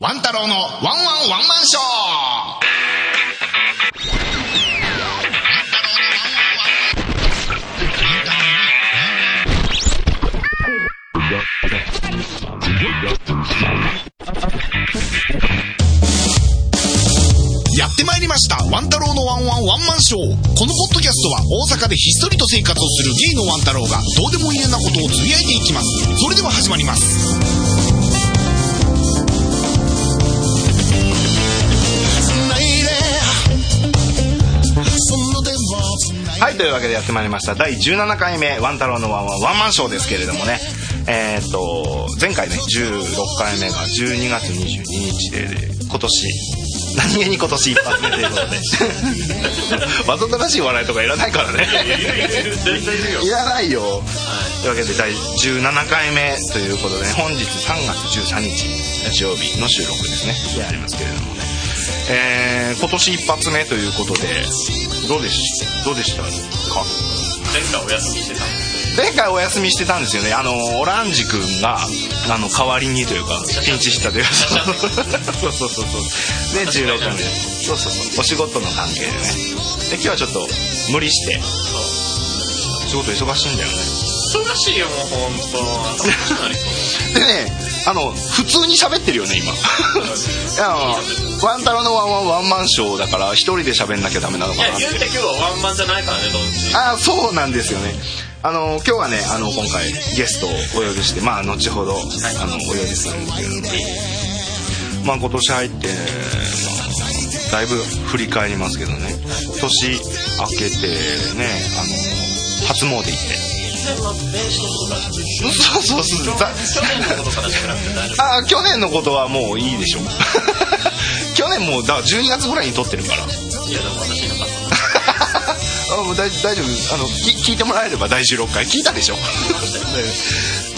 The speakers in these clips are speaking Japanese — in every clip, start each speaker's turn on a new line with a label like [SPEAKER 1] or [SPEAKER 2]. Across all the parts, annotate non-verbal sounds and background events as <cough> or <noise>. [SPEAKER 1] ワン太郎のワンワンワンマンショーワンやってまいりました。ワン太郎のワンワンワンマンショー。このポッドキャストは大阪でひっそりと生活をするゲイのワン太郎がどうでもいいようなことをつぶやいていきます。それでは始まります。はい、というわけでやってまいりました。第17回目、ワン太郎のワンワンワンマンショーですけれどもね。えーっと、前回ね、16回目が12月22日で、今年、何気に今年一発目という <laughs> ことで。わざとらしい笑いとかいらないからね。いらないよ。というわけで、第17回目ということで、ね、本日3月13日、日曜日の収録ですね。やりますけれどもね。えー今年一発目ということで、どうでし、どうでしたか
[SPEAKER 2] 前回お休みしてたんです
[SPEAKER 1] 前回お休みしてたんですよねあのオランジ君があの代わりにというかピンチヒッターというかそうそうそうそうで16回目そうそうそうお仕事の関係でねで今日はちょっと無理して仕事忙しいんだよね
[SPEAKER 2] 忙しいよもう本当頭おかしくなりそう
[SPEAKER 1] でねあの普通に喋ってるよね今いやあのワン太郎のワンワンワンマンショーだから一人で喋んなきゃダメなのか
[SPEAKER 2] い
[SPEAKER 1] な
[SPEAKER 2] や言うて今日はワンマンじゃないからねどっち
[SPEAKER 1] あーそうなんですよねあの今日はねあの今回ゲストをお呼びしてまあ後ほど、あのお呼びするんですけれどもまあ今年入って、まあ、だいぶ振り返りますけどね年明けてねあの初詣行ってそうそうそうざ
[SPEAKER 2] 去年のことからじゃなくて大丈夫
[SPEAKER 1] あー去年のことはもういいでしょ <laughs> 去年もうだ12月ぐらいに撮ってるから
[SPEAKER 2] いやでも私いなかっ
[SPEAKER 1] <laughs>
[SPEAKER 2] た
[SPEAKER 1] あもう大大丈夫あのき聞いてもらえれば第16回聞いたでしょ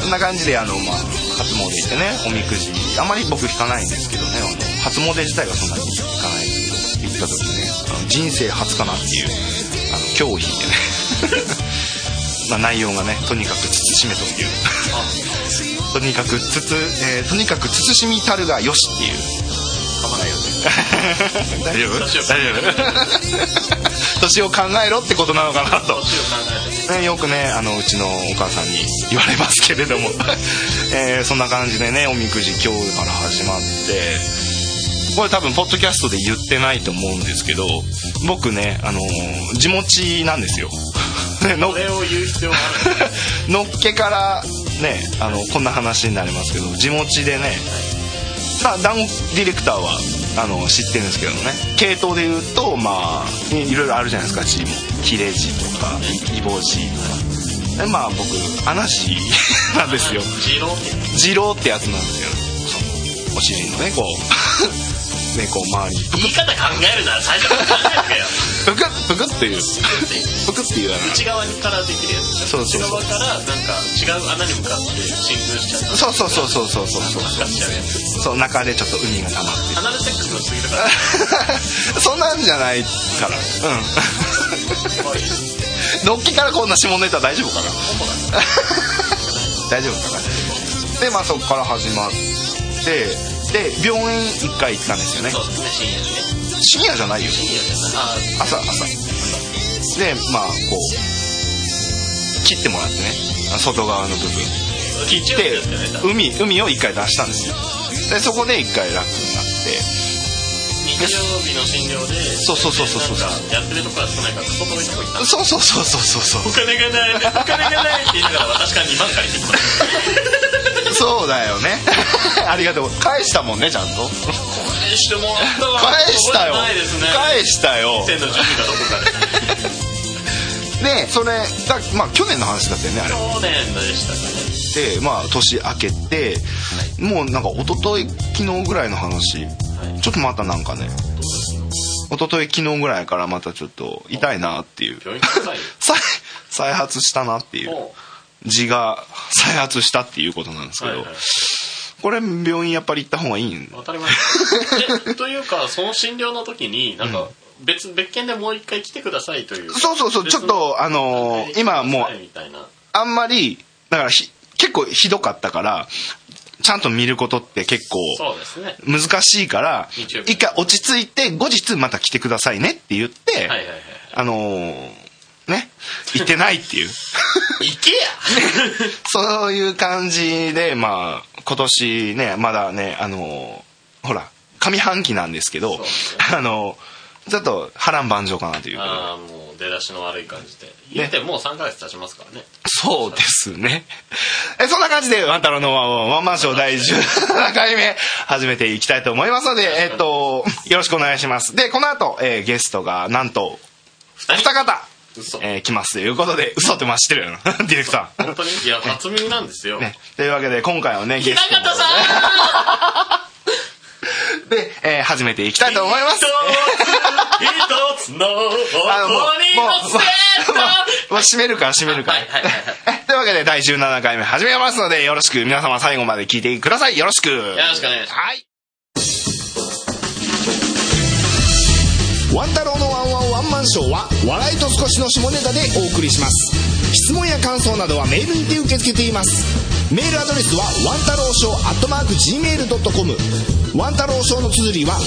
[SPEAKER 1] そんな感じであの、まあ、初詣行ってねおみくじあまり僕引かないんですけどねあの初詣自体がそんなに引かないですけど行った時ねあの人生初かなっていうあの今日を引いてね <laughs> まあ内容がねとにかく慎めというとにかくつつ、えーとにかく慎みたるがよしっていう
[SPEAKER 2] 構わないよね
[SPEAKER 1] 大丈夫 <laughs> 大
[SPEAKER 2] 年
[SPEAKER 1] 丈
[SPEAKER 2] を
[SPEAKER 1] 夫 <laughs> 年を考えろってことなのかなと
[SPEAKER 2] 年を考えて
[SPEAKER 1] ね、よくねあのうちのお母さんに言われますけれども、 <laughs> えーそんな感じでねおみくじ今日から始まってこれ多分ポッドキャストで言ってないと思うんですけど僕ねあのー地持ちなんですよ <laughs> ねの
[SPEAKER 2] これを言う必要がある
[SPEAKER 1] <laughs> のっけからねあのこんな話になりますけど地持ちでねまあ団子ディレクターはあの知ってるんですけどもね系統で言うとまあいいろいろあるじゃないですか地も切れ地とかいぼ地とかでまあ僕穴地なんですよ
[SPEAKER 2] ジローって
[SPEAKER 1] 地郎ってやつなんですよそのお尻のねこう <laughs> ねこう周りに
[SPEAKER 2] 言い方考えるなら最初から考えてくれよ
[SPEAKER 1] ぷくぷくっていう
[SPEAKER 2] って
[SPEAKER 1] ぷくっていう穴
[SPEAKER 2] 内側からできるやつでし
[SPEAKER 1] そ
[SPEAKER 2] ょ
[SPEAKER 1] うそうそう
[SPEAKER 2] 内側からなんか違う穴に向かって進軍しちゃった
[SPEAKER 1] そうそうそうそうそうそうそう
[SPEAKER 2] 向かっちゃうやつ
[SPEAKER 1] そう中でちょっとウニが溜まって
[SPEAKER 2] アナルセックスの次だから
[SPEAKER 1] <laughs> そんなんじゃないから。 <laughs> う
[SPEAKER 2] すごいよ
[SPEAKER 1] ん。のっけからこんな下ネタ大丈夫かな
[SPEAKER 2] ポポだ
[SPEAKER 1] 大丈夫かなで、まあそこから始まって、で、病院一回行ったんですよね。
[SPEAKER 2] そうですね深夜にね
[SPEAKER 1] 深夜じゃないよ。
[SPEAKER 2] 深夜じゃないあー
[SPEAKER 1] 朝、朝。で、まあこう、切ってもらってね。あ外側の部分。切っ
[SPEAKER 2] 日曜日だったよね多
[SPEAKER 1] て、
[SPEAKER 2] 分
[SPEAKER 1] 海、海を一回出したんですよ。で、そこで一回楽になって。
[SPEAKER 2] 日曜日の診療で
[SPEAKER 1] そうそうそうそうそう
[SPEAKER 2] なんかやってるとこは少ないから外のとこ行ったの
[SPEAKER 1] そうそうそうそうそうそう。
[SPEAKER 2] お金がないお金がないって言いながら私から2万借りてきた <laughs>
[SPEAKER 1] そうだよね <laughs> ありがとう返したもんねちゃんと
[SPEAKER 2] 返してもらったわ
[SPEAKER 1] 返したよ
[SPEAKER 2] 覚えてないですね
[SPEAKER 1] 返したよ
[SPEAKER 2] 線の準備がどこかで
[SPEAKER 1] でそれだまあ去年の話だったよねあれ
[SPEAKER 2] 去年でしたかね
[SPEAKER 1] でまあ年明けてもうなんか一昨日昨日ぐらいの話
[SPEAKER 2] はい
[SPEAKER 1] ちょっとまたなんかね一昨日昨日ぐらいからまたちょっと痛いなっていう
[SPEAKER 2] 病院行きなさいよ
[SPEAKER 1] <laughs> 再再発したなっていう
[SPEAKER 2] もう
[SPEAKER 1] 字が再発したっていうことなんですけ
[SPEAKER 2] はい
[SPEAKER 1] ど
[SPEAKER 2] はい
[SPEAKER 1] これ病院やっぱり行った方がいいん
[SPEAKER 2] 当たり前でというかその診療の時になんか別、別件でもう一回来てくださいという
[SPEAKER 1] そうそうそうちょっとあのー今もう
[SPEAKER 2] みたいな
[SPEAKER 1] あんまりだからひ結構ひどかったからちゃんと見ることって結構
[SPEAKER 2] そうですね
[SPEAKER 1] 難しいから、
[SPEAKER 2] YouTube
[SPEAKER 1] 一回落ち着いて、後日また来てくださいねって言って、
[SPEAKER 2] はいはいはい
[SPEAKER 1] あのーね、行ってないっ
[SPEAKER 2] <laughs>
[SPEAKER 1] ていう、
[SPEAKER 2] 行け <laughs> や
[SPEAKER 1] そういう感じで、まあ、今年ね、まだね、あのーほら、上半期なんですけど、
[SPEAKER 2] そうですね
[SPEAKER 1] あのーちょっと波乱万丈かなということで
[SPEAKER 2] ああもう出だしの悪い感じで言ってもう3ヶ月経ちますからね
[SPEAKER 1] そうですね。え、そんな感じで、ワンタロウのワンワンワンマンショー第17回目、始めていきたいと思いますので、えっと、よろしくお願いします。で、この後、えーゲストが、なんと、
[SPEAKER 2] 2
[SPEAKER 1] お二方、
[SPEAKER 2] 嘘
[SPEAKER 1] えー来ますということで、嘘ってま知ってるよな、 <laughs> ディレクター。
[SPEAKER 2] 本当にいや初耳なんですよ
[SPEAKER 1] ね、というわけで、今回はね、ゲ
[SPEAKER 2] 平
[SPEAKER 1] スト
[SPEAKER 2] 方さん
[SPEAKER 1] で、えー始めていきたいと思います。
[SPEAKER 2] 一つ一つの誇
[SPEAKER 1] あのもう
[SPEAKER 2] り
[SPEAKER 1] もう
[SPEAKER 2] のセット
[SPEAKER 1] もうもう閉めるから閉めるから。
[SPEAKER 2] はいはいはい
[SPEAKER 1] <laughs> えというわけで、第17回目始めますので、よろしく、皆様最後まで聞いてください。よろしく。よ
[SPEAKER 2] よろしくお願いします
[SPEAKER 1] はい。ワンタロウのワンワンワンマンショーは笑いと少しの下ネタでお送りします質問や感想などはメールにて受け付けていますメールアドレスはワンタロウショーアットマーク Gmail.com ワンタロウショーの綴りは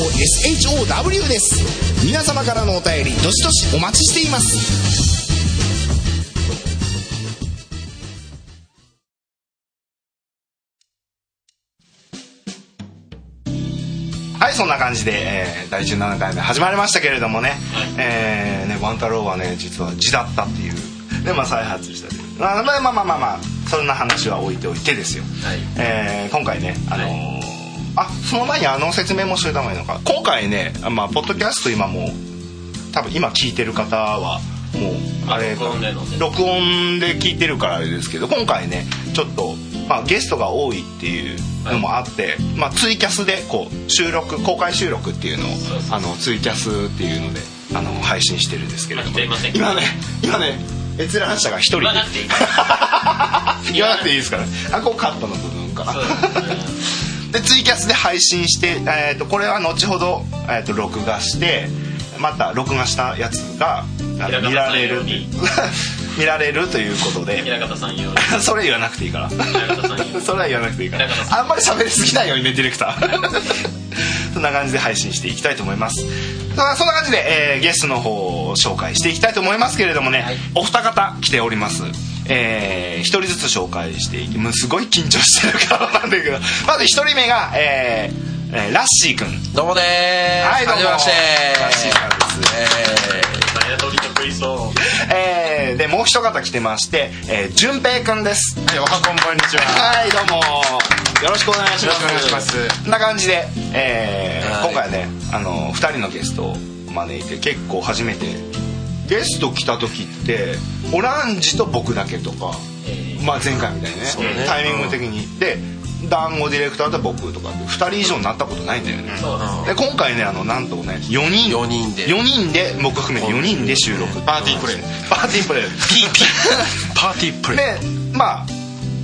[SPEAKER 1] WANTAROSHOWWANTAROSHOW です皆様からのお便りどしどしお待ちしていますはい、そんな感じで、えー第17回目始まりましたけれどもね、
[SPEAKER 2] はい
[SPEAKER 1] えーね、ワンタロウはね、実は地だったっていう、で、まあ、再発したというまあ、まあまあまあまあまあ、そんな話は置いておいてですよ。
[SPEAKER 2] はい
[SPEAKER 1] えー今回ね、あのーあ、その前にあの説明もしといた方がいいのか。今回ね、まあ、ポッドキャスト今もう、多分今聞いてる方は、もう、あれ、
[SPEAKER 2] 録音でのね
[SPEAKER 1] 録音で聞いてるからあれですけど今回ねちょっと、まあ、ゲストが多いっていうのもあって、まあ、ツイキャスでこう収録公開収録っていうのを
[SPEAKER 2] そうそう
[SPEAKER 1] あのツイキャスっていうのであの配信してるんですけれども
[SPEAKER 2] まあすいません
[SPEAKER 1] 今ね今ね閲覧者が一人
[SPEAKER 2] 言わなくていい
[SPEAKER 1] 言わなくていいですからねあこうカットの部分かな
[SPEAKER 2] そうですね
[SPEAKER 1] でツイキャスで配信して、えー、とこれは後ほど、えー、と録画してまた録画したやつがあの見
[SPEAKER 2] 平
[SPEAKER 1] ら
[SPEAKER 2] 方さん
[SPEAKER 1] れる <laughs>
[SPEAKER 2] 用に
[SPEAKER 1] 見られるということで
[SPEAKER 2] 平方さん用に
[SPEAKER 1] それ言わなくていいから
[SPEAKER 2] 方さん
[SPEAKER 1] <laughs>
[SPEAKER 2] 言う
[SPEAKER 1] それは言わなくていいから
[SPEAKER 2] 平方さ
[SPEAKER 1] あんまり喋りすぎないようにねディレクタ <laughs> ーそんな感じで配信していきたいと思いますそんなそんな感じで、えーゲストの方を紹介していきたいと思いますけれどもね、
[SPEAKER 2] はい
[SPEAKER 1] お二方来ておりますえー、一人ずつ紹介していきもうすごい緊張してるからなんだけどまず一人目が、えーえーラッシーくん
[SPEAKER 3] どうもでーす。
[SPEAKER 1] はいどうも
[SPEAKER 3] はじめまして。
[SPEAKER 1] ラッシーさんです
[SPEAKER 2] ダイヤ取り得意そう
[SPEAKER 1] えー、でもう一方来てまして、えー、淳平くんです
[SPEAKER 3] えー、はい、おはこんばんにちは。
[SPEAKER 1] はいどうもよろしくお願いしま
[SPEAKER 3] よろし
[SPEAKER 1] す
[SPEAKER 3] くお願いします。
[SPEAKER 1] こんな感じで、えー
[SPEAKER 3] はい
[SPEAKER 1] 今回はねあの2人のゲストを招いて結構初めてゲスト来た時ってオランジと僕だけとか、
[SPEAKER 2] え
[SPEAKER 1] まあ、前回みたいにね
[SPEAKER 3] うね
[SPEAKER 1] タイミング的にで団子ディレクターと僕とかって2人以上になったことないんだよね、
[SPEAKER 2] そうです
[SPEAKER 1] で今回ねあのなんとね4人
[SPEAKER 3] 四人で
[SPEAKER 1] 4人で僕含めて4人で収録
[SPEAKER 3] パーティープレイ
[SPEAKER 1] パーティープレイ
[SPEAKER 3] ピーピー。パーティープイ。
[SPEAKER 1] でまあ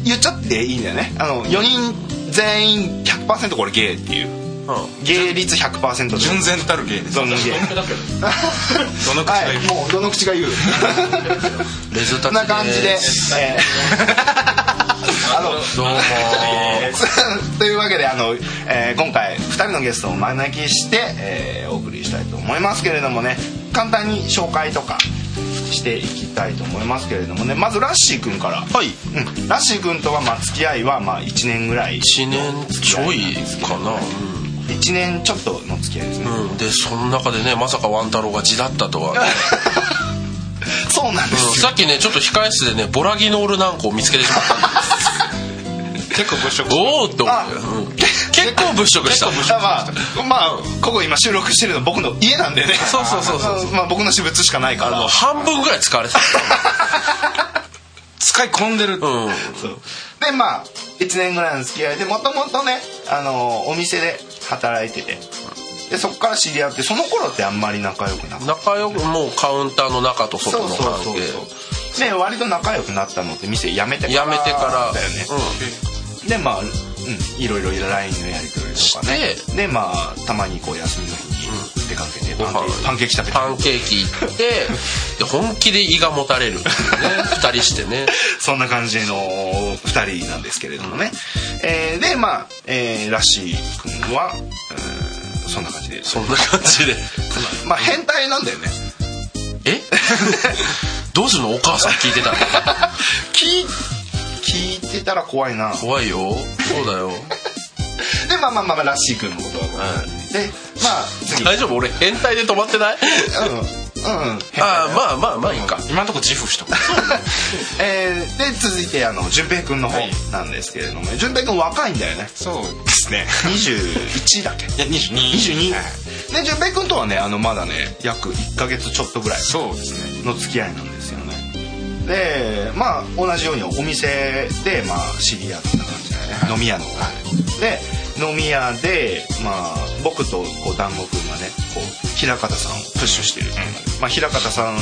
[SPEAKER 1] 言っちゃっていいんだよねあの4人全員100%これゲイっていう
[SPEAKER 3] うん。
[SPEAKER 1] 芸率100%で
[SPEAKER 3] 純然たる芸です。
[SPEAKER 1] どの芸
[SPEAKER 2] 本当だけど
[SPEAKER 3] <laughs> どの口が
[SPEAKER 1] は
[SPEAKER 3] 言う
[SPEAKER 1] いもうどの口が言う <laughs>
[SPEAKER 3] レズ
[SPEAKER 1] そ
[SPEAKER 3] タ
[SPEAKER 1] んな感じ
[SPEAKER 3] <laughs>
[SPEAKER 1] で、えー <laughs> あの
[SPEAKER 3] どうもー。
[SPEAKER 1] <laughs> というわけであの、えー今回2人のゲストをお招きして、えーお送りしたいと思いますけれどもね簡単に紹介とかしていきたいと思いますけれどもねまずラッシーくんから、
[SPEAKER 3] はい。
[SPEAKER 1] うん、ラッシーくんとはまあ付き合いはまあ1年ぐらい
[SPEAKER 3] 一年ちょいかな。
[SPEAKER 1] 1年ちょっとの付き合いですね、 <laughs>
[SPEAKER 3] うん。で、その中でね、まさかワン太郎が地だったとはね。
[SPEAKER 1] そうなんで
[SPEAKER 3] うん
[SPEAKER 1] すよ
[SPEAKER 3] さっきね、ちょっと控え室でね、ボラギノールなんかを見つけてしまったんです。結構物
[SPEAKER 1] <laughs>
[SPEAKER 3] 色おおって思って、うん結構物色した
[SPEAKER 1] あまあ、まあ、ここ今収録してるの僕の家なんでね
[SPEAKER 3] そうそうそうそう
[SPEAKER 1] <laughs> まあ、僕の私物しかないから
[SPEAKER 3] あの半分ぐらい使
[SPEAKER 1] <laughs>
[SPEAKER 3] われてた
[SPEAKER 4] 使い込んでる、
[SPEAKER 3] うん
[SPEAKER 1] そうでまあ1年ぐらいの付き合いでもともとね、あのお店で働いててでそこから知り合ってその頃ってあんまり仲良くなかった
[SPEAKER 3] 仲良くもうカウンターの中と外
[SPEAKER 1] そ
[SPEAKER 3] の
[SPEAKER 1] う
[SPEAKER 3] 関
[SPEAKER 1] そうそう
[SPEAKER 3] 係
[SPEAKER 1] そうね割と仲良くなったのって店辞めてから
[SPEAKER 3] やめてから
[SPEAKER 1] だよね、
[SPEAKER 3] う
[SPEAKER 1] でまあ、うん、いろいろ LINE のやり取り
[SPEAKER 3] んし
[SPEAKER 1] とかね
[SPEAKER 3] て
[SPEAKER 1] でまあたまにこう休みの日に出かけて
[SPEAKER 3] ご
[SPEAKER 1] パン
[SPEAKER 3] 飯
[SPEAKER 1] ケーキパンケーキ食べて
[SPEAKER 3] パンケーキ行ってで本気で胃がもたれるっていうね二人してね
[SPEAKER 1] そんな感じの2人なんですけれどもね、えーでまあ、えー、らしい君はうーんそんな感じで
[SPEAKER 3] そんな感じで
[SPEAKER 1] まあ変態なんだよね
[SPEAKER 3] え <laughs> どうするのお母さん聞いてたら
[SPEAKER 1] 聞い聞いてたら怖いな
[SPEAKER 3] 怖いよそうだよ
[SPEAKER 1] <laughs> でまあまあまあまあらしい君のことは、でまあ次
[SPEAKER 3] 大丈夫俺変態で止まってない
[SPEAKER 1] うんうんうん変態だよ
[SPEAKER 3] ああまあまあまあいいか
[SPEAKER 4] 今のところ自負しとく
[SPEAKER 1] <laughs> えーで続いてあの淳平君の方なんですけれども、淳平君若いんだよね
[SPEAKER 4] そうですね
[SPEAKER 1] 21だっけ
[SPEAKER 4] いや22
[SPEAKER 1] 22で淳平君とはねあのまだね約1ヶ月ちょっとぐらい
[SPEAKER 4] そうですね
[SPEAKER 1] の付き合いなんですよねでまあ同じようにお店で、まあ、知り合った感じだね、飲み屋の、で飲み屋で、まあ、僕とこう団子くんがねこう平方さんをプッシュしてるっていうかねまあ、平方さん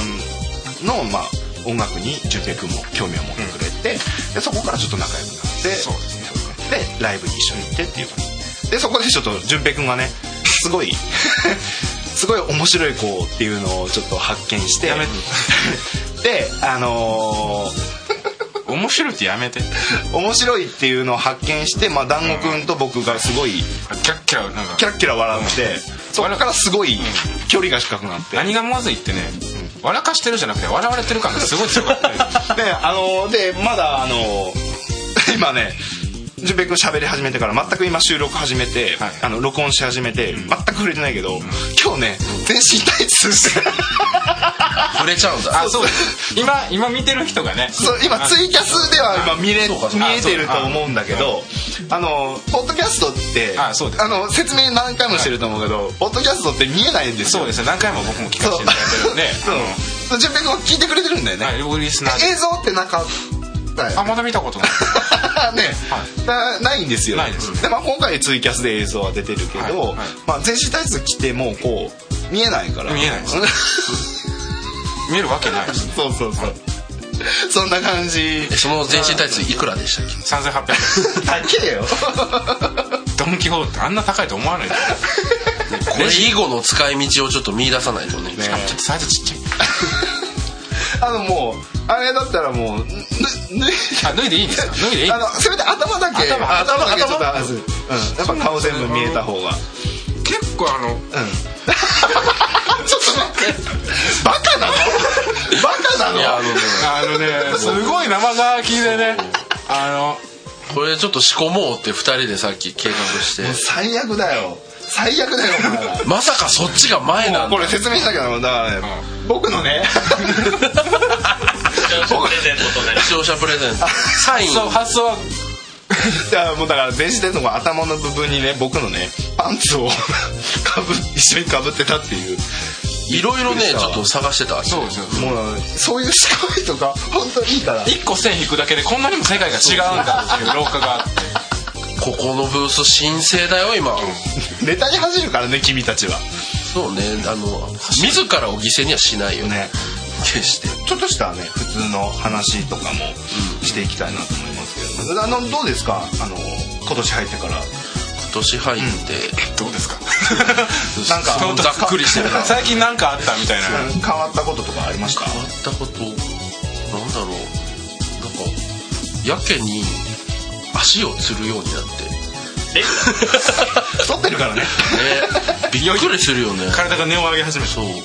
[SPEAKER 1] の、まあ、音楽に淳平君も興味を持ってくれて、でそこからちょっと仲良くなって
[SPEAKER 4] そうですね
[SPEAKER 1] でライブに一緒に行ってっていう感じでそこでちょっと淳平君がねすごい <laughs> すごい面白い子っていうのをちょっと発見して
[SPEAKER 4] やめて
[SPEAKER 1] <laughs> であの
[SPEAKER 4] 面白いってやめて
[SPEAKER 1] ー面白いっていうのを発見して、まあ、団子くんと僕がすごい
[SPEAKER 4] キャッキャなんか
[SPEAKER 1] キラッキラ笑って、そこからすごい距離が近くなって
[SPEAKER 4] 何がまずいってね笑かしてるじゃなくて笑われてる感がすごい強かったです
[SPEAKER 1] であのーでまだあの <laughs> ー今ね淳平君喋り始めてから全く今収録始めて、
[SPEAKER 4] はい
[SPEAKER 1] あの録音し始めて、全く触れてないけど、今日ね全身タイツして
[SPEAKER 3] 触れちゃうんだ
[SPEAKER 4] あ <laughs> そうです今今見てる人がね
[SPEAKER 1] <laughs> そう今ツイキャスでは今見れ
[SPEAKER 3] そうかそう
[SPEAKER 1] 見
[SPEAKER 3] か
[SPEAKER 1] えてると思うんだけどあのポッドキャストって
[SPEAKER 4] あそうです
[SPEAKER 1] あの説明何回もしてると思うけど、ポッドキャストって見えないんですよ
[SPEAKER 4] そうですね何回も僕も聞
[SPEAKER 1] そ
[SPEAKER 4] か
[SPEAKER 1] う
[SPEAKER 4] せていただいてるんで
[SPEAKER 1] そう淳平君は聞いてくれてるんだよね、
[SPEAKER 4] はい僕リスナーで
[SPEAKER 1] 映像ってなかったよね
[SPEAKER 4] あまだ見たことない
[SPEAKER 1] <laughs> ね、
[SPEAKER 4] は
[SPEAKER 1] な
[SPEAKER 4] い
[SPEAKER 1] ないんですよ
[SPEAKER 4] ないです
[SPEAKER 1] まあ、今回ツイキャスで映像は出てるけど、
[SPEAKER 4] はいはい
[SPEAKER 1] まあ、全身タイツ着てもうこう見えないから
[SPEAKER 4] 見えないです見えるわけないです
[SPEAKER 1] <laughs>
[SPEAKER 4] ね
[SPEAKER 1] そうそうそうそんな感じ
[SPEAKER 3] えその全身タイツいくらでしたっけ
[SPEAKER 4] 3800
[SPEAKER 1] 高えよ
[SPEAKER 4] ドン・キホーテあんな高いと思わないです
[SPEAKER 3] これ以後の使い道をちょっと見出さないとね
[SPEAKER 1] ね
[SPEAKER 4] ちょっとサイズちっちゃい
[SPEAKER 1] <laughs> あのもうあれだったらもうぬぬ
[SPEAKER 4] あ脱いでいいんですか <laughs> 脱いでいい
[SPEAKER 1] あのせめて頭だけ
[SPEAKER 4] 頭
[SPEAKER 1] だけちょっと
[SPEAKER 4] 頭
[SPEAKER 1] あずうんやっぱ顔全部見えた方が
[SPEAKER 4] 結構あ <laughs> の
[SPEAKER 1] うんちょっと待ってバカなのバカなの
[SPEAKER 3] いやあのね
[SPEAKER 4] あの <laughs> ねすごい生乾きでねあ
[SPEAKER 3] これちょっと仕込もうって二人でさっき計画して
[SPEAKER 1] もう最悪だよ最悪だよお前ら
[SPEAKER 3] まさかそっちが前
[SPEAKER 4] <laughs>
[SPEAKER 3] なんだ
[SPEAKER 1] これ説明しなきゃならないだからね僕のね
[SPEAKER 2] じゃあプレゼントとね
[SPEAKER 3] 視聴者プレゼントサイン
[SPEAKER 4] のそう発想は
[SPEAKER 1] じゃあもうだから電子レンジの頭の部分にね僕のねパンツを <laughs> かぶ一緒にかぶってたっていう
[SPEAKER 3] いろいろねちょっと探してた
[SPEAKER 4] そうですよ
[SPEAKER 1] もうそういう思考とか本当にいいから
[SPEAKER 4] 一個線引くだけでこんなにも世界が違うんだっていう廊下があって
[SPEAKER 3] ここのブース申請だよ今
[SPEAKER 1] ネタに走るからね君たちは
[SPEAKER 3] そうねあの自らを犠牲にはしないよね
[SPEAKER 1] ね
[SPEAKER 3] 決して
[SPEAKER 1] ちょっとしたね普通の話とかもしていきたいなと思いますけどあのどうですかあの今年入ってから
[SPEAKER 3] 今年入って
[SPEAKER 4] どうで
[SPEAKER 3] <laughs>
[SPEAKER 4] すか
[SPEAKER 1] なんか
[SPEAKER 3] ざっくりしてるな
[SPEAKER 4] 最近なんかあったみたいな
[SPEAKER 1] 変わったこととかありました
[SPEAKER 3] 変わったことなんだろうなんかやけに足をつるようになって
[SPEAKER 2] え
[SPEAKER 1] 太ってるからね
[SPEAKER 3] ねびっくりするよね
[SPEAKER 4] 体が根を上げ始めた
[SPEAKER 3] そうもう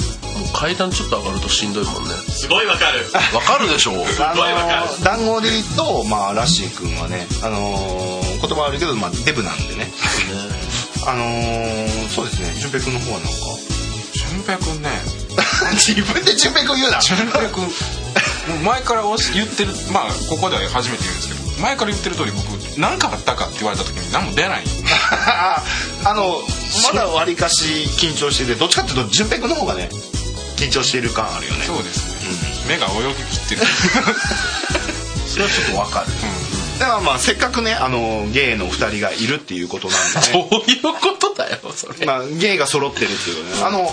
[SPEAKER 3] 階段ちょっと上がるとしんどいもんね
[SPEAKER 2] すごいわかる
[SPEAKER 3] わかるでしょ
[SPEAKER 1] あ
[SPEAKER 2] わか
[SPEAKER 1] の団子で言うと、まあ、ラッシー君はね、あのー言葉悪いけど、まあ、デブなんでね、あのーそうですね淳平君の方はなんか
[SPEAKER 3] <laughs>
[SPEAKER 4] 純平君ね
[SPEAKER 1] 自分で淳平君言うな
[SPEAKER 4] 純平君もう前からおし言ってるまあここでは初めて言うんですけど前から言ってる通り僕何かあったかって言われた時に何も出ない
[SPEAKER 1] あ <laughs> あのまだわりかし緊張しててどっちかっていうと淳平君の方がね緊張している感あるよね
[SPEAKER 4] そうですね目が泳ぎ切ってる
[SPEAKER 3] それはちょっとわかる
[SPEAKER 1] だからまあせっかくねあのゲイの2人がいるっていうことなんで、ね、
[SPEAKER 3] どういうことだよそれ
[SPEAKER 1] まあゲイが揃ってるっていうことねあの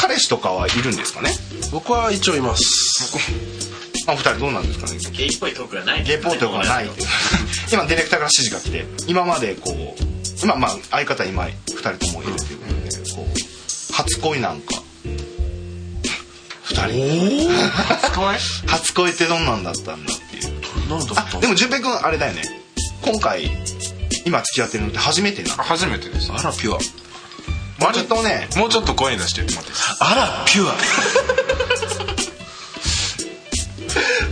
[SPEAKER 1] 彼氏とかはいるんですかね
[SPEAKER 3] 僕は一応います
[SPEAKER 1] あお二人どうなんですかね
[SPEAKER 2] ゲイっぽいトークがない
[SPEAKER 1] ゲイポートがないっていう今ディレクターから指示が来て今までこう今まあ相方今2人ともいるっていうことでこう初恋なんか2人
[SPEAKER 4] 使わない
[SPEAKER 1] <laughs> 初恋ってどんなんだったんだっていう
[SPEAKER 3] なんだった
[SPEAKER 1] あでも淳平君あれだよね今回今付き合ってるのって初めてな
[SPEAKER 4] 初めてです
[SPEAKER 3] あらピュア
[SPEAKER 1] 割とね
[SPEAKER 4] <laughs> もうちょっと声出して待って
[SPEAKER 3] あらピュア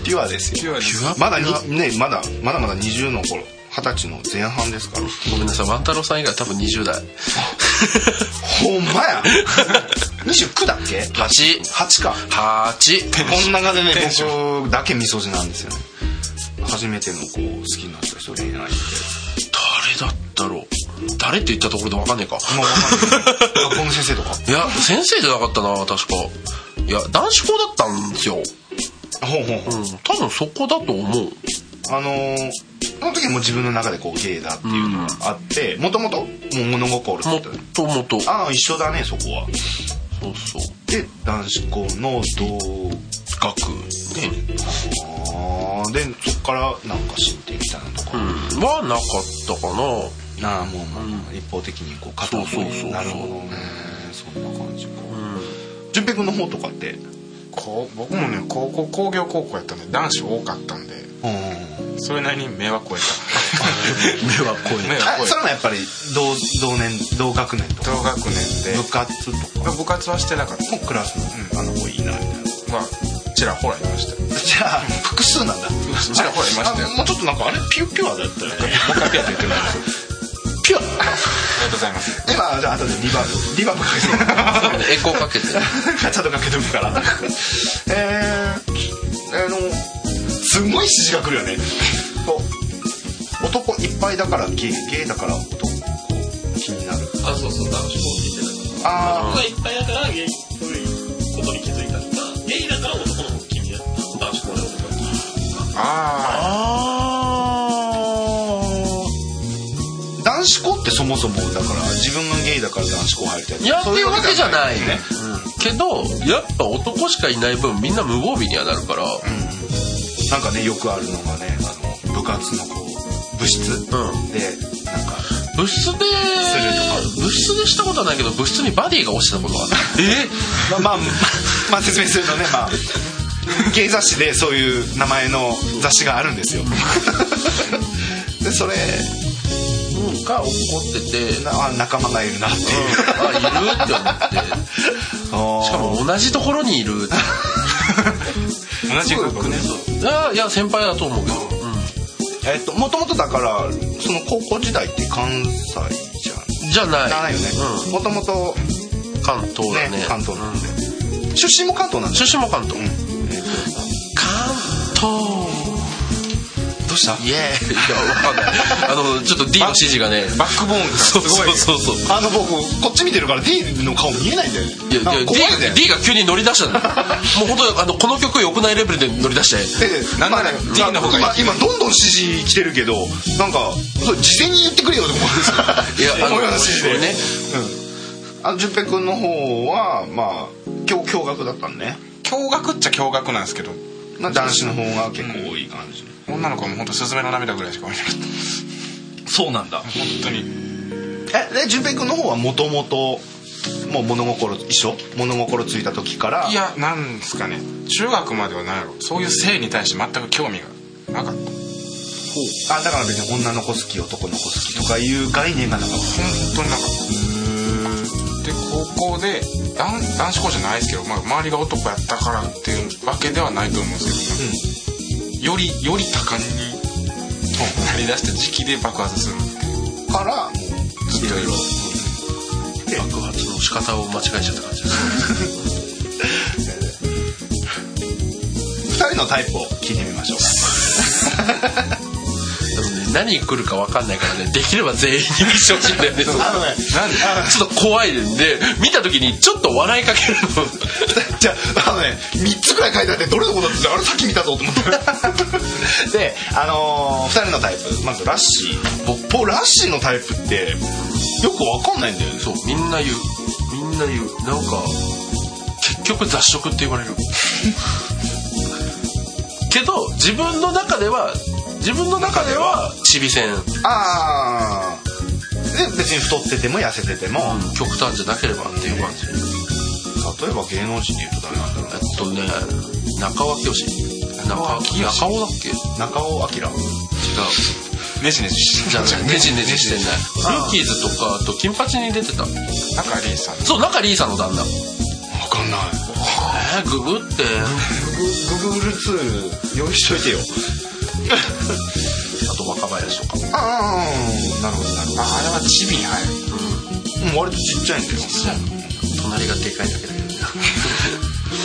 [SPEAKER 1] ピュアですよ
[SPEAKER 4] ピュアです
[SPEAKER 1] まだにねまだまだまだ20の頃二十歳の前半ですから
[SPEAKER 3] ごめんなさい万太郎さん以外多分20代
[SPEAKER 1] ほんまや <laughs> 29だっけ
[SPEAKER 3] 8
[SPEAKER 1] 8か
[SPEAKER 3] 8
[SPEAKER 1] こんな感じでね
[SPEAKER 4] テンシ
[SPEAKER 1] 僕だけみそじなんですよね初めてのこう好きになった人恋愛って <laughs>
[SPEAKER 3] 誰だったろう誰って言ったところで分かんねえか
[SPEAKER 1] まあわかんない学校の先生とか
[SPEAKER 3] いや先生じゃなかったな確かいや男子校だったんですよ、
[SPEAKER 1] ほうほうほう
[SPEAKER 3] うん、多分そこだと思う
[SPEAKER 1] あのーその時も自分の中でこうゲイだっていうのがあってもともともう物心って
[SPEAKER 3] も
[SPEAKER 1] 言
[SPEAKER 3] っ
[SPEAKER 1] った
[SPEAKER 3] ともと
[SPEAKER 1] ああ一緒だねそこは
[SPEAKER 3] そうそう
[SPEAKER 1] で男子校の同
[SPEAKER 3] 学ね
[SPEAKER 1] あーでそっからなんか知ってみたいなと
[SPEAKER 3] う
[SPEAKER 1] か、
[SPEAKER 3] んはなかったかな
[SPEAKER 1] なあもうまあ、一方的にこう片方
[SPEAKER 3] そうそうそう
[SPEAKER 1] なるほどねそんな感じか純平君の方とかって
[SPEAKER 4] こう僕もね高校工業高校やったんで男子多かったんで
[SPEAKER 1] うん
[SPEAKER 4] それなりに迷惑声が <laughs>
[SPEAKER 3] 目は声
[SPEAKER 4] 迷惑声
[SPEAKER 1] それもやっぱり同同年同学年とか
[SPEAKER 4] 同学年で
[SPEAKER 1] 部活とか
[SPEAKER 4] 部活はしてなかった
[SPEAKER 1] もうクラスの、あの子いいなみたいな
[SPEAKER 4] まあちらほらいましたよ
[SPEAKER 1] <laughs> じゃあ複数なんだ
[SPEAKER 4] <laughs> ちらほらいましたよ
[SPEAKER 1] あもうちょっとなんかあれピュ <laughs> ピュアだったよね
[SPEAKER 4] 僕はピアって言ってるんですよ
[SPEAKER 1] ピュア
[SPEAKER 4] ありがとうございます
[SPEAKER 1] 今じゃあ後でリバーブリバーブかけて <laughs>
[SPEAKER 3] エコーかけ <laughs> て
[SPEAKER 1] ちゃんとかけてくからえー、あのすんごい指示が来るよねこう男いっぱいだからゲイゲイだから男気になる
[SPEAKER 2] あそうそう男子校って言ってたか
[SPEAKER 1] あ
[SPEAKER 2] ら男がいっぱいだからゲイっぽいことに気づいたとかゲイだから男の方が気になった男子校で男が気にな
[SPEAKER 4] あ
[SPEAKER 3] あ
[SPEAKER 1] ー男子校ってそもそもだから自分がゲイだから男子校入りたい
[SPEAKER 3] いやっていうわけじゃない
[SPEAKER 1] そううわけじゃ
[SPEAKER 3] ね、うんけどやっぱ男しかいない分みんな無防備にはなるから
[SPEAKER 1] なんかねよくあるのがねあの部活のこう部室で
[SPEAKER 3] うん
[SPEAKER 1] なんか
[SPEAKER 3] 部室で部室でしたことはないけど部室にバディが落ちたことがあったえ
[SPEAKER 1] まあ、まあ、まあ説明するとね、まあ、芸雑誌でそういう名前の雑誌があるんです <laughs> よ。でそれ
[SPEAKER 3] うんが怒ってて
[SPEAKER 1] なあ仲間がいるなっていう、
[SPEAKER 3] あいるって思ってしかも同じところにいるって
[SPEAKER 4] あ同じ学年
[SPEAKER 3] あいや先輩だと思うけど、
[SPEAKER 1] えっともともとだからその高校時代って関西じゃ
[SPEAKER 3] うんじゃない
[SPEAKER 1] ないよねもともと
[SPEAKER 3] うん、関東だね
[SPEAKER 1] ね関東なんで、出身も関東なんでしょ、
[SPEAKER 3] 出身も関東、
[SPEAKER 1] えっ
[SPEAKER 3] 関東
[SPEAKER 1] とどうした
[SPEAKER 3] イエーイいやわかんないあのちょっと D の指示がね
[SPEAKER 4] バックボーンがす
[SPEAKER 3] そう
[SPEAKER 4] ごい
[SPEAKER 3] そうそうそう
[SPEAKER 1] あの僕こっち見てるから D の顔見えないんだよね
[SPEAKER 3] いやい
[SPEAKER 1] なん
[SPEAKER 3] や
[SPEAKER 1] か怖いんだよ
[SPEAKER 3] D,
[SPEAKER 1] ね
[SPEAKER 3] D が急に乗り出した
[SPEAKER 1] <laughs>
[SPEAKER 3] んだよもう本当あのこの曲良くないレベルで乗り出して
[SPEAKER 1] で
[SPEAKER 4] なん
[SPEAKER 1] まあ
[SPEAKER 4] なら
[SPEAKER 1] ね
[SPEAKER 4] D の方がいい
[SPEAKER 1] まあ今どんどん指示来てるけどなんかそう事前に言ってくれよと思うんですよ <laughs>
[SPEAKER 3] いやあの
[SPEAKER 1] 思いますし
[SPEAKER 3] これね
[SPEAKER 1] うん、あの淳平君の方はまあ驚驚愕だったんね
[SPEAKER 4] 驚愕っちゃ驚愕なんですけど
[SPEAKER 1] まあ男子の方が結構多い感じ、
[SPEAKER 4] 女の子はもうほんとスズメの涙ぐらいしか見なかっ
[SPEAKER 1] そうなんだ
[SPEAKER 4] た本当に
[SPEAKER 1] えで淳平君の方はもともともう物心一緒物心ついた時から
[SPEAKER 4] いやなんですかね中学までは何やろそういう性に対して全く興味がなかった
[SPEAKER 1] あだから別に女の子好き男の子好きとかいう概念がなかっ
[SPEAKER 4] 本当になんかで高校で男男子校じゃないですけど、まあ、周りが男やったからっていうわけではないと思うんですけど、よりより多感になりだした時期で爆発する
[SPEAKER 1] たからもう
[SPEAKER 4] ずっといろいろ
[SPEAKER 3] 爆発の仕方を間違えちゃった感じです
[SPEAKER 1] 2人のタイプを聞いてみましょうか
[SPEAKER 3] でもね何来るか分かんないからねできれば全員に見せてほしいんだよね
[SPEAKER 1] あの
[SPEAKER 3] <laughs>
[SPEAKER 1] ね
[SPEAKER 4] なんで
[SPEAKER 3] ちょっと怖いんで見た時にちょっと笑いかける
[SPEAKER 1] <laughs>
[SPEAKER 3] の
[SPEAKER 1] じゃああのね3つぐらい書いてあってどれのことだってあれさっき見たぞと思って <laughs> であのー、2人のタイプまずラッシー
[SPEAKER 3] 僕
[SPEAKER 1] 僕ラッシーのタイプってよくわかんないんだよね
[SPEAKER 3] そうみんな言うみんな言うなんか結局雑食って言わ
[SPEAKER 1] <laughs>
[SPEAKER 3] れるけど自分の中では自分の中ではチビ戦
[SPEAKER 1] ああで別に太ってても痩せてても、
[SPEAKER 3] 極端じゃなければっていう感じ
[SPEAKER 1] 例えば芸能人で言うと誰なんだろう
[SPEAKER 3] えっとね中尾清中尾中尾だっけ違う
[SPEAKER 1] 中尾明
[SPEAKER 4] ネジネジして
[SPEAKER 3] じゃあねじねじしてないルーキーズとかあと金八に出てた
[SPEAKER 4] なんかリーさん
[SPEAKER 3] そう中リーさんの旦那
[SPEAKER 1] 分かんない
[SPEAKER 3] えー、ググって
[SPEAKER 1] ググルツール用意しとい <laughs> てよ
[SPEAKER 3] あと若林とか
[SPEAKER 1] ああなるほどなるほど
[SPEAKER 4] ああれはチビに入る
[SPEAKER 1] うん割とちっちゃいんだよ
[SPEAKER 3] 隣がでかいだけだけどね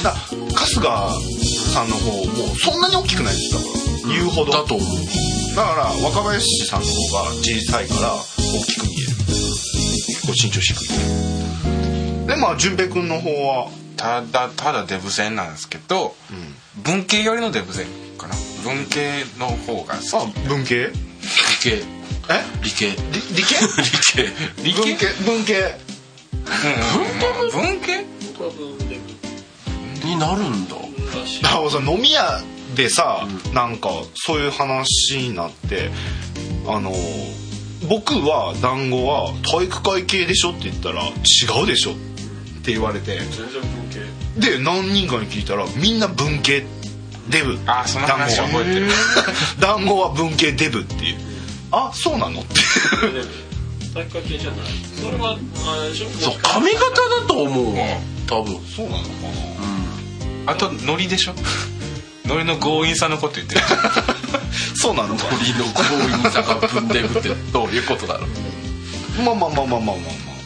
[SPEAKER 1] だ春日さんの方もそんなに大きくないですだから言うほど
[SPEAKER 3] だと思う
[SPEAKER 1] だから若林さんの方が小さいから大きく見える結構身長低いでまあ淳平君の方は
[SPEAKER 4] ただただデブ戦なんですけど、文系寄りのデブ戦かな文系の方が好き
[SPEAKER 1] 文系
[SPEAKER 3] 理系
[SPEAKER 1] え
[SPEAKER 3] 理系
[SPEAKER 1] 理理系
[SPEAKER 4] 理
[SPEAKER 1] 文系文系
[SPEAKER 4] うん文系
[SPEAKER 2] 僕は分で
[SPEAKER 3] になるんだ
[SPEAKER 2] 昔
[SPEAKER 1] だからさ飲み屋でさ、なんかそういう話になってあの僕は団子は体育会系でしょって言ったら違うでしょって言われて
[SPEAKER 2] 全然文系
[SPEAKER 1] で何人かに聞いたらみんな文系デブ
[SPEAKER 4] あその話
[SPEAKER 1] 団子は
[SPEAKER 4] 覚えてる
[SPEAKER 1] <laughs> 団子は文系デブっていうあそうなの <laughs> って
[SPEAKER 2] 体育会系じゃないそれはあれでしょ
[SPEAKER 3] そう髪型だと思うわ多分
[SPEAKER 1] そうなのかな
[SPEAKER 4] あとノリでしょ <laughs> ノリの強引さのこと
[SPEAKER 1] <laughs>
[SPEAKER 4] 言ってる
[SPEAKER 1] そうなのか
[SPEAKER 3] 鳥の強引さが分でぶってどういうことだろう
[SPEAKER 1] なまあまあまあまあまあまあまあ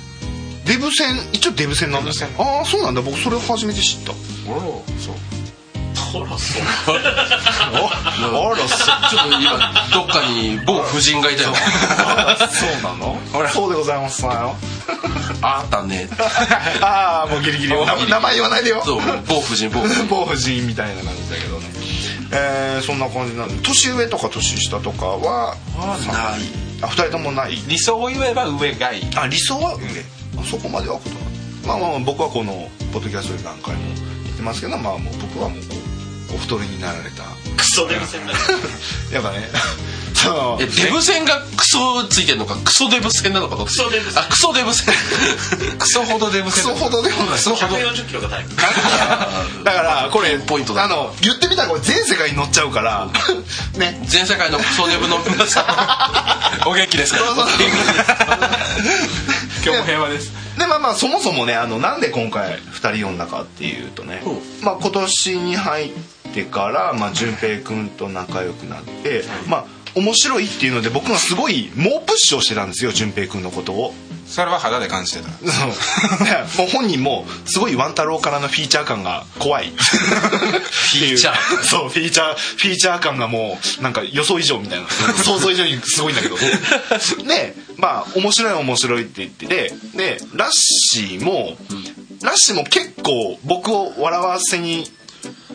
[SPEAKER 1] デブ戦一応デブ戦なんだ
[SPEAKER 4] デブ戦
[SPEAKER 1] ああそうなんだ僕それを初めて知った
[SPEAKER 4] おおそう
[SPEAKER 2] ほらそう
[SPEAKER 1] あらそ
[SPEAKER 3] ちょっと今どっかに某婦人がいたよ
[SPEAKER 1] <laughs> そうなの
[SPEAKER 4] ほら
[SPEAKER 1] そうでございますあ
[SPEAKER 3] あったね
[SPEAKER 1] <laughs> あーもうギリギリな名前言わないでよ
[SPEAKER 3] そう某婦人某婦
[SPEAKER 1] <laughs>
[SPEAKER 3] 人
[SPEAKER 1] 某婦人みたいな感じだけどねえー、そんな感じなんで年上とか年下とかは
[SPEAKER 3] ない
[SPEAKER 1] あ二人ともない
[SPEAKER 4] 理想を言えば上がいい
[SPEAKER 1] あ理想は上、あそこまではことまあまあまあ僕はこのポッドキャストで何回も言ってますけどまあもう僕はもうこうお太りになられた
[SPEAKER 2] クソデブ戦
[SPEAKER 1] <laughs>
[SPEAKER 2] だ
[SPEAKER 1] やっぱね <laughs> その
[SPEAKER 3] えデブ戦がクソついてんのかクソデブ戦なのかどっち
[SPEAKER 2] ソデブ戦
[SPEAKER 3] あクソデブ戦
[SPEAKER 4] クソほどデブ
[SPEAKER 1] ク
[SPEAKER 4] 戦
[SPEAKER 1] ソほどでもない
[SPEAKER 4] ソ
[SPEAKER 2] 140キロが体育
[SPEAKER 1] だからこれ
[SPEAKER 3] ポイントだ
[SPEAKER 1] あの言ってみたらこれ全世界に乗っちゃうから <laughs> ね
[SPEAKER 3] 全世界のクソデブの皆さん
[SPEAKER 4] お元気ですか
[SPEAKER 1] そうそう
[SPEAKER 4] 今日も平和です
[SPEAKER 1] でまあまあそもそもねあのなんで今回2人呼んだかっていうとね、
[SPEAKER 3] う
[SPEAKER 1] まあ、今年に入ってから、まあ、淳平君と仲良くなって、まあ面白いっていうので僕がすごい猛プッシュをしてたんですよ淳平君のことを。
[SPEAKER 4] それは肌で感じてた
[SPEAKER 1] そうもう本人もすごいワン太郎からのフィーチャー感が怖いフ
[SPEAKER 3] ィーチャー
[SPEAKER 1] そうフィーチャーフィーチャー感がもうなんか予想以上みたいな想像以上にすごいんだけどでまあ面白い面白いって言っててでラッシーも、ラッシーも結構僕を笑わせに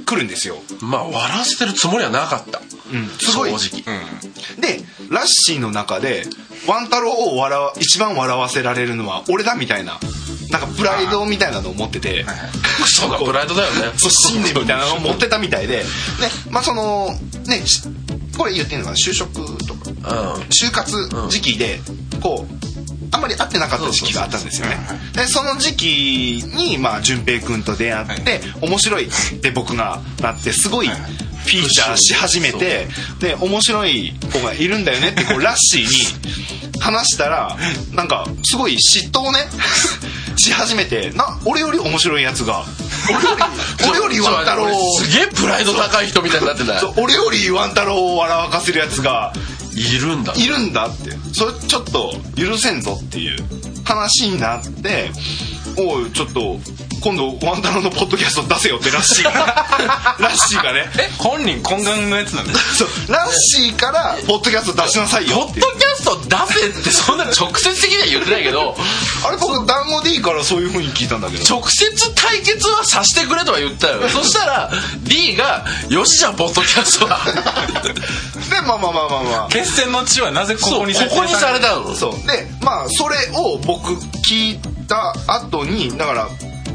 [SPEAKER 1] 来るんですよ、
[SPEAKER 3] まあ笑わせてるつもりはなかった
[SPEAKER 1] うん、すごい
[SPEAKER 3] 正直
[SPEAKER 1] でラッシーの中でワン太郎を笑わ一番笑わせられるのは俺だみたいななんかプライドみたいなのを持ってて、
[SPEAKER 3] クソがプライドだよね
[SPEAKER 1] そう信念みたいなのを持ってたみたいで、ねまあ、そのねしこれ言っていいのかな就職とか
[SPEAKER 3] う
[SPEAKER 1] 就活時期でこうあんまり会ってなかった時期があったんですよねでその時期にまあ淳平君と出会って面白いって僕がなってすごいフィーチャーし始めてで面白い子がいるんだよねってこうラッシーに話したらなんかすごい嫉妬をね <laughs> し始めてな俺より面白いやつが俺より <laughs> 俺よりワン太郎を
[SPEAKER 3] ちょちょすげえプライド高い人みたいになってない
[SPEAKER 1] そう俺よりワン太郎を笑わかせるやつが
[SPEAKER 3] いるんだ
[SPEAKER 1] いるんだってそれちょっと許せんぞっていう話になっておいちょっと今度ワンタロのポッドキャスト出せよってラッシーが <laughs> ラッシーがね
[SPEAKER 4] え本人懇願のやつなんだ
[SPEAKER 1] <laughs> そうラッシーからポッドキャスト出しなさい
[SPEAKER 3] ポ
[SPEAKER 1] よっ
[SPEAKER 3] ッド
[SPEAKER 1] て
[SPEAKER 3] キ
[SPEAKER 1] いう
[SPEAKER 3] ャスト出せってそんな直接的には言ってないけど
[SPEAKER 1] あれ僕団子 D からそういう風に聞いたんだけど
[SPEAKER 3] 直接対決はさせてくれとは言ったよそしたら D が「よしじゃんポッドキャストだ」
[SPEAKER 1] でまあまあまあまあまあ
[SPEAKER 4] 決戦の地はなぜこ
[SPEAKER 3] そう
[SPEAKER 4] こ
[SPEAKER 3] こ
[SPEAKER 4] に設定
[SPEAKER 3] こにされたの
[SPEAKER 1] そうでまあそれを僕聞いた後にだから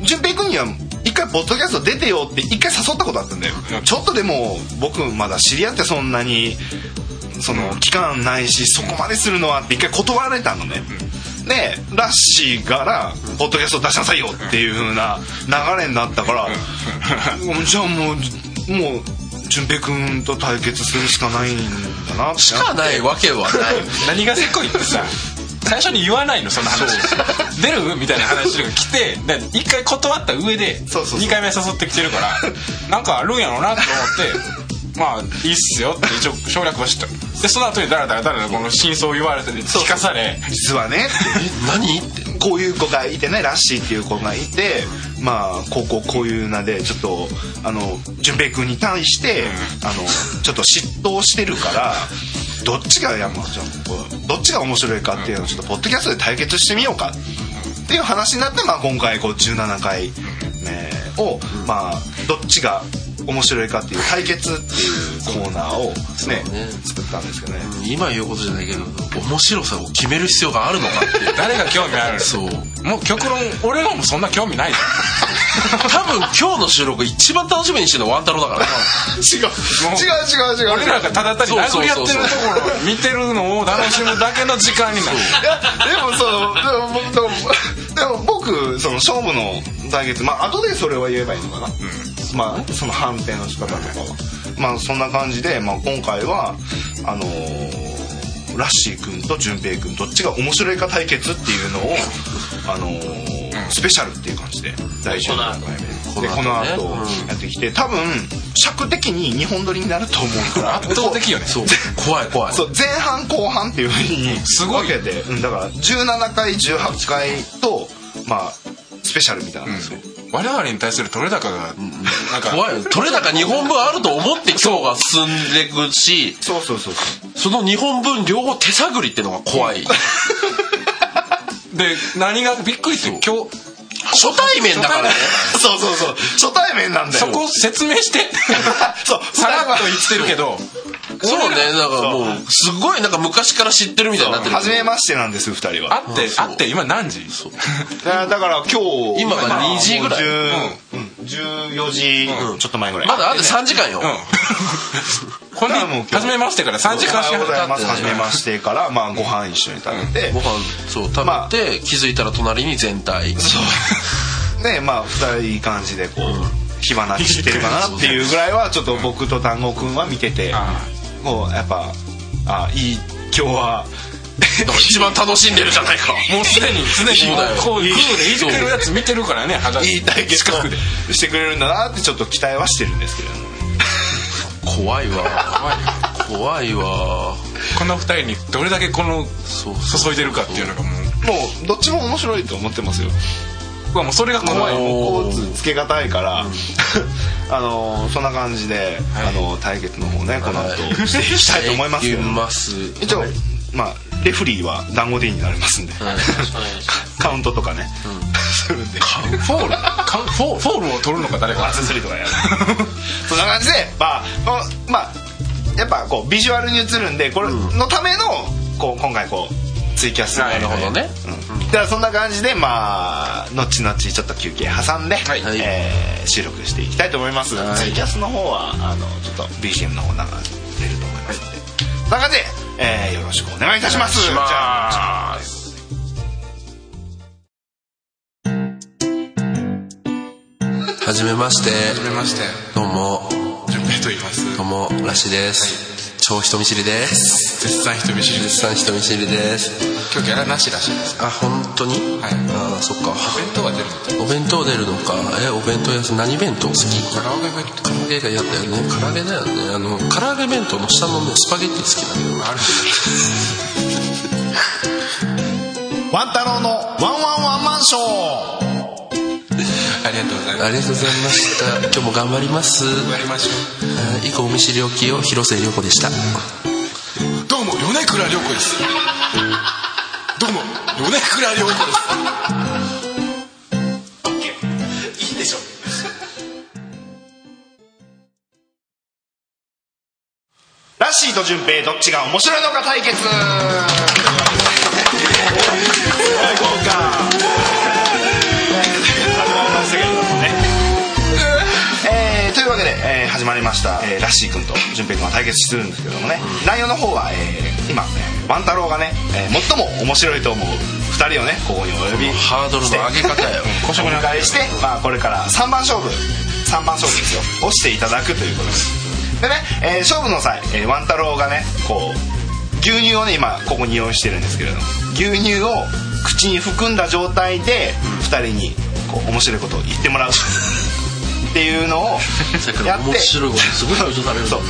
[SPEAKER 1] 淳平君には一回ポッドキャスト出てよって一回誘ったことあったんだよちょっとでも僕まだ知り合ってそんなにその期間ないしそこまでするのはって一回断られたのねねラッシーからポッドキャスト出しなさいよっていう風な流れになったからもうじゃあもうもう淳平君と対決するしかないんだなって
[SPEAKER 3] しかないわけはない
[SPEAKER 4] 何がせっこいってさ最初に言わないのその話出るみたいな話が来てで一回断った上で
[SPEAKER 1] そうそうそう
[SPEAKER 4] 2回目誘ってきてるからなんかあるんやろうなと思ってまあいいっすよって一応省略はしたでその後にダラダラダラダラこの真相を言われて聞かされ
[SPEAKER 1] 実はね
[SPEAKER 3] え何って
[SPEAKER 1] こういう子がいてねラッシーっていう子がいてまあこうこうこういう名でちょっとあの淳平君に対して、あのちょっと嫉妬してるからどっちがやまあじゃあこうどっちが面白いかっていうのをちょっとポッドキャストで対決してみようかっていう話になって、まあ、今回こう17回目を、まあ、どっちが面白いかっていう対決っていうコーナーをね
[SPEAKER 3] そうね
[SPEAKER 1] 作ったんですけどね。
[SPEAKER 3] 今言うことじゃないけど面白さを決める必要があるのかっていう
[SPEAKER 4] 誰が興味ある
[SPEAKER 3] そう
[SPEAKER 4] もう極論俺らもそんな興味ないじ
[SPEAKER 3] 多分今日の収録一番楽しみにしてるのはワンタロウだか
[SPEAKER 1] 違う
[SPEAKER 3] ら
[SPEAKER 1] 違う違う違う
[SPEAKER 4] ゃん俺らがただ単に殴り合ってるところを見てるのを楽しむだけの時間になる
[SPEAKER 1] いやでもそのでも僕でもでも僕その勝負の対決まあ後でそれは言えばいいのかな、まあその判定の仕方とかは、まあそんな感じで、まあ、今回はあのーラッシー君と淳平君どっちが面白いか対決っていうのをあのースペシャルっていう感じで大事な回目でこ
[SPEAKER 3] この
[SPEAKER 1] の
[SPEAKER 3] 後ね
[SPEAKER 1] 後
[SPEAKER 3] うん
[SPEAKER 1] やってきて多分尺的に2本撮りになると思うから
[SPEAKER 4] 圧倒的よね
[SPEAKER 3] そう怖い怖い
[SPEAKER 1] そう前半後半っていうふうに
[SPEAKER 4] すごい
[SPEAKER 1] 分けて、うんだから17回18回とまあスペシャルみたいな、そう
[SPEAKER 4] 我々に対する取れ高がなんか
[SPEAKER 3] 怖いよ取れ高2本分あると思って今日が進んでくし
[SPEAKER 1] そうそうそうそ
[SPEAKER 3] その2本分両方手探りってのが怖い初
[SPEAKER 4] で何がびっくりって今日
[SPEAKER 3] 対面だからね
[SPEAKER 1] う <laughs> そうそう初対面なんだよ
[SPEAKER 4] そこ説明
[SPEAKER 3] <laughs>
[SPEAKER 4] して
[SPEAKER 1] そう
[SPEAKER 4] さらっと言ってるけど
[SPEAKER 3] そうねだからもうすごいなんか昔から知ってるみたいになってる
[SPEAKER 1] 初めましてなんです2人は
[SPEAKER 4] 会って
[SPEAKER 3] そう
[SPEAKER 4] 会って今何時
[SPEAKER 1] だだから今日
[SPEAKER 3] 今が2時ぐらい
[SPEAKER 1] もう10うん14時、ちょっと前ぐらい
[SPEAKER 3] まだあと3時間よ、
[SPEAKER 4] うんこれ
[SPEAKER 1] だからもう今日
[SPEAKER 4] 初めましてから3時
[SPEAKER 1] お
[SPEAKER 4] 間
[SPEAKER 1] は
[SPEAKER 4] しか
[SPEAKER 1] ようございます
[SPEAKER 3] 経っ
[SPEAKER 1] 初
[SPEAKER 3] てない
[SPEAKER 1] めましてからまあご飯一緒に食べて、
[SPEAKER 3] ご飯そう食べて、
[SPEAKER 1] まあ
[SPEAKER 3] 気づいたら隣に全体
[SPEAKER 1] そうねまあ2人いい感じでこう火花散ってるかなっていうぐらいはちょっと僕と丹後くんは見てて
[SPEAKER 4] あ
[SPEAKER 1] もうやっぱあいい今日は
[SPEAKER 3] だから一番楽しんでるじゃない <laughs> か
[SPEAKER 4] もうすでにすでに
[SPEAKER 3] そうだよ
[SPEAKER 4] こうクールでいじ
[SPEAKER 3] そう
[SPEAKER 4] ってるやつ見てるからね肌
[SPEAKER 1] いい対決
[SPEAKER 4] 近くで
[SPEAKER 1] をしてくれるんだなってちょっと期待はしてるんですけれども
[SPEAKER 3] 怖いわ怖いわ
[SPEAKER 4] この2人にどれだけこの
[SPEAKER 3] そう
[SPEAKER 4] 注いでるかっていうのがもう
[SPEAKER 1] もうどっちも面白いと思ってますよ
[SPEAKER 4] うわもうそれが怖い
[SPEAKER 3] も
[SPEAKER 1] コーツつけがたいから、 <laughs> あのそんな感じで、あの対決の方ねこの後
[SPEAKER 4] <laughs>
[SPEAKER 1] していきたいと思いますけど
[SPEAKER 3] いきます
[SPEAKER 1] 一応、まあレフリーは団子 D になりますんで、カウントとかね、 <laughs> するんで
[SPEAKER 4] フォールカンフォーフォールを取るのか誰か
[SPEAKER 1] 釣りとかやる <laughs> そんな感じでまあおまあやっぱこうビジュアルに映るんでこれのためのこう今回こうツイキャス
[SPEAKER 4] はい
[SPEAKER 3] なるほどね
[SPEAKER 1] うんではそんな感じでまあ後々ちょっと休憩挟んで、
[SPEAKER 4] はい
[SPEAKER 3] はい
[SPEAKER 1] えー収録していきたいと思います、
[SPEAKER 3] はい
[SPEAKER 1] ツイキャスの方はあのちょっと BGM の方流れると思いますので、そんな感じで、えーよろしくお願いいたします
[SPEAKER 3] お願いします
[SPEAKER 1] じゃあ
[SPEAKER 3] はじめまして
[SPEAKER 4] めまして
[SPEAKER 3] どうも
[SPEAKER 4] 順平と言います
[SPEAKER 3] どうもラシです、超人見知りです
[SPEAKER 4] 絶賛人見知りで
[SPEAKER 3] 絶
[SPEAKER 4] す
[SPEAKER 3] 賛人見知りです
[SPEAKER 4] 今日ギャラなしらしいです
[SPEAKER 3] あ本当に、
[SPEAKER 4] はい
[SPEAKER 3] ああそっか
[SPEAKER 4] お弁当が出るみたい
[SPEAKER 3] お弁当出るのかえお弁当屋さん何弁当好き
[SPEAKER 4] カラオケが行って
[SPEAKER 3] 唐揚げが嫌だよね唐揚げだよねあの唐揚げ弁当の下のねスパゲッティ好きなんだよ
[SPEAKER 4] ある <laughs>
[SPEAKER 1] ワン太郎のワンワンワンマンショー
[SPEAKER 4] ありがとうございます
[SPEAKER 3] ありがとうございました今日も頑張ります
[SPEAKER 4] 終わりましょ
[SPEAKER 3] はい以降お見知りおきを広瀬涼子でした
[SPEAKER 4] うどうも米倉涼子ですどうも米倉涼子です
[SPEAKER 1] いいでしょラッシーと順平どっちが面白いのか対決すごい豪華始まりましたけれどもねえーというわけで、えー始まりました、えーラッシー君と順平君が対決するんですけどもね内容の方は、えー今、えー、ワン太郎がね、えー最も面白いと思う2 2人をねここにお呼び
[SPEAKER 3] ハードルの上げ方よ
[SPEAKER 1] <laughs> ご紹介して、まあ、これから3番勝負3番勝負ですよをしていただくということですでね、えー勝負の際、えー、ワン太郎がねこう牛乳をね今ここに用意してるんですけれども牛乳を口に含んだ状態で2人にこう面白いことを言ってもらうっていう
[SPEAKER 3] <laughs>
[SPEAKER 1] のを
[SPEAKER 3] さっき
[SPEAKER 1] や
[SPEAKER 3] の
[SPEAKER 1] って
[SPEAKER 3] 面白いことすごい強調される
[SPEAKER 1] そう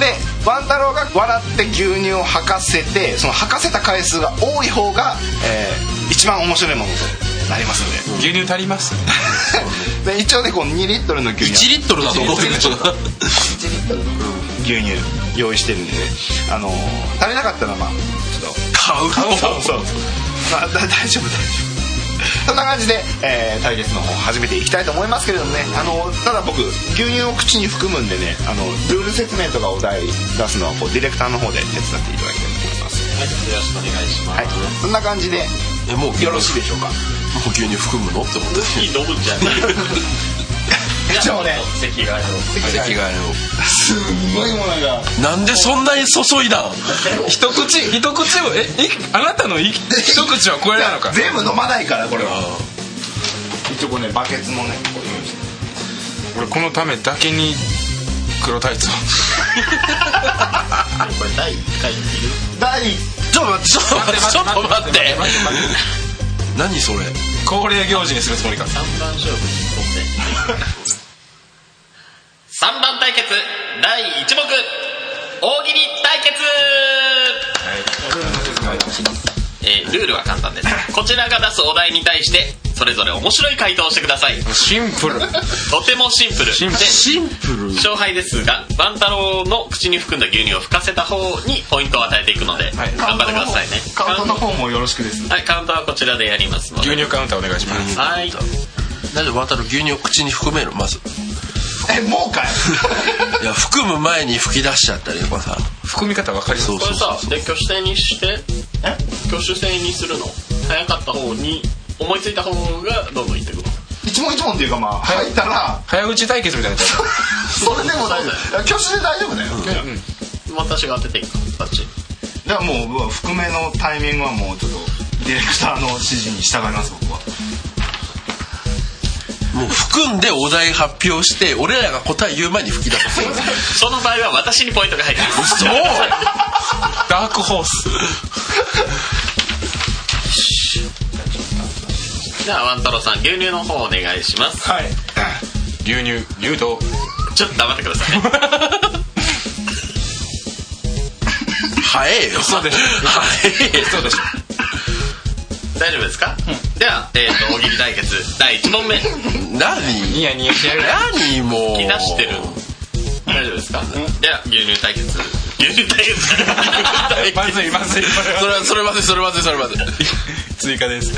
[SPEAKER 1] で万太郎が笑って牛乳を吐かせてその吐かせた回数が多い方が、えー一番面白いものとなりますの
[SPEAKER 4] 牛乳足ります
[SPEAKER 1] <laughs> でで一応ねこの2リットルの牛
[SPEAKER 3] 1
[SPEAKER 1] 乳
[SPEAKER 3] リットルだ
[SPEAKER 1] <laughs>
[SPEAKER 3] と思うけど
[SPEAKER 1] 牛乳用意してるんでね、あのー足りなかったらまあちょっと
[SPEAKER 3] 買う
[SPEAKER 1] そうそうまあ、だ大丈夫大丈 <laughs> 夫そんな感じで、えー対決の方始めていきたいと思いますけれどもねあのただ僕牛乳を口に含むんでねあのルール説明とかお題出すのはこうディレクターの方で手伝っていただきたいと思います
[SPEAKER 2] よろしくお願いします、
[SPEAKER 1] はいそんな感じで
[SPEAKER 3] えもう
[SPEAKER 1] よろしいでしょうか
[SPEAKER 3] もう牛乳含むのって思って
[SPEAKER 2] いい飲むんじゃない
[SPEAKER 1] じゃあね
[SPEAKER 2] 席がある
[SPEAKER 3] 席替え
[SPEAKER 1] すんごいものが
[SPEAKER 3] をなんでそんなに注いだん
[SPEAKER 4] 一口一口をえいあなたのい一口は超えなのか
[SPEAKER 1] 全部飲まないからこれは一応これねバケツもねこう用意して
[SPEAKER 4] 俺このためだけに黒タイツを
[SPEAKER 2] これ第1回
[SPEAKER 1] 第
[SPEAKER 3] ちょっと待ってちょっと待って何それ
[SPEAKER 4] 恒例行事にするつもりか
[SPEAKER 2] 3番勝負に挑戦3番対決第1問大喜利対決えールールは簡単ですこちらが出すお題に対してそれぞれ面白い回答をしてください
[SPEAKER 4] シンプル
[SPEAKER 2] とてもシンプル
[SPEAKER 4] シンプル
[SPEAKER 2] で
[SPEAKER 3] シンプル
[SPEAKER 2] 勝敗ですが万太郎の口に含んだ牛乳を吹かせた方にポイントを与えていくので、
[SPEAKER 4] い
[SPEAKER 2] 頑張ってくださいね
[SPEAKER 1] カウントの方もよろしくです
[SPEAKER 2] はいカウントはこちらでやりますので
[SPEAKER 4] 牛乳カウンターお願いします
[SPEAKER 2] はい
[SPEAKER 3] なんで渡る牛乳を口に含めるまず
[SPEAKER 1] えもうかい
[SPEAKER 3] <laughs> いや含む前に吹き出しちゃったりとかさ
[SPEAKER 4] 含み方わかります
[SPEAKER 3] そう
[SPEAKER 2] これさで挙手制にして
[SPEAKER 1] え
[SPEAKER 2] 挙手制にするの早かった方に思いついた方がどんどんいってくの
[SPEAKER 1] 一問一問っていうかまあ入ったら
[SPEAKER 4] 早打ち対決みたいなやつ
[SPEAKER 1] それでも大丈夫挙手で大丈夫だよ、
[SPEAKER 2] 私が当てていいかこっち
[SPEAKER 1] だからもう僕は含めのタイミングはもうちょっとディレクターの指示に従います僕は
[SPEAKER 3] もう含んでお題発表して俺らが答え言う前に吹き出す
[SPEAKER 2] その場合は私にポイントが入る
[SPEAKER 3] そう
[SPEAKER 4] ダークホース
[SPEAKER 2] <laughs> じゃあ万太郎さん牛乳の方お願いします
[SPEAKER 1] はい
[SPEAKER 4] 牛乳牛道
[SPEAKER 2] ちょっと黙ってくださ
[SPEAKER 1] <laughs>
[SPEAKER 2] いね
[SPEAKER 3] 早えよ
[SPEAKER 4] そうでしょ
[SPEAKER 3] 早えよ
[SPEAKER 4] そうでしょ
[SPEAKER 2] 大丈夫ですか、では、えー、と大喜利対決第1問目
[SPEAKER 4] <laughs>
[SPEAKER 2] 吹
[SPEAKER 3] 何
[SPEAKER 4] ニヤニヤしやる
[SPEAKER 3] 何もう
[SPEAKER 2] き出してる大丈夫ですか、では牛乳対決牛乳対決
[SPEAKER 4] <laughs> まずいまずいこれ
[SPEAKER 3] そ
[SPEAKER 4] は
[SPEAKER 3] れはそれまずいそれまずいそれまずい
[SPEAKER 4] 追加です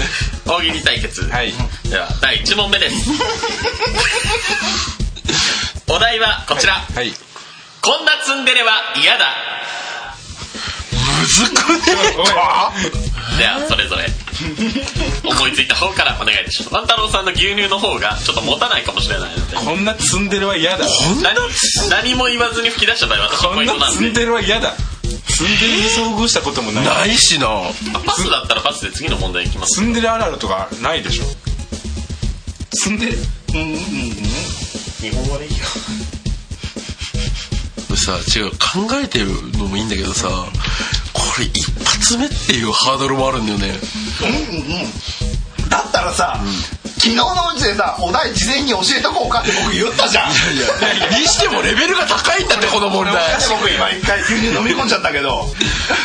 [SPEAKER 2] 大喜利対決
[SPEAKER 4] はい
[SPEAKER 2] では第1問目ですお題はこちら、
[SPEAKER 4] はい
[SPEAKER 2] こんなツンデレは嫌だ
[SPEAKER 4] おい
[SPEAKER 2] ではそれぞれ思いついた方からお願いします万太郎さんの牛乳の方がちょっと持たないかもしれないので
[SPEAKER 4] こんなツンデレは嫌だ
[SPEAKER 2] 何何も言わずに吹き出しちゃったら私の
[SPEAKER 4] こ
[SPEAKER 2] ポイ
[SPEAKER 4] ん
[SPEAKER 2] ント
[SPEAKER 4] な
[SPEAKER 2] なん
[SPEAKER 4] ツン
[SPEAKER 2] で
[SPEAKER 4] デレは嫌だツンデレに遭遇したこともない
[SPEAKER 3] ないしな
[SPEAKER 2] パスだったらパスで次の問題いきます
[SPEAKER 4] ツンデレあるあるとかないでしょ
[SPEAKER 1] 積んでうんうんうん
[SPEAKER 2] 日本語でいいよ
[SPEAKER 3] さ違う考えてるのもいいんだけどさこれ一発目っていうハードルもあるんだよね
[SPEAKER 1] だったらさ、昨日のうちでさお題事前に教えとこうかって僕言ったじゃん
[SPEAKER 3] いやにしてもレベルが高いんだってこの問題
[SPEAKER 1] 僕今一回牛乳飲み込んじゃったけど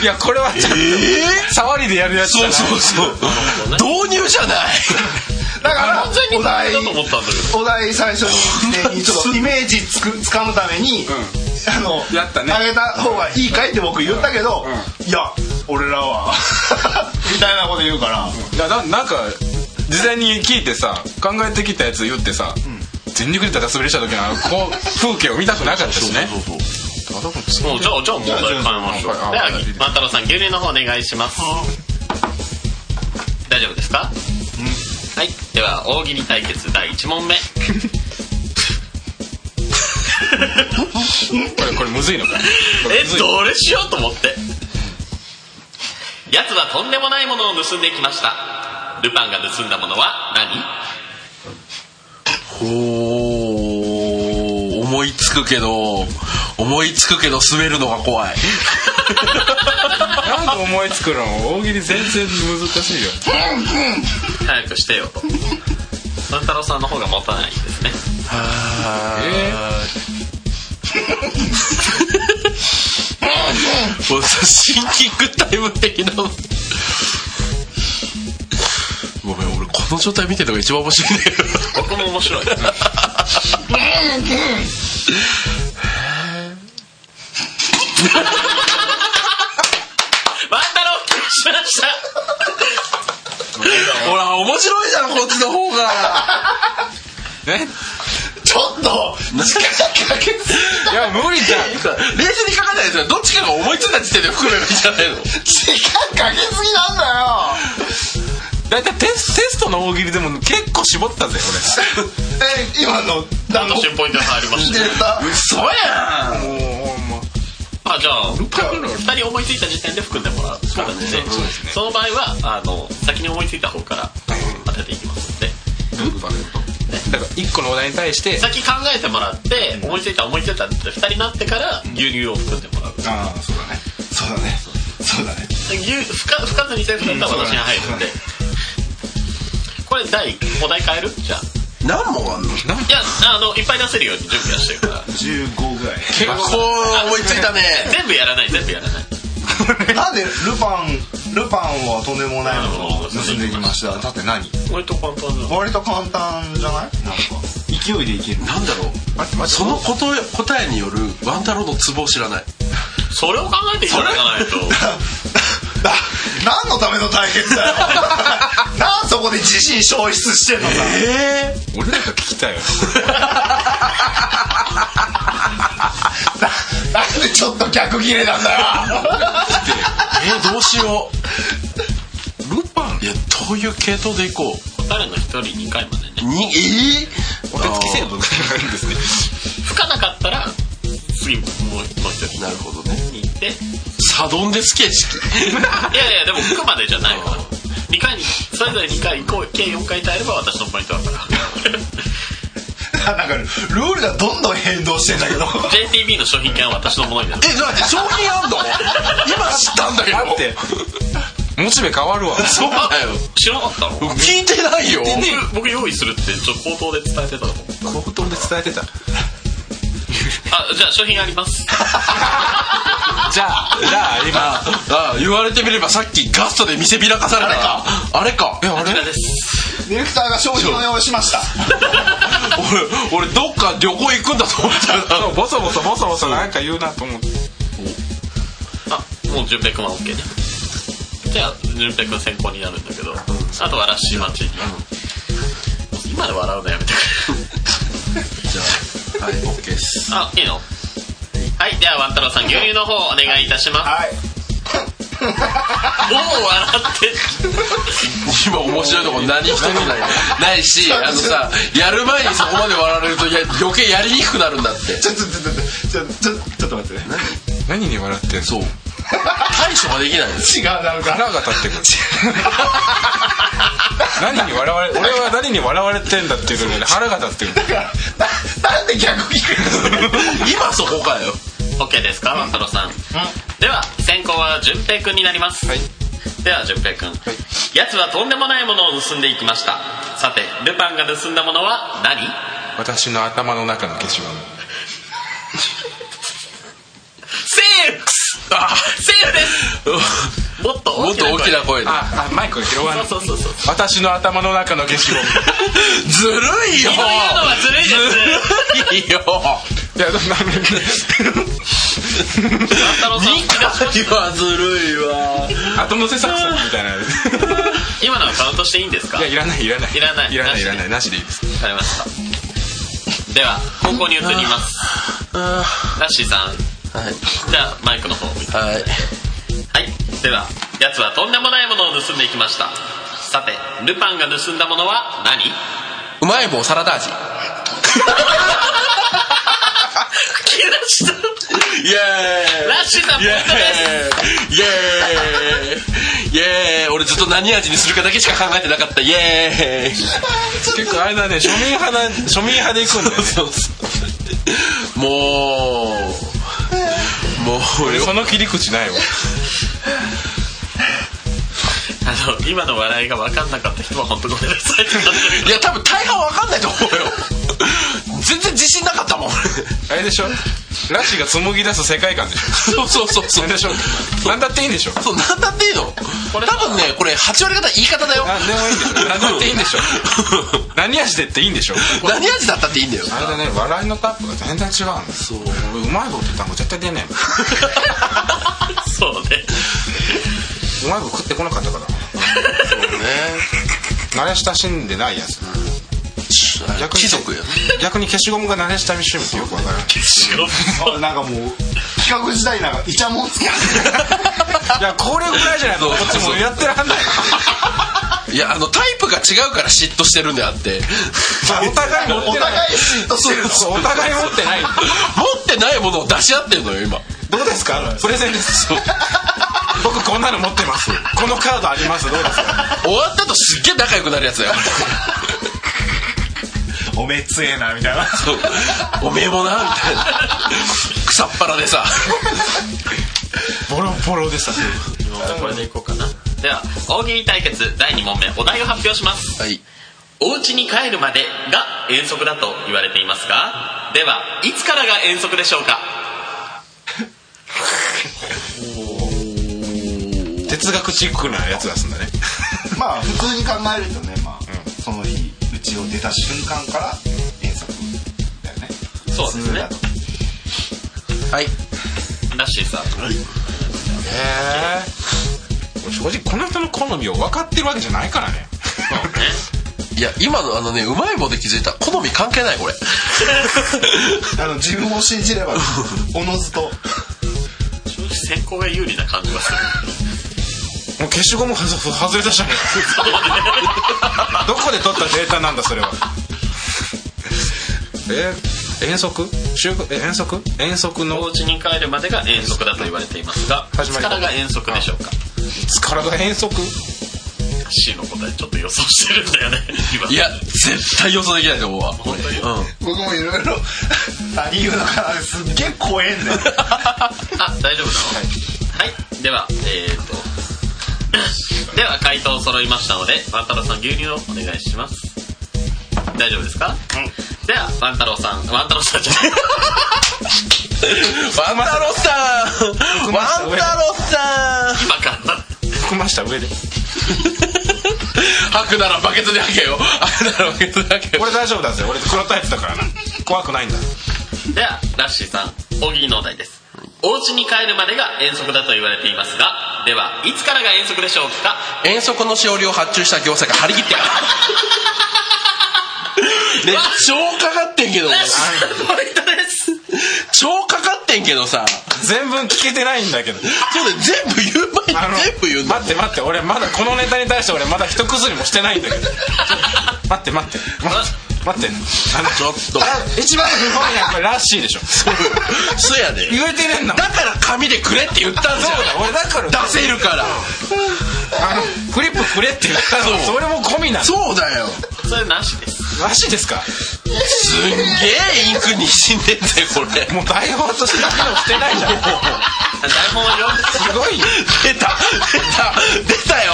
[SPEAKER 4] いやこれはちょっと触りでやるやつじゃ
[SPEAKER 3] そう
[SPEAKER 4] ない
[SPEAKER 3] そうそう導入じゃない
[SPEAKER 1] だから
[SPEAKER 2] 完全
[SPEAKER 1] お
[SPEAKER 2] に完
[SPEAKER 1] 題
[SPEAKER 2] 璧だと思ったんだけ
[SPEAKER 1] お題最初にちょっとイメージつくつかむために、あの
[SPEAKER 4] やったね
[SPEAKER 1] あげた方がいいかいって僕言ったけど、いや俺らは <laughs> みたいなこと言うから、
[SPEAKER 4] いやななんか事前に聞いてさ考えてきたやつ言ってさ、全力でただ滑りした時のあのこう風景を見たくなかったしね
[SPEAKER 3] そうそう
[SPEAKER 2] どもうじゃあじゃあ問題変えましょうで
[SPEAKER 4] はいはい
[SPEAKER 2] は万太郎さん牛乳の方お願いします大丈夫ですかはいでは大喜利対決第1問目
[SPEAKER 4] これこれむずいのか
[SPEAKER 2] えどれしようと思ってやつはとんでもないものを盗んできましたルパンが盗んだものは何
[SPEAKER 3] おー思いつくけど思いつくけど滑るのが怖い
[SPEAKER 4] なんか思いつくの大喜利全然難しいよ
[SPEAKER 2] 早くしてよと万太郎さんの方が持たないんですね
[SPEAKER 3] あーもうさシンキングタイム的なごめん俺この状態見てるのが一番面白いんだけど
[SPEAKER 2] 僕も面白い万太郎決しました
[SPEAKER 3] ほら面白いじゃんこっちの方 <laughs> が
[SPEAKER 5] ちょっと力かけすぎ
[SPEAKER 4] いや無理じゃん
[SPEAKER 3] 冷静にかかんないですよどっちかが思いついた時点で含めばいいんじゃないの
[SPEAKER 5] 時間かけすぎなんだよ
[SPEAKER 4] 大体テステストの大喜利でも結構絞ったぜ
[SPEAKER 5] え今の何の
[SPEAKER 2] 私ポイントが入りましたね
[SPEAKER 3] 嘘やん
[SPEAKER 2] あじゃあ2人思いついた時点で含んでもらうそうですねその場合はあの先に思いついた方から当てていきますので
[SPEAKER 4] <laughs> だから1個のお題に対して
[SPEAKER 2] 先考えてもらって思いついた思いついたって2人になってから牛乳を含んでもらう
[SPEAKER 5] ああそうだねそうだねそうだね
[SPEAKER 2] 牛吹か吹かずに全部だったら私に入るんでこれ第お題変えるじゃあ
[SPEAKER 3] 何問あんの
[SPEAKER 2] いやあのいっぱい出せるように準備はしてるから
[SPEAKER 5] 15ぐらい <laughs>
[SPEAKER 3] 結構思いついたね
[SPEAKER 2] 全部やらない全部やらない
[SPEAKER 5] なんでルパンルパンはとんでもないものを盗んできましただって何
[SPEAKER 2] 割と簡単だ
[SPEAKER 5] 割と簡単じゃないなんか勢いでいける
[SPEAKER 3] なんだろ
[SPEAKER 5] あれ
[SPEAKER 3] うそのこと答えによるワン太郎のツボを知らない
[SPEAKER 2] それを考えていただかないと
[SPEAKER 5] な何のための対決 <laughs> だよなんそこで自信消失してんのさ
[SPEAKER 3] ええ
[SPEAKER 4] 俺なんか聞きたいよ
[SPEAKER 5] なんでちょっと逆切れなんだよ
[SPEAKER 3] えーどうしよ <laughs> うルパンいやどういう系統でいこう
[SPEAKER 2] 誰の一人2回までね
[SPEAKER 3] にえー、お手
[SPEAKER 4] 規制度があるんですね
[SPEAKER 2] 吹かなかったら次もうもう一人
[SPEAKER 3] なるほどね
[SPEAKER 2] に行ってい
[SPEAKER 3] サドンデス形式
[SPEAKER 2] やいやでも吹くまでじゃないから2回にそれぞれ2回行こう計4回耐えれば私のポイントだから
[SPEAKER 5] なんかルールがどんどん変動してんだけど
[SPEAKER 2] JTB の商品券は私のものになる
[SPEAKER 3] えだって商品あんの今知ったんだけど
[SPEAKER 4] だってモチベ変わるわ
[SPEAKER 3] そうだよ
[SPEAKER 2] 知らなかったの
[SPEAKER 3] 聞いてないよ
[SPEAKER 2] 僕僕用意するってちょっと口頭で伝えてたと思う
[SPEAKER 4] 口頭で伝えてた
[SPEAKER 2] あじゃあ商品あります
[SPEAKER 4] じゃあじゃあ今
[SPEAKER 3] ああ言われてみればさっきガストで見せびらかされたかあれかえあ
[SPEAKER 2] こちらです
[SPEAKER 5] ディレクターが商品を用意しました
[SPEAKER 3] 俺俺どっか旅行行くんだと思ったら
[SPEAKER 4] ボソボソボソボソなんか言うなと思って
[SPEAKER 2] あもう純平君は OK ねじゃあ純平君先行になるんだけどあとはラッシーマッチ今で笑うのやめてくれる
[SPEAKER 3] はい OK です
[SPEAKER 2] あいいのはいでは万太郎さん牛乳の方お願いいたしま
[SPEAKER 5] はい
[SPEAKER 2] すもう笑って
[SPEAKER 3] 今面白いとこ何一つないないしあのさやる前にそこまで笑われるといや余計やりにくくなるんだって
[SPEAKER 5] ちょちょちょちょちょちょちょっと待ってね
[SPEAKER 4] 何に笑ってんの
[SPEAKER 3] そう対処ができないの
[SPEAKER 5] 違うなんか
[SPEAKER 4] 腹が立ってくる <laughs> 何に笑われ俺は何に笑われてんだっていうのに腹が立ってくる
[SPEAKER 5] ななんで逆切れるの
[SPEAKER 3] 今そこかよ
[SPEAKER 2] OK ですか万太郎さん、では先行は純平君になります、
[SPEAKER 4] はい
[SPEAKER 2] では純平君、奴はとんでもないものを盗んでいきましたさてルパンが盗んだものは何
[SPEAKER 4] 私の頭の中の消しゴム
[SPEAKER 2] セールあセールですもっと
[SPEAKER 3] もっと大きな
[SPEAKER 2] 声
[SPEAKER 3] 声で
[SPEAKER 4] ああマイクが広がる
[SPEAKER 2] そうそうそうそう
[SPEAKER 4] 私の頭の中の消しゴム
[SPEAKER 3] ずるい
[SPEAKER 2] そういう
[SPEAKER 3] よ
[SPEAKER 2] のはずるいです
[SPEAKER 3] いいよ
[SPEAKER 4] いやなんで
[SPEAKER 2] 万太郎さん
[SPEAKER 3] 二回はずるいわ
[SPEAKER 4] 後乗せサクサクみたいなや
[SPEAKER 2] 今のはカウントしていいんですか
[SPEAKER 4] ついやいらないいらない
[SPEAKER 2] いらない
[SPEAKER 4] いら
[SPEAKER 2] な
[SPEAKER 4] な
[SPEAKER 2] し
[SPEAKER 4] い
[SPEAKER 2] で
[SPEAKER 4] いらないなしでいいです
[SPEAKER 2] わかりましたでは方向に移りますラッシーさん
[SPEAKER 3] はい
[SPEAKER 2] じゃあマイクの方を向いて
[SPEAKER 3] はい
[SPEAKER 2] はいでは奴はとんでもないものを盗んでいきましたさてルパンが盗んだものは何
[SPEAKER 3] うまい棒サラダ味
[SPEAKER 2] 吹き出 <laughs> した
[SPEAKER 3] イエーイ
[SPEAKER 2] ラッシーさんポイントです
[SPEAKER 3] イエーイイエーイイエーイ俺ずっと何味にするかだけしか考えてなかったイエーイ
[SPEAKER 4] 結構あれだね庶民派な庶民派でいくんだよね
[SPEAKER 3] そうそうもうもう俺
[SPEAKER 4] その切り口ないわ
[SPEAKER 2] あの今の笑いが分かんなかった人は本当ごめんなさいって感じ
[SPEAKER 3] いや多分大半わかんないと思うよ全然自信なかったもん俺
[SPEAKER 4] あれでしょラッシーが紡ぎ出す世界観でし
[SPEAKER 3] そうそうそうそ
[SPEAKER 4] ょ
[SPEAKER 3] う
[SPEAKER 4] でしょ何だっていいんでしょ
[SPEAKER 3] そうなんだっていいの多分ねこれ8割方言い方だよ
[SPEAKER 4] 何でもいいんでしょ何だっていいんでしょ何味でっていいんでしょ
[SPEAKER 3] 何味だったっていいんだよ
[SPEAKER 4] あれだね笑いのタップが全然違うんです
[SPEAKER 3] そう
[SPEAKER 4] うまいこと言ったん絶対出ねえ
[SPEAKER 2] だそうね
[SPEAKER 4] うまいこと食ってこなかったから
[SPEAKER 3] ね
[SPEAKER 4] 慣れ親しんでないやつ逆に
[SPEAKER 3] 貴族よね
[SPEAKER 4] 逆に消しゴムが慣れ親しみってよくわからない
[SPEAKER 5] あなんかもう企画時代なんかイチャモンつけや
[SPEAKER 4] いやこれぐらいじゃないとこっちもやってらん <laughs> ない
[SPEAKER 3] いやあのタイプが違うから嫉妬してるんであって
[SPEAKER 4] お互い持っ
[SPEAKER 5] お
[SPEAKER 4] てない
[SPEAKER 5] 互い嫉妬してる
[SPEAKER 4] そうお互い持ってないんだよ
[SPEAKER 3] 持ってないものを出し合ってんのよ今
[SPEAKER 4] どうですかプレゼンです <laughs> 僕こんなの持ってますこのカードありますどうですか
[SPEAKER 3] 終わったとすっげえ仲良くなるやつだよ
[SPEAKER 5] <laughs> おめえ強えなみたいな
[SPEAKER 3] そうおめえもなみたいな草っ腹でさ
[SPEAKER 4] ボロボロでした
[SPEAKER 2] じゃあこれでいこうかなでは大喜利対決第2問目お題を発表します
[SPEAKER 3] はい
[SPEAKER 2] お家に帰るまでが遠足だと言われていますがではいつからが遠足でしょうか
[SPEAKER 4] 哲学チックなやつ出すんだね
[SPEAKER 5] まあ普通に考えるとねまあ、その日うちを出た瞬間から遠足だよね
[SPEAKER 2] そうですね
[SPEAKER 5] 普通だと
[SPEAKER 3] はい
[SPEAKER 2] らしいさ
[SPEAKER 4] ええ正直この人の好みを分かってるわけじゃないからね
[SPEAKER 3] いや今のあのねうまい棒で気づいた好み関係な
[SPEAKER 5] <laughs>
[SPEAKER 3] いこれ
[SPEAKER 5] あの自分を信じれ <laughs> ばおのずと
[SPEAKER 2] 正直先行が有利な感じがする
[SPEAKER 4] もう消しゴムはず外れたじゃねえ <laughs> かどこで取ったデータなんだそれはえー遠足修学え遠足遠足
[SPEAKER 2] お
[SPEAKER 4] の
[SPEAKER 2] 家に帰るまでが遠足だと言われていますがい
[SPEAKER 4] 始ま
[SPEAKER 2] つ
[SPEAKER 4] り
[SPEAKER 2] からが遠足でしょうか
[SPEAKER 4] 力が遠足
[SPEAKER 2] C の答えちょっと予想してるんだよね今
[SPEAKER 3] いや絶対予想できないと思うわ
[SPEAKER 2] 本当に
[SPEAKER 5] 僕もいろいろ <laughs> 何言うのかなすっげえ怖えんだよ
[SPEAKER 2] <laughs> あ大丈夫なのはい、ではえー、っと <coughs> では回答揃いましたので万太郎さん牛乳をお願いします大丈夫ですか、では万太郎さん万太郎さんじゃない <laughs>
[SPEAKER 3] ワンタロスさんワンタロスさん
[SPEAKER 2] 今か
[SPEAKER 4] 含ました上で
[SPEAKER 3] 吐くならバケツで吐けよ吐くならバケツで吐けよ
[SPEAKER 4] 俺大丈夫だぜ俺黒タイプだからな怖くないんだ
[SPEAKER 2] ではラッシーさん大喜利のお題ですお家に帰るまでが遠足だと言われていますがではいつからが遠足でしょうか
[SPEAKER 3] 遠足のしおりを発注した業者が張り切ってやるね超かかってんけど
[SPEAKER 2] ラッシーさん <laughs> ポイントです
[SPEAKER 3] 超かかってんけどさ
[SPEAKER 4] 全文聞けてないんだけど
[SPEAKER 3] ちょっと全部言う
[SPEAKER 4] あ
[SPEAKER 3] 前
[SPEAKER 4] の
[SPEAKER 3] に全部言うんだ
[SPEAKER 4] 待って待って俺まだこのネタに対して俺まだ一崩りもしてないんだけ
[SPEAKER 3] <laughs>
[SPEAKER 4] ど待って待って待って待ってあの
[SPEAKER 3] ちょっと
[SPEAKER 4] あ一番不本意なこれラッシーでしょ
[SPEAKER 3] そやで
[SPEAKER 4] 言えてねえんだもん
[SPEAKER 3] だから紙でくれって言ったんじ
[SPEAKER 4] そうだ
[SPEAKER 3] ゃ
[SPEAKER 4] 俺だから
[SPEAKER 3] ん出せるから
[SPEAKER 4] あのフリップくれって言ったの
[SPEAKER 3] そう
[SPEAKER 4] それも込みなの
[SPEAKER 3] そうだよ
[SPEAKER 2] それなし
[SPEAKER 5] <laughs>
[SPEAKER 2] です
[SPEAKER 4] ラッシーですか
[SPEAKER 3] すんげえインクにしんでんぜこれ
[SPEAKER 4] もう台本として機能し
[SPEAKER 3] <laughs>
[SPEAKER 4] てないじゃん
[SPEAKER 2] 台本を読んです
[SPEAKER 4] ごいよ
[SPEAKER 3] 出た出た出たよ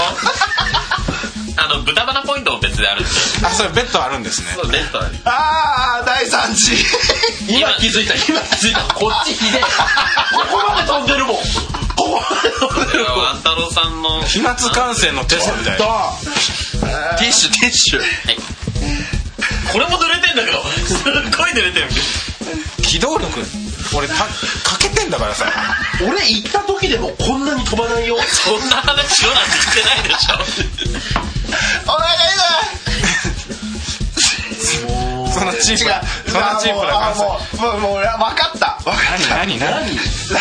[SPEAKER 2] あの豚バラポイントも別であるんで
[SPEAKER 3] <laughs>
[SPEAKER 4] あそれベッドあるんですね
[SPEAKER 2] そうレストランに
[SPEAKER 5] ああ第3次
[SPEAKER 3] 今気づいた今気づいたこっちひでえここまで飛んでるもんここまで飛んでるもん
[SPEAKER 2] 万太郎さんの
[SPEAKER 4] 飛沫感染のテストみたいな
[SPEAKER 3] ティッシュティッシュ
[SPEAKER 2] これも濡れてんだけどすっごい濡れてる
[SPEAKER 4] 機動力俺たかけてんだからさ
[SPEAKER 3] 俺行った時でもこんなに飛ばないよ
[SPEAKER 2] そんな話をなんてしてないでし
[SPEAKER 3] <laughs>
[SPEAKER 2] ょ
[SPEAKER 5] お腹
[SPEAKER 4] そのチー
[SPEAKER 5] 痛い違
[SPEAKER 4] プな
[SPEAKER 5] う
[SPEAKER 4] そのチープな感
[SPEAKER 5] も
[SPEAKER 4] 想
[SPEAKER 5] うもうもうもう俺分かった分かった
[SPEAKER 4] 何何何
[SPEAKER 5] ラッ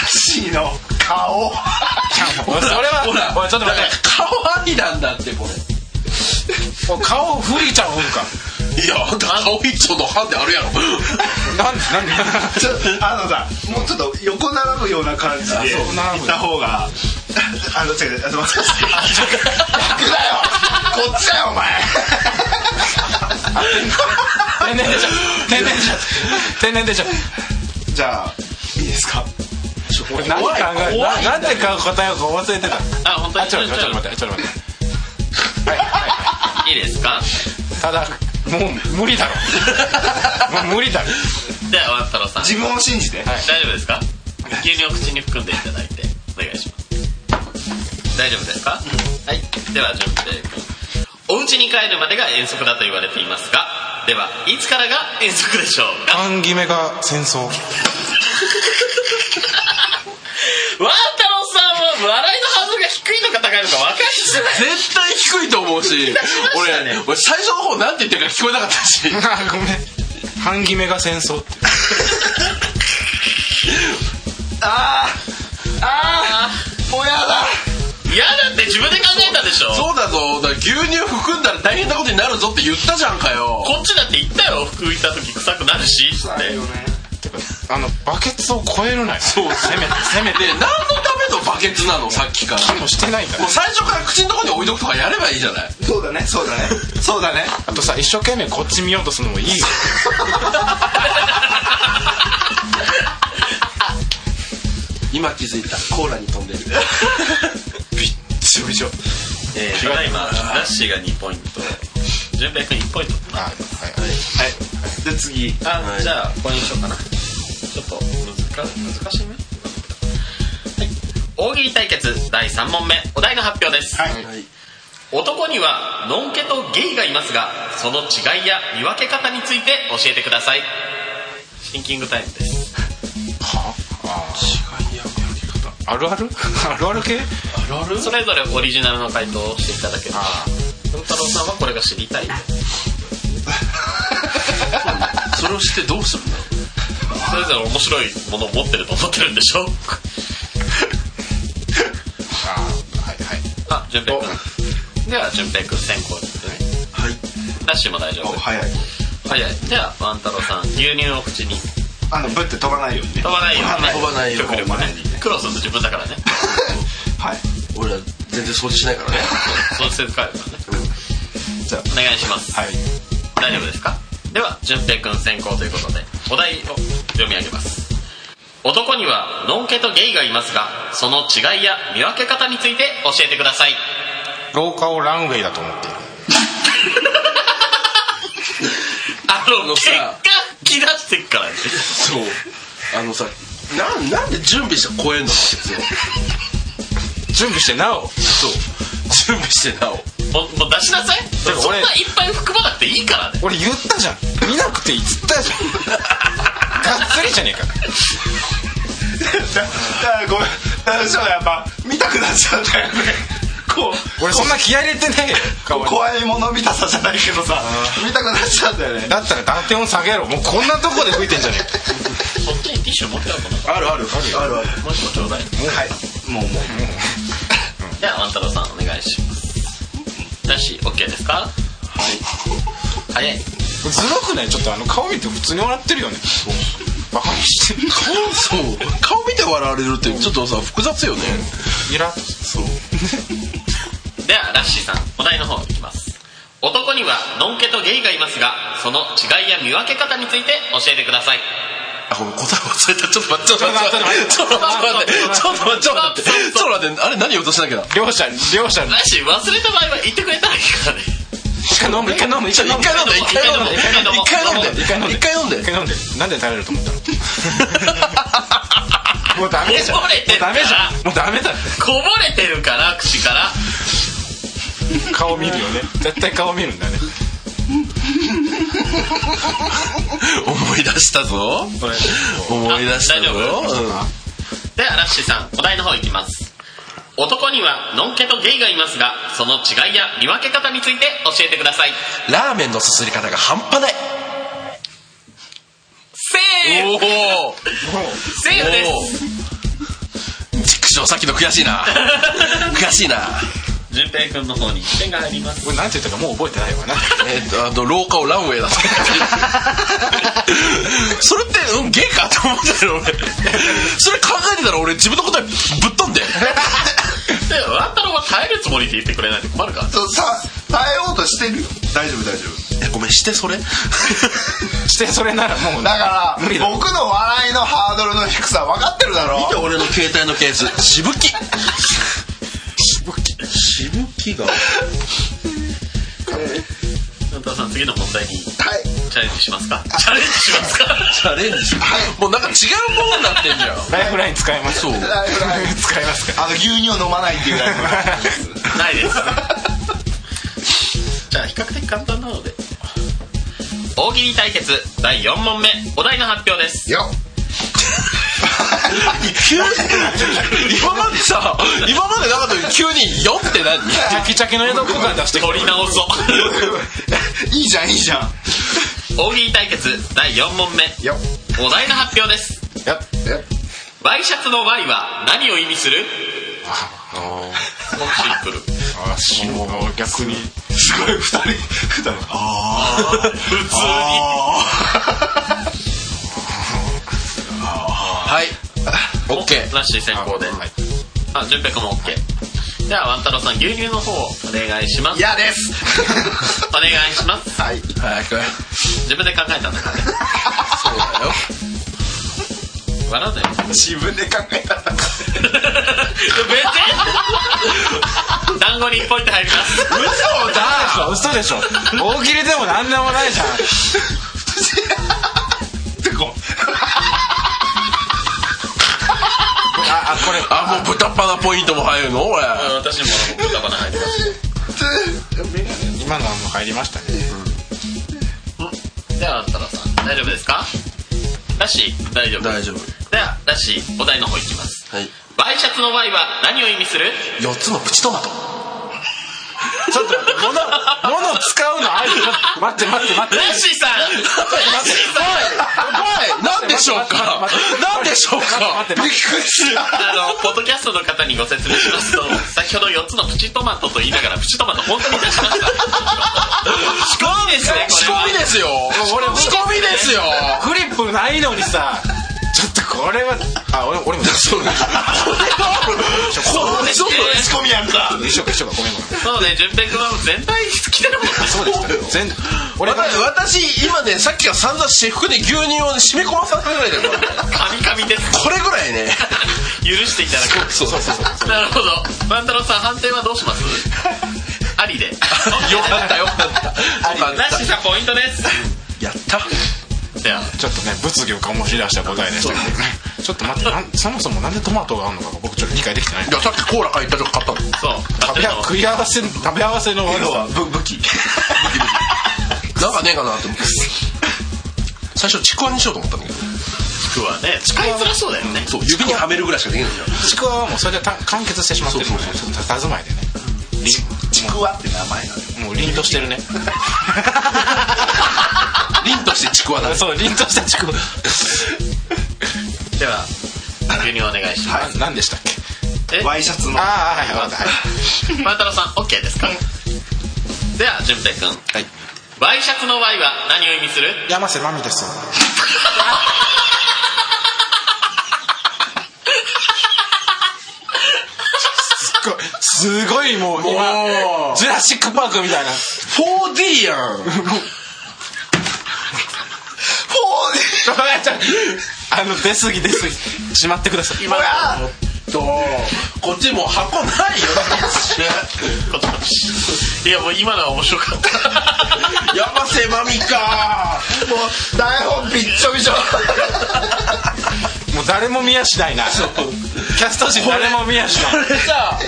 [SPEAKER 5] シーの顔
[SPEAKER 4] おいそれは
[SPEAKER 3] ほら
[SPEAKER 4] おいちょっと待って
[SPEAKER 3] 顔ありなんだってこれ
[SPEAKER 4] おい顔フリーちゃんおるか
[SPEAKER 3] いやあんた顔一丁のハンデあるやろ
[SPEAKER 4] なんで何
[SPEAKER 5] ちょあのさもうちょっと横並ぶような感じで
[SPEAKER 4] あそう並
[SPEAKER 5] 行っ
[SPEAKER 4] ぶ
[SPEAKER 5] た方が
[SPEAKER 1] あの
[SPEAKER 3] <laughs>
[SPEAKER 1] 違う違うあの待って逆だよこっちだよお前
[SPEAKER 3] 天然でしょ天然でしょ天然でしょ
[SPEAKER 1] じゃあいいですか
[SPEAKER 3] 何考えななんてか答えようか忘れてた
[SPEAKER 2] あ本当
[SPEAKER 3] あ
[SPEAKER 2] に
[SPEAKER 3] ちょっと待ってちょっと待ってちょっと待って
[SPEAKER 2] いいですか
[SPEAKER 3] ただもう無理だろもう無理だろ
[SPEAKER 2] ではワン太郎さん
[SPEAKER 1] 自分を信じて
[SPEAKER 2] 大丈夫ですか牛乳を口に含んでいただいてお願いします大丈夫ですかはいでは準備お家に帰るまでが遠足だと言われていますがではいつからが遠足でしょうか
[SPEAKER 3] 半決めが戦争
[SPEAKER 2] ワン太郎さんは笑いのハードルが低いのか高いのか分かりづらい
[SPEAKER 3] 絶対低いと思う <laughs> し俺俺最初の方なんて言ってるか聞こえなかったしごめん半決めが戦争って
[SPEAKER 2] 嫌だって自分で考えたでしょ
[SPEAKER 3] そうだぞだから牛乳含んだら大変なことになるぞって言ったじゃんかよ
[SPEAKER 2] こっちだって言ったよ服浮いた時臭くなるしって
[SPEAKER 4] あのバケツを超えるなよ
[SPEAKER 3] そうせめてせめて何のためのバケツなのさっきから
[SPEAKER 4] もうしてないんだ
[SPEAKER 3] もう最初から口のとこに置いとくとかやればいいじゃない
[SPEAKER 1] そうだねそうだねそうだね
[SPEAKER 4] あとさ一生懸命こっち見ようとするのもいいよ
[SPEAKER 3] 今気づいたコーラに飛んでる
[SPEAKER 4] 一緒一緒
[SPEAKER 2] えーただいまラッシーが2ポイント純平君1ポイント
[SPEAKER 4] はいはい
[SPEAKER 1] じゃあ次
[SPEAKER 2] あ、じゃあここにしようかなちょっと難難しいねはい大喜利対決第3問目お題の発表です、
[SPEAKER 3] はい
[SPEAKER 2] 男にはノンケとゲイがいますがその違いや見分け方について教えてくださいシンキングタイムです
[SPEAKER 4] あるあるあるある系
[SPEAKER 2] それぞれオリジナルの回答をしていただければ文太郎さんはこれが知りたい
[SPEAKER 3] それを知ってどうするんだ
[SPEAKER 2] そ
[SPEAKER 3] ろ
[SPEAKER 2] れぞれ面白いものを持ってると思ってるんでしょ
[SPEAKER 4] あはいはい
[SPEAKER 2] あ順平君では順平君先行ですね
[SPEAKER 1] はい
[SPEAKER 2] ダッシュも大丈夫
[SPEAKER 1] 早い
[SPEAKER 2] はいはいでは万太郎さん牛乳を口に
[SPEAKER 1] あのブって飛ばないようにね
[SPEAKER 2] 飛ばないようにね
[SPEAKER 3] 飛ばないように
[SPEAKER 2] 極力ね苦労すると自分だからね
[SPEAKER 1] はいう
[SPEAKER 3] 俺ら全然掃除しないからね
[SPEAKER 2] そうして帰るからね
[SPEAKER 1] じゃあ
[SPEAKER 2] お願いします
[SPEAKER 1] はい
[SPEAKER 2] 大丈夫ですかでは順平くん先行ということでお題を読み上げます男にはノンケとゲイがいますがその違いや見分け方について教えてください
[SPEAKER 4] 廊下をランウェイだと思っている
[SPEAKER 2] あの
[SPEAKER 3] の
[SPEAKER 2] 結果
[SPEAKER 3] さ
[SPEAKER 2] 気出してっからね
[SPEAKER 3] そうあのさなんなんで準備して超えんの
[SPEAKER 4] 準備してなお
[SPEAKER 3] そう <laughs> 準備してなお
[SPEAKER 2] もうもう出しなさいそ
[SPEAKER 4] でも
[SPEAKER 2] んな
[SPEAKER 4] 俺
[SPEAKER 2] いっぱい含まなくていいからね
[SPEAKER 4] 俺言ったじゃん見なくていいっつったじゃん
[SPEAKER 1] <laughs>
[SPEAKER 4] がっつりじゃねえか
[SPEAKER 1] じゃあごめん大丈夫やっぱ見たくなっちゃったよねこう
[SPEAKER 4] 俺そんな気合い入れてねえよ顔に
[SPEAKER 1] 怖いもの見たさじゃないけどさ見たくなっちゃうんだよね
[SPEAKER 4] だったら打点を下げろもうこんなとこで吹いてんじゃね
[SPEAKER 2] そっちにティッシュ持ってたのかな
[SPEAKER 3] あるある
[SPEAKER 1] あるある
[SPEAKER 2] もう一個ちょうだい
[SPEAKER 1] はいもうもう
[SPEAKER 2] じゃあ万太郎さんお願いしますだし OK ですかはい早い
[SPEAKER 4] えかずるくないちょっとあの顔見て普通に笑ってるよねバカにしてる
[SPEAKER 3] 顔そう顔見て笑われるってちょっとさ複雑よね
[SPEAKER 4] イラッ
[SPEAKER 2] ではラッシーさんお題の方いきます男にはノンケとゲイがいますがその違いや見分け方について教えてください
[SPEAKER 3] あごめん答え忘れたちょっと待ってちょっと待ってちょっと待ってちょっと待ってちょっと待ってちょっと待ってあれ何言おうとしたんだっけな
[SPEAKER 4] 両者両者
[SPEAKER 2] ラッシー忘れた場合は言ってくれたらいいからね
[SPEAKER 4] 一回飲む一回飲む一回
[SPEAKER 3] 一
[SPEAKER 4] 飲む
[SPEAKER 3] 回飲んで一回飲んで一回飲んで
[SPEAKER 4] 一回飲んで
[SPEAKER 3] 一回飲んで
[SPEAKER 4] 一回飲んでなんで耐えれると思った <laughs> のもうダメじゃん
[SPEAKER 2] こぼれて
[SPEAKER 4] も
[SPEAKER 2] る
[SPEAKER 4] う
[SPEAKER 2] から
[SPEAKER 4] ダメじゃんもうダメだ
[SPEAKER 2] こぼれてるから口から
[SPEAKER 4] 顔見るよね絶対顔見るんだね
[SPEAKER 3] 思い出したぞ思い出し
[SPEAKER 2] あ
[SPEAKER 3] たぞ
[SPEAKER 2] 大丈夫
[SPEAKER 3] うん
[SPEAKER 2] ではラッシーさんお題の方いきます男にはノンケとゲイがいますがその違いや見分け方について教えてください
[SPEAKER 3] ラーメンのすすり方が半端ない
[SPEAKER 2] セー
[SPEAKER 3] お
[SPEAKER 2] フ
[SPEAKER 3] お
[SPEAKER 2] セーフです
[SPEAKER 3] 畜生さっきの悔しいな悔しいな
[SPEAKER 2] 順平君の方に1点が入ります
[SPEAKER 4] 俺なんて言ったかもう覚えてないわな
[SPEAKER 3] えっとあの廊下をランウェイ <laughs> だったそれって、うん、ゲイかと思ったよ俺それ考えてたら俺自分の答えぶっ飛んで
[SPEAKER 2] だよワンタロウは耐えるつもりで言ってくれないと困るから
[SPEAKER 5] そうさ耐えようとしてるよ大丈夫大丈夫
[SPEAKER 3] えごめんしてそれ
[SPEAKER 4] してそれならもう
[SPEAKER 5] だから
[SPEAKER 4] 無理だ
[SPEAKER 5] 僕の笑いのハードルの低さ分かってるだろ
[SPEAKER 3] 見て俺の携帯のケースしぶきしぶきしぶきが
[SPEAKER 2] ワンタロウさん次の問題に
[SPEAKER 5] はい
[SPEAKER 2] チャレンジしますかチャレンジしますか
[SPEAKER 3] チャレンジもうなんか違うものになってんじゃん
[SPEAKER 4] ライフライン使います
[SPEAKER 3] そう
[SPEAKER 5] ライフライン
[SPEAKER 4] 使いますか
[SPEAKER 5] あの牛乳を飲まないっていうライ
[SPEAKER 4] <laughs>
[SPEAKER 5] フライン
[SPEAKER 2] <laughs> ないです <laughs> じゃあ比較的簡単なので大喜利対決第4問目お題の発表です <laughs>
[SPEAKER 5] よ
[SPEAKER 3] 急に今までさ今までなかったのに急に「よ」って何
[SPEAKER 4] チャキチャキの江戸っ子感出して
[SPEAKER 2] 取り直そ
[SPEAKER 5] <laughs>
[SPEAKER 2] う
[SPEAKER 5] いいじゃんいいじゃん
[SPEAKER 2] 大喜利対決第4問目
[SPEAKER 5] よ
[SPEAKER 2] お題の発表です
[SPEAKER 5] やっやっ
[SPEAKER 2] ワイシャツの Y は何を意味するすごくシンプル
[SPEAKER 4] あ白あ逆に
[SPEAKER 5] すごい二人二人あ
[SPEAKER 2] 普通に
[SPEAKER 3] はいオッケー
[SPEAKER 2] ラッシー先行であ順平君も OK では万太郎さん牛乳の方をお願いしま
[SPEAKER 5] あ
[SPEAKER 2] す
[SPEAKER 5] 嫌
[SPEAKER 3] <laughs>
[SPEAKER 5] です
[SPEAKER 2] お願いします
[SPEAKER 5] はい
[SPEAKER 3] 早く
[SPEAKER 2] 自分で考えたんだからね
[SPEAKER 3] そうだよ
[SPEAKER 2] 笑
[SPEAKER 5] <laughs>
[SPEAKER 2] うなよ
[SPEAKER 5] 自分で考えたら
[SPEAKER 2] 別に団子に1ポイント入ります
[SPEAKER 4] 嘘だ嘘でしょ大喜利でもなんでもないじゃん
[SPEAKER 5] てこ
[SPEAKER 4] ああこれ
[SPEAKER 3] あもう豚っ鼻ポイントも入るの俺
[SPEAKER 2] 私も豚鼻入ります
[SPEAKER 4] 今のはもう入りましたね
[SPEAKER 2] では万太郎さん大丈夫ですかラッシー大丈夫
[SPEAKER 3] 大丈夫
[SPEAKER 2] ではラッシーお題の方いきます
[SPEAKER 3] はい
[SPEAKER 2] ワイシャツの Y は何を意味する
[SPEAKER 3] 4つのプチトマト
[SPEAKER 4] ちょっと待って物物使うのあり待って待って待って
[SPEAKER 2] ラッシーさんラッシーさん
[SPEAKER 3] はい何でしょうか何でしょうか
[SPEAKER 4] 待って待って
[SPEAKER 2] あのポッドキャストの方にご説明しますと先ほど4つのプチトマトと言いながらプチトマト本当に出しました仕込みですね
[SPEAKER 3] 仕込みですよ
[SPEAKER 4] 俺
[SPEAKER 3] 仕込みですよ
[SPEAKER 4] フリップないのにさちょっとこれはあ俺俺も
[SPEAKER 3] そうです
[SPEAKER 2] そうですね
[SPEAKER 5] 仕込みやんか
[SPEAKER 4] <laughs> 一緒か一緒かごめんごめん
[SPEAKER 2] そうね順平君は全体来てるもんね
[SPEAKER 4] そうでした全俺が
[SPEAKER 3] 私今ねさっきから散々私服で牛乳を締め込まさせられてるからね
[SPEAKER 2] 神々です
[SPEAKER 3] これぐらいね
[SPEAKER 2] <laughs> 許していただく
[SPEAKER 3] そうそうそう
[SPEAKER 2] なるほど万太郎さん判定はどうします
[SPEAKER 3] <laughs>
[SPEAKER 2] ありでよ
[SPEAKER 3] よかったよかった
[SPEAKER 2] ラッシーさんポイントです
[SPEAKER 3] やった
[SPEAKER 2] では
[SPEAKER 4] ちょっとね物議を醸し出した答えでしたけどねちょっと待ってなんそもそもなんでトマトがあるのかが僕ちょっと理解できてない
[SPEAKER 3] いやさっきコーラ買いった時買ったの
[SPEAKER 2] そう
[SPEAKER 4] 食べ合食い合わせ食べ合わせの悪
[SPEAKER 5] 今日
[SPEAKER 4] さ
[SPEAKER 5] は武武器
[SPEAKER 3] なんかねえかなと思って最初ちくわにしようと思ったんだけど
[SPEAKER 2] 服はね使いづらそうだよね
[SPEAKER 3] そう指にはめるぐらいしかできないじゃん
[SPEAKER 4] ちくわはもうそれでた完結してしまってるもんねたずまいでね
[SPEAKER 5] ちくわって名前なのよ
[SPEAKER 4] もう凛としてるね
[SPEAKER 3] 凛としてちくわだね
[SPEAKER 4] そう凛としたちくわ
[SPEAKER 2] では牛乳お願いしま
[SPEAKER 4] な何でしたっけ
[SPEAKER 2] すえ
[SPEAKER 5] ワイシャツの
[SPEAKER 4] ああはいはいわかったはい
[SPEAKER 2] 万太郎さん OK ですかでは順平君
[SPEAKER 3] はい
[SPEAKER 2] ワイシャツの Y は何を意味する
[SPEAKER 4] 山瀬まみ <laughs> ですすっごいすごいもう
[SPEAKER 3] お
[SPEAKER 4] 今
[SPEAKER 3] ー
[SPEAKER 4] ジュラシック・パークみたいな
[SPEAKER 3] 4D やん
[SPEAKER 4] あの出過ぎ出過ぎしまってください
[SPEAKER 2] 今
[SPEAKER 3] おっとこっちもう箱ないよ
[SPEAKER 2] こっちこっちいやもう今のは面白かった
[SPEAKER 3] 山瀬まみか
[SPEAKER 5] もう台本びっちょびちょ
[SPEAKER 4] もう誰も見やしないなキャスト陣誰も見やし
[SPEAKER 3] こ
[SPEAKER 4] ない
[SPEAKER 3] れさ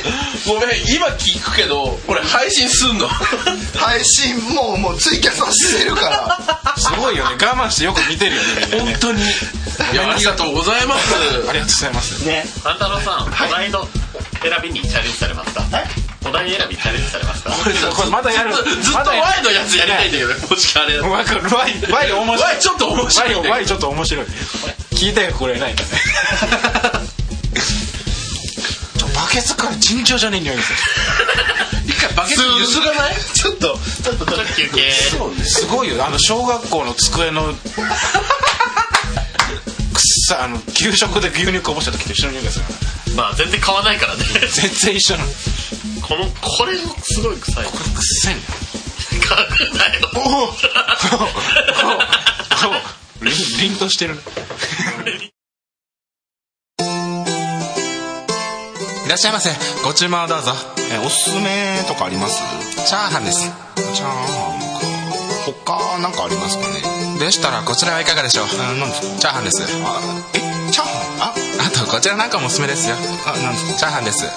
[SPEAKER 3] ごめん今聞くけどこれ配信すんの
[SPEAKER 5] 配信もうもうツイキャスはしてるから
[SPEAKER 4] すごいよね我慢してよく見てるよねみんなね
[SPEAKER 3] 当にいやありがとうございます
[SPEAKER 4] ありがとうございます
[SPEAKER 5] ね
[SPEAKER 2] 万太郎さん、お題の選びにチャレンジされますかお題選びチャレンジされますか
[SPEAKER 3] <laughs> これさ
[SPEAKER 4] これまだやる
[SPEAKER 3] ずっとずっと
[SPEAKER 4] まだ
[SPEAKER 3] Y
[SPEAKER 4] やる
[SPEAKER 3] のやつやりたいんだけどもしかあれだと
[SPEAKER 4] うまく Y, y 面白い
[SPEAKER 3] Y ちょっと面白いん
[SPEAKER 4] Y,
[SPEAKER 3] だけど
[SPEAKER 4] y ちょっと面白い聞いたよこ <laughs> れないかねちょバケツから尋常じゃねえ匂いです
[SPEAKER 3] 一回バケツゆすがない
[SPEAKER 5] ちょっと
[SPEAKER 2] ちょっと休憩
[SPEAKER 3] そうね
[SPEAKER 4] すごいよあの小学校の机のくっさあの給食で牛肉こぼした時と一緒の匂いがする
[SPEAKER 2] まあ全然買わないからね
[SPEAKER 3] 全然一緒なの
[SPEAKER 2] このこれもすごい臭い
[SPEAKER 3] これ臭いんだよ
[SPEAKER 2] 買うなよ
[SPEAKER 3] 凛としてるいらっしゃいませご注文をどうぞ
[SPEAKER 1] えおすすめとかあります
[SPEAKER 3] チャーハンです
[SPEAKER 1] チャーハンか他なんかありますかね
[SPEAKER 3] でしたらこちらはいかがでしょう
[SPEAKER 1] あなんですか
[SPEAKER 3] チャーハンです
[SPEAKER 1] あえチャーハン
[SPEAKER 3] あとこちらなんかもおすすめですよ
[SPEAKER 1] ああなんですか
[SPEAKER 3] チャーハンです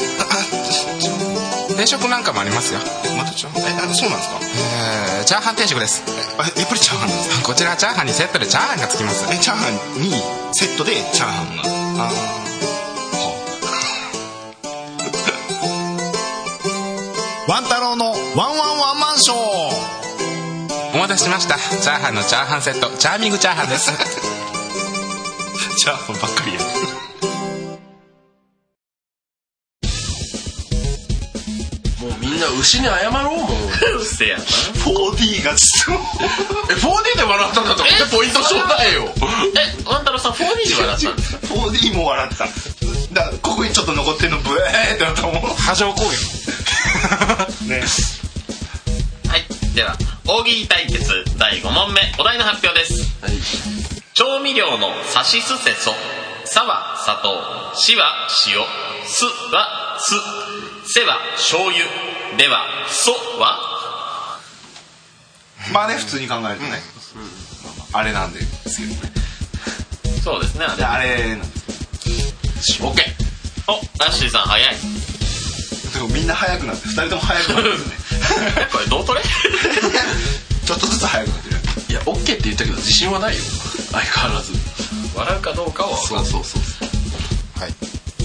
[SPEAKER 3] 定食なんかもありますよ、
[SPEAKER 1] えまたチャーハンえあそうなんですか
[SPEAKER 3] えー、チャーハン定食です
[SPEAKER 1] えあやっぱりチャーハンなんですか
[SPEAKER 3] こちらチャーハンにセットでチャーハンがつきます
[SPEAKER 1] えチャーハンにセットでチャーハンがあワンタロウのワンワンワンマンショー
[SPEAKER 3] お待たせしましたチャーハンのチャーハンセットチャーミングチャーハンです
[SPEAKER 1] チャーハンばっかりや
[SPEAKER 3] もうみんな牛に謝ろうもう
[SPEAKER 2] うっせえやな
[SPEAKER 1] 4D がちょっ
[SPEAKER 3] え 4D で笑ったんだと思ってポイントちょうだいよ
[SPEAKER 2] えワンタロウさん 4D で笑
[SPEAKER 3] <laughs>
[SPEAKER 2] ったんです
[SPEAKER 1] と
[SPEAKER 2] か
[SPEAKER 1] 4D も笑っただからここにちょっと残ってんのブエーってなったもん
[SPEAKER 3] 波状攻撃
[SPEAKER 1] ね
[SPEAKER 2] はいでは大喜利対決第5問目お題の発表です、調味料のさしすせそ「さ」は砂糖「し」は塩「す」は酢「せ」は醤油では「そ」は
[SPEAKER 1] まあね普通に考えるとね、まあまああれなんですけどね
[SPEAKER 2] そうですねあ
[SPEAKER 1] で
[SPEAKER 2] れ
[SPEAKER 1] あれなんです
[SPEAKER 2] オッケーおラッシーさん早い
[SPEAKER 1] けどでもみんな早くなって2人とも
[SPEAKER 2] <laughs>
[SPEAKER 1] 早くなってるね
[SPEAKER 2] えこれどう取れ
[SPEAKER 1] ちょっとずつ早くなってる
[SPEAKER 3] いや OK って言ったけど自信はないよ相変わらず
[SPEAKER 2] 笑うかどうかは分かん
[SPEAKER 3] そうそうそう
[SPEAKER 2] ない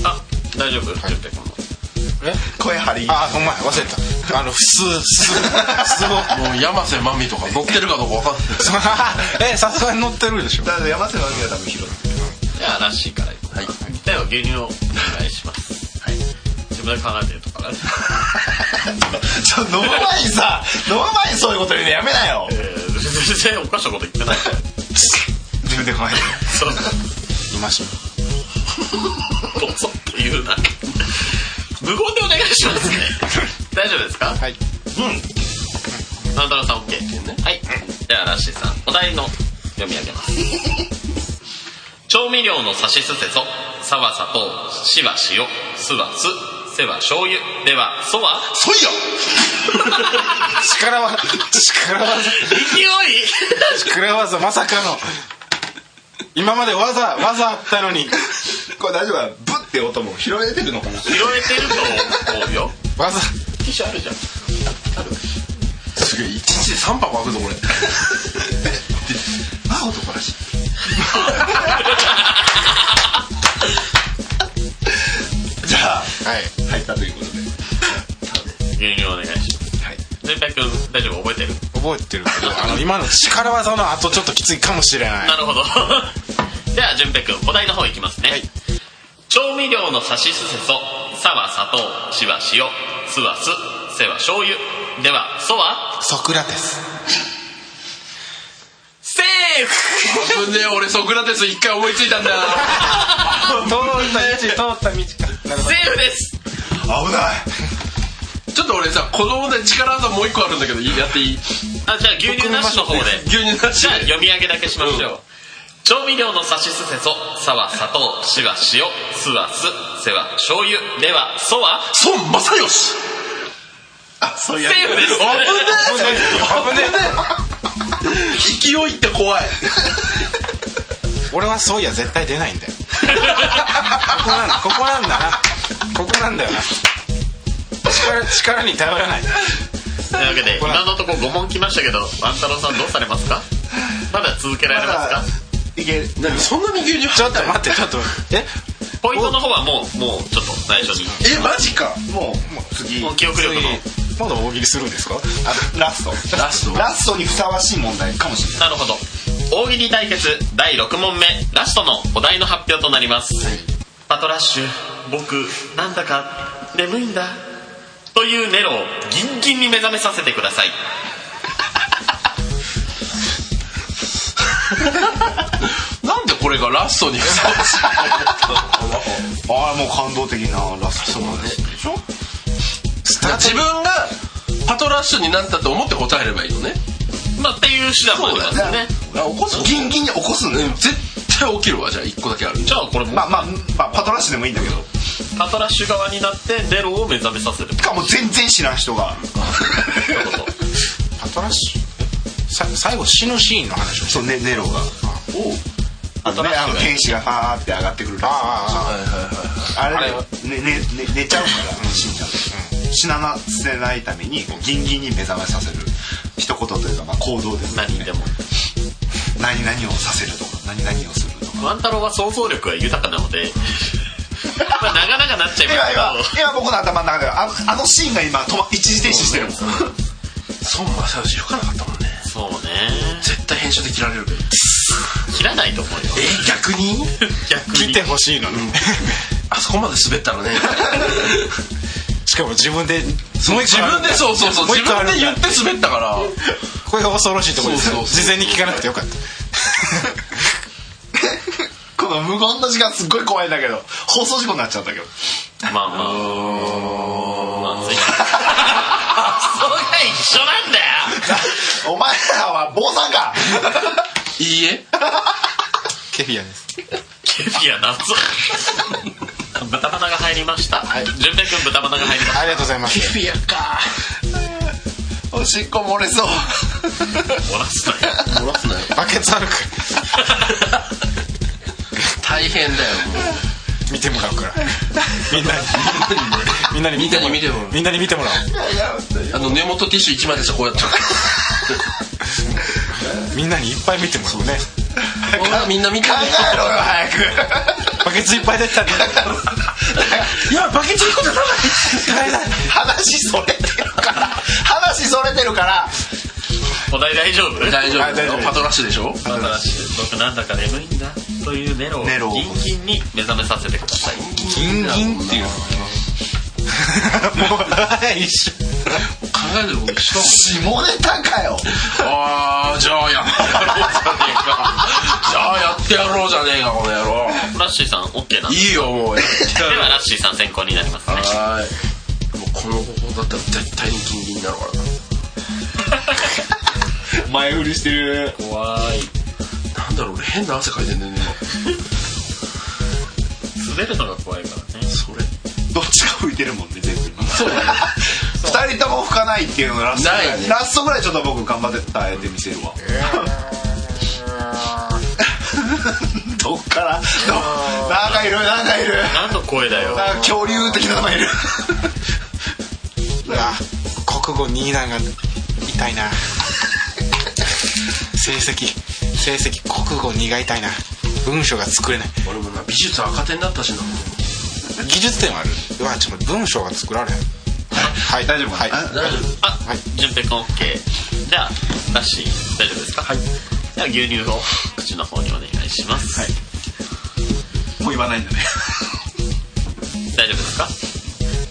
[SPEAKER 2] あ大丈夫、順平君も
[SPEAKER 1] 声張り
[SPEAKER 5] あお前忘れたあの普通
[SPEAKER 3] すごいもう山瀬まみとか乗ってるかどうか分かんない
[SPEAKER 5] えさすがに乗ってるでしょ
[SPEAKER 1] だから山瀬のわけは多分拾って
[SPEAKER 2] じゃあラッシーからいこうはいでは牛乳をお願いしますはい自分で考えてるとかね
[SPEAKER 1] <laughs> ちょ飲む前にさ飲む前にそういうこと言うのやめなよ
[SPEAKER 2] えー全然おかしなこと言ってないから
[SPEAKER 1] 自分で考えて
[SPEAKER 2] そう
[SPEAKER 5] 今しも
[SPEAKER 2] どうぞっていうなんか無言でお願いしま
[SPEAKER 1] <laughs>
[SPEAKER 2] すね大丈夫ですかはいうんなんたらさん OK ねはいではラッシーさんお題の読み上げます調味料のさしすせそ「さは砂糖」「しは塩」「すは酢」「せは醤油」では「そは」
[SPEAKER 1] そ
[SPEAKER 2] <laughs>
[SPEAKER 1] いよ
[SPEAKER 5] 力技力技
[SPEAKER 2] 勢い
[SPEAKER 5] 力技まさかの今まで技技あったのに
[SPEAKER 1] これ大丈夫だブッて音も拾えてるのかな
[SPEAKER 2] 拾えてると思うよ
[SPEAKER 5] 技
[SPEAKER 2] 機種あるじゃん
[SPEAKER 3] すげえ一日で3箱開くぞこれ
[SPEAKER 1] あ男らしいじゃあ
[SPEAKER 5] はい
[SPEAKER 1] 入ったということで
[SPEAKER 2] 牛乳お願いします
[SPEAKER 1] はい
[SPEAKER 2] 全平君大丈夫覚えてる
[SPEAKER 5] 覚えてるけどあの今の力技の後ちょっときついかもしれない
[SPEAKER 2] なるほど <laughs> では順平君お題の方いきますね、調味料のさしすせそ「さ」は砂糖「し」は塩「す」は酢「せ」は醤油では「そ」は
[SPEAKER 5] ソクラテス
[SPEAKER 2] セーフ
[SPEAKER 3] 危ねえ俺ソクラテス一回思いついたんだよな
[SPEAKER 5] 通った道通った道か
[SPEAKER 2] セーフです
[SPEAKER 1] 危ない
[SPEAKER 3] ちょっと俺さこの問題力技もう一個あるんだけどいいやっていい
[SPEAKER 2] あじゃあ牛乳なしの方で
[SPEAKER 3] 牛乳なし
[SPEAKER 2] じゃあ読み上げだけしましょう、調味料のさしすせそ「さ」は砂糖「し」は塩「す」は酢「せ」は醤油では「そ」は
[SPEAKER 3] 孫正義
[SPEAKER 1] あそういう
[SPEAKER 2] セーフです
[SPEAKER 3] 勢いって怖い
[SPEAKER 5] 俺はそういや絶対出ないんだよここなんここなんだなここなんだよな力力に頼らない
[SPEAKER 2] というわけで
[SPEAKER 5] ほら
[SPEAKER 2] 今のところ5問来ましたけど万太郎さんどうされますかまだ続けられますか
[SPEAKER 1] いける
[SPEAKER 3] 何そんなに牛乳
[SPEAKER 5] ちょっと待ってちょっとえ
[SPEAKER 2] ポイントの方はもうもうちょっと内緒に
[SPEAKER 3] えマジか
[SPEAKER 1] もうもう次
[SPEAKER 2] もう記憶力の
[SPEAKER 5] まだ大喜利するんですか
[SPEAKER 1] あラスト
[SPEAKER 3] ラスト
[SPEAKER 1] ラストにふさわしい問題かもしれない
[SPEAKER 2] なるほど大喜利対決第6問目ラストのお題の発表となります、パトラッシュ僕なんだか眠いんだというネロをギンギンに目覚めさせてください
[SPEAKER 3] なんでここれがラストにふさわしい
[SPEAKER 1] ああもう感動的なラストなんですでしょ
[SPEAKER 3] 自分がパトラッシュになったと思って答えればいいのね
[SPEAKER 2] まあっていう手段もありますよね
[SPEAKER 3] あ起こす
[SPEAKER 1] ギンギンに起こすんだよ
[SPEAKER 3] 絶対起きるわじゃあ1個だけある
[SPEAKER 2] じゃあこれも
[SPEAKER 1] まあまあ、まあ、パトラッシュでもいいんだけど
[SPEAKER 2] パトラッシュ側になってデロを目覚めさせる
[SPEAKER 1] かもう全然知らん人が
[SPEAKER 2] ってこと
[SPEAKER 5] パトラッシュえさ最後死ぬシーンの話を
[SPEAKER 1] そうねネロが
[SPEAKER 2] パトラッ
[SPEAKER 1] ねあ
[SPEAKER 2] シュ
[SPEAKER 1] の
[SPEAKER 2] が
[SPEAKER 1] 天使がファーって上がってくるあ
[SPEAKER 5] あ
[SPEAKER 3] はいはいは
[SPEAKER 1] あれねねね寝ちゃうから死んじゃう、死なせないためにこうギンギンに目覚めさせる一言というかまあ行動です、ね、
[SPEAKER 2] 何でも
[SPEAKER 1] 何々をさせるとか何々をするとか
[SPEAKER 2] ワン太郎は想像力が豊かなのでまあなかなかなっちゃい
[SPEAKER 1] 今
[SPEAKER 2] ますけど
[SPEAKER 1] 今今僕の頭の中ではあのあのシーンが今止ま一時停止してるもん
[SPEAKER 3] い孫正義吹かなかったもんね
[SPEAKER 2] そうね
[SPEAKER 3] 絶対編集で切られる
[SPEAKER 2] 切らないと思うよ
[SPEAKER 3] えー逆に
[SPEAKER 2] 逆
[SPEAKER 5] 切っ
[SPEAKER 2] に
[SPEAKER 5] てほしいのに、
[SPEAKER 3] あそこまで滑ったらね
[SPEAKER 5] しかも自分でもう一
[SPEAKER 3] <laughs> 自
[SPEAKER 5] 個ある
[SPEAKER 3] 分でそうそうそう
[SPEAKER 5] もう
[SPEAKER 3] 自
[SPEAKER 5] 一個あ
[SPEAKER 3] 分
[SPEAKER 5] る
[SPEAKER 3] で言って滑ったから
[SPEAKER 5] これが恐ろしいところです
[SPEAKER 3] そうそうそう
[SPEAKER 5] 事前に聞かなくてよかった
[SPEAKER 1] この無言の時間すっごい怖いんだけど放送事故になっちゃったけど
[SPEAKER 2] まあまあまあつい発想が一緒なんだよ
[SPEAKER 1] お前らは坊さんか <laughs>
[SPEAKER 3] いいえ
[SPEAKER 5] ケフィアです
[SPEAKER 2] ケフィア謎豚鼻が入りました純平君豚鼻が入りました
[SPEAKER 5] ありがとうございます
[SPEAKER 1] フィアかおしっこ漏れそう
[SPEAKER 2] 漏らすなよ
[SPEAKER 3] 漏らすなよ
[SPEAKER 5] バケツあるか
[SPEAKER 3] 大変だよ
[SPEAKER 5] ら見てもらう
[SPEAKER 3] <laughs>
[SPEAKER 5] からみんなにみんなに見てもらう
[SPEAKER 3] みんなに見てもらう
[SPEAKER 5] みんなに見てもらお
[SPEAKER 3] あの根元ティッシュ1枚でしこうや <laughs> って
[SPEAKER 5] うみんなにいっぱい見てもらおうね
[SPEAKER 3] ほらみんな見て
[SPEAKER 1] 考えろよ早く
[SPEAKER 5] バケツいっぱい出てたね
[SPEAKER 3] <laughs> いやバケツ1個じゃない
[SPEAKER 1] 話それてるから話それてるから
[SPEAKER 2] お題大丈夫
[SPEAKER 3] 大丈
[SPEAKER 5] あ大丈
[SPEAKER 3] 夫
[SPEAKER 5] 夫
[SPEAKER 3] パトラッシュでしょ
[SPEAKER 2] まだ僕なんだか眠いんだというネロを
[SPEAKER 1] ネロを
[SPEAKER 2] ギンギンに目覚めさせてください
[SPEAKER 5] ギンギンっていうのもう一緒
[SPEAKER 3] 考えてること一緒
[SPEAKER 1] 下ネタかよ
[SPEAKER 3] ああじゃあ <laughs> やってやろうじゃねえかじゃあやってやろうじゃねえかこの野郎
[SPEAKER 2] ラッシーさん OK なんで
[SPEAKER 3] いいよもうやってや
[SPEAKER 2] で
[SPEAKER 3] る
[SPEAKER 2] はラッシーさん先行になりますね
[SPEAKER 3] はーいもうこの方法だったら絶対にギンギンになるからな
[SPEAKER 1] 前振りしてる
[SPEAKER 2] 怖い
[SPEAKER 3] なんだろう俺変な汗かいてんだよね今
[SPEAKER 2] 滑るのが怖いからね
[SPEAKER 3] それ
[SPEAKER 1] どっちか浮いてるもんね全部そう2人とも拭かないっていうのがラストぐら
[SPEAKER 3] ない
[SPEAKER 1] い
[SPEAKER 3] ね
[SPEAKER 1] ラストぐらいちょっと僕頑張って耐えてみせるわどっからどなんかいるなんかいる
[SPEAKER 2] 何の声だよ
[SPEAKER 1] なんか恐竜的なのがいる
[SPEAKER 5] うわ国語2段が痛いな成績成績国語2が痛いな文章が作れない
[SPEAKER 3] 俺もな美術赤点だったしな
[SPEAKER 5] 技術点はあるうわちょっと待って文章が作ら
[SPEAKER 1] <laughs>
[SPEAKER 5] れへんはい
[SPEAKER 1] 大丈夫
[SPEAKER 5] はい
[SPEAKER 1] あ
[SPEAKER 3] 大丈夫
[SPEAKER 2] あ、
[SPEAKER 5] はい
[SPEAKER 2] 順平君 OK じゃあラッシー大丈夫ですかはいでは牛乳を口の方にお願いします、
[SPEAKER 1] もう言わないんだね
[SPEAKER 2] 大丈夫ですか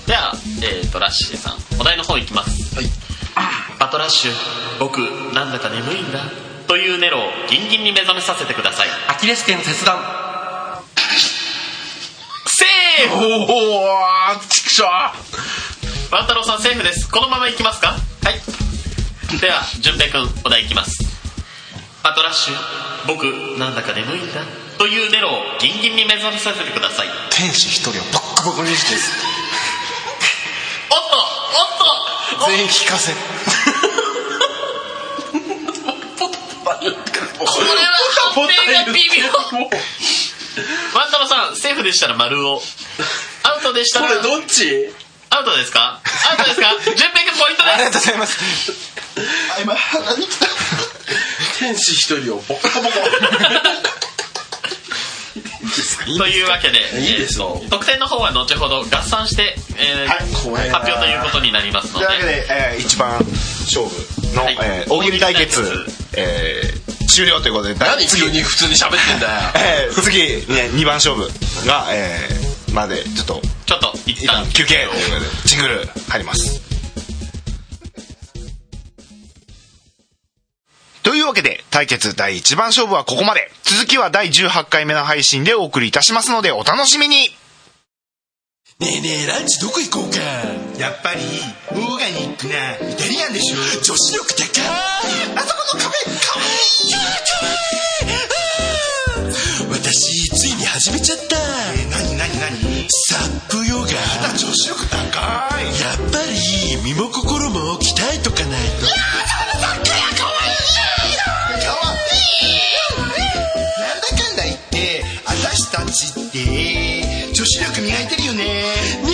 [SPEAKER 2] では、えー、とラッシーさんお題の方いきます
[SPEAKER 3] はい
[SPEAKER 2] パトラッシュ僕なんだか眠いんだというネロをギンギンに目覚めさせてください
[SPEAKER 3] アキレス腱切断
[SPEAKER 2] セーフ
[SPEAKER 3] おおちくしょう
[SPEAKER 2] 万太郎さんセーフですこのままいきますかはいでは順平君お題いきますパトラッシュ僕なんだか眠いんだというネロをギンギンに目覚めさせてくださいおっ
[SPEAKER 5] 天使一人をボッコボコにして
[SPEAKER 2] とおっと
[SPEAKER 5] 全員引かせ
[SPEAKER 2] これは判定が微妙万太郎さんセーフでしたら丸をアウトでしたら
[SPEAKER 3] どっち
[SPEAKER 2] アウトですかアウト <laughs> ですか順平君ポイント
[SPEAKER 5] あり
[SPEAKER 2] で
[SPEAKER 5] がとうございます
[SPEAKER 1] あ今何来た
[SPEAKER 3] <laughs> 天使一人をボッコ <laughs> ボコ
[SPEAKER 2] すというわけで
[SPEAKER 3] いいですよ
[SPEAKER 2] えーと得点の方は後ほど合算して、えー
[SPEAKER 1] はい
[SPEAKER 2] 発表ということになりますの
[SPEAKER 1] という
[SPEAKER 2] で
[SPEAKER 1] わけで、えー一番勝負の、
[SPEAKER 2] はい
[SPEAKER 1] えー大喜利対決
[SPEAKER 2] 大喜利対、
[SPEAKER 1] えー終了ということで
[SPEAKER 3] 何
[SPEAKER 1] 次
[SPEAKER 3] 急に普通に喋ってんだよ
[SPEAKER 1] えー次、ね、2番勝負が、えーまでちょっと
[SPEAKER 2] ちょっと一
[SPEAKER 1] 一
[SPEAKER 2] 旦
[SPEAKER 1] 旦休憩ということでジングル入りますといういうわけで、対決第1番勝負はここまで。続きは第18回目の配信でお送りいたしますので、お楽しみに
[SPEAKER 6] ねえねえランチどこ行こうかやっぱりオーガニックなイタリアンでしょ女子力高いあそこの壁かわいいかわいい私ついに始めちゃったえなになになにサップヨガ女子力高いやっぱり身も心も鍛えとかないといやーそのサップヨガかわいいかわいいなんだかんだ言って私たちって女子力磨いてるよねね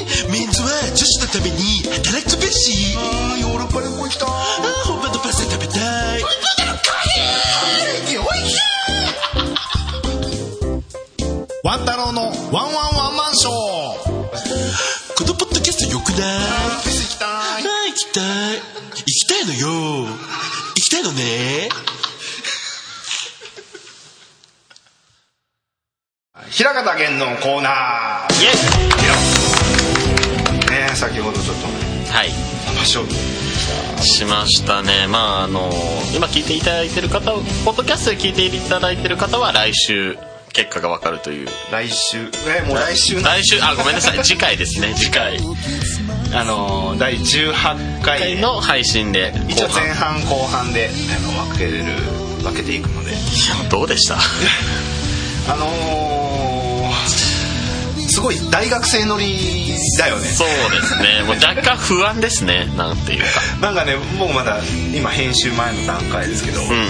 [SPEAKER 6] えメンズは女子のために働くべしあーヨーロッパ旅行行きたいあー本場のパスタ食べたい本場のカレーおいしい
[SPEAKER 1] ワンタロウのワンワンワンマンショー
[SPEAKER 6] このポッドキャストよくない
[SPEAKER 1] フェス行きた
[SPEAKER 6] あ
[SPEAKER 1] い
[SPEAKER 6] ー行きたい行きたいのよ行きたいのね
[SPEAKER 1] 平方玄のコーナー
[SPEAKER 2] イエス
[SPEAKER 1] ね先ほどちょっとね
[SPEAKER 2] はい
[SPEAKER 1] 生勝負
[SPEAKER 2] しましたねまああの今聞いていただいてる方ポッドキャストで聞いていただいてる方は来週結果がわかるという
[SPEAKER 1] 来週えもう来週な
[SPEAKER 2] 来週あごめんな <laughs> さい次回ですね次回
[SPEAKER 1] あのー第18回の
[SPEAKER 2] の配信で
[SPEAKER 1] 一
[SPEAKER 2] 後
[SPEAKER 1] 応前
[SPEAKER 2] 半
[SPEAKER 1] 半後半であの分けれる分けていくので
[SPEAKER 2] どうで <laughs> した
[SPEAKER 1] あのーすごい大学生乗りだよね
[SPEAKER 2] そうですねもう若干不安ですねなんていうか
[SPEAKER 1] なんかねもうまだ今編集前の段階ですけど、
[SPEAKER 2] うんうんうん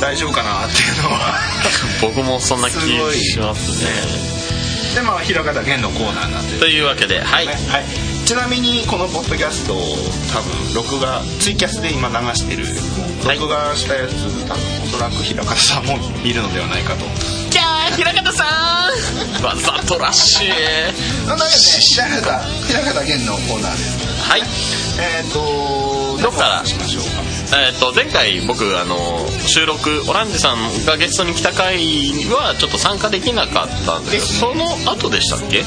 [SPEAKER 1] 大丈夫かなっていうのは <laughs>
[SPEAKER 2] 僕もそんな気
[SPEAKER 1] すごい
[SPEAKER 2] しますね
[SPEAKER 1] でまあ平方玄のコーナーなんで
[SPEAKER 2] というわけではい
[SPEAKER 1] ねはい、ちなみにこのポッドキャストを多分録画ツイキャスで今流してる
[SPEAKER 2] はい
[SPEAKER 1] 録画したやつ多分おそらく平方さんも見るのではないかと
[SPEAKER 2] キャー平方さんわざとらしい
[SPEAKER 5] そんなわけで平方平方玄のコーナーです
[SPEAKER 2] はい
[SPEAKER 1] えっ、と
[SPEAKER 2] どっから
[SPEAKER 1] 何をしましょうか
[SPEAKER 2] えっと前回僕あの収録オランジさんがゲストに来た回はちょっと参加できなかったんですけどその後でしたっけ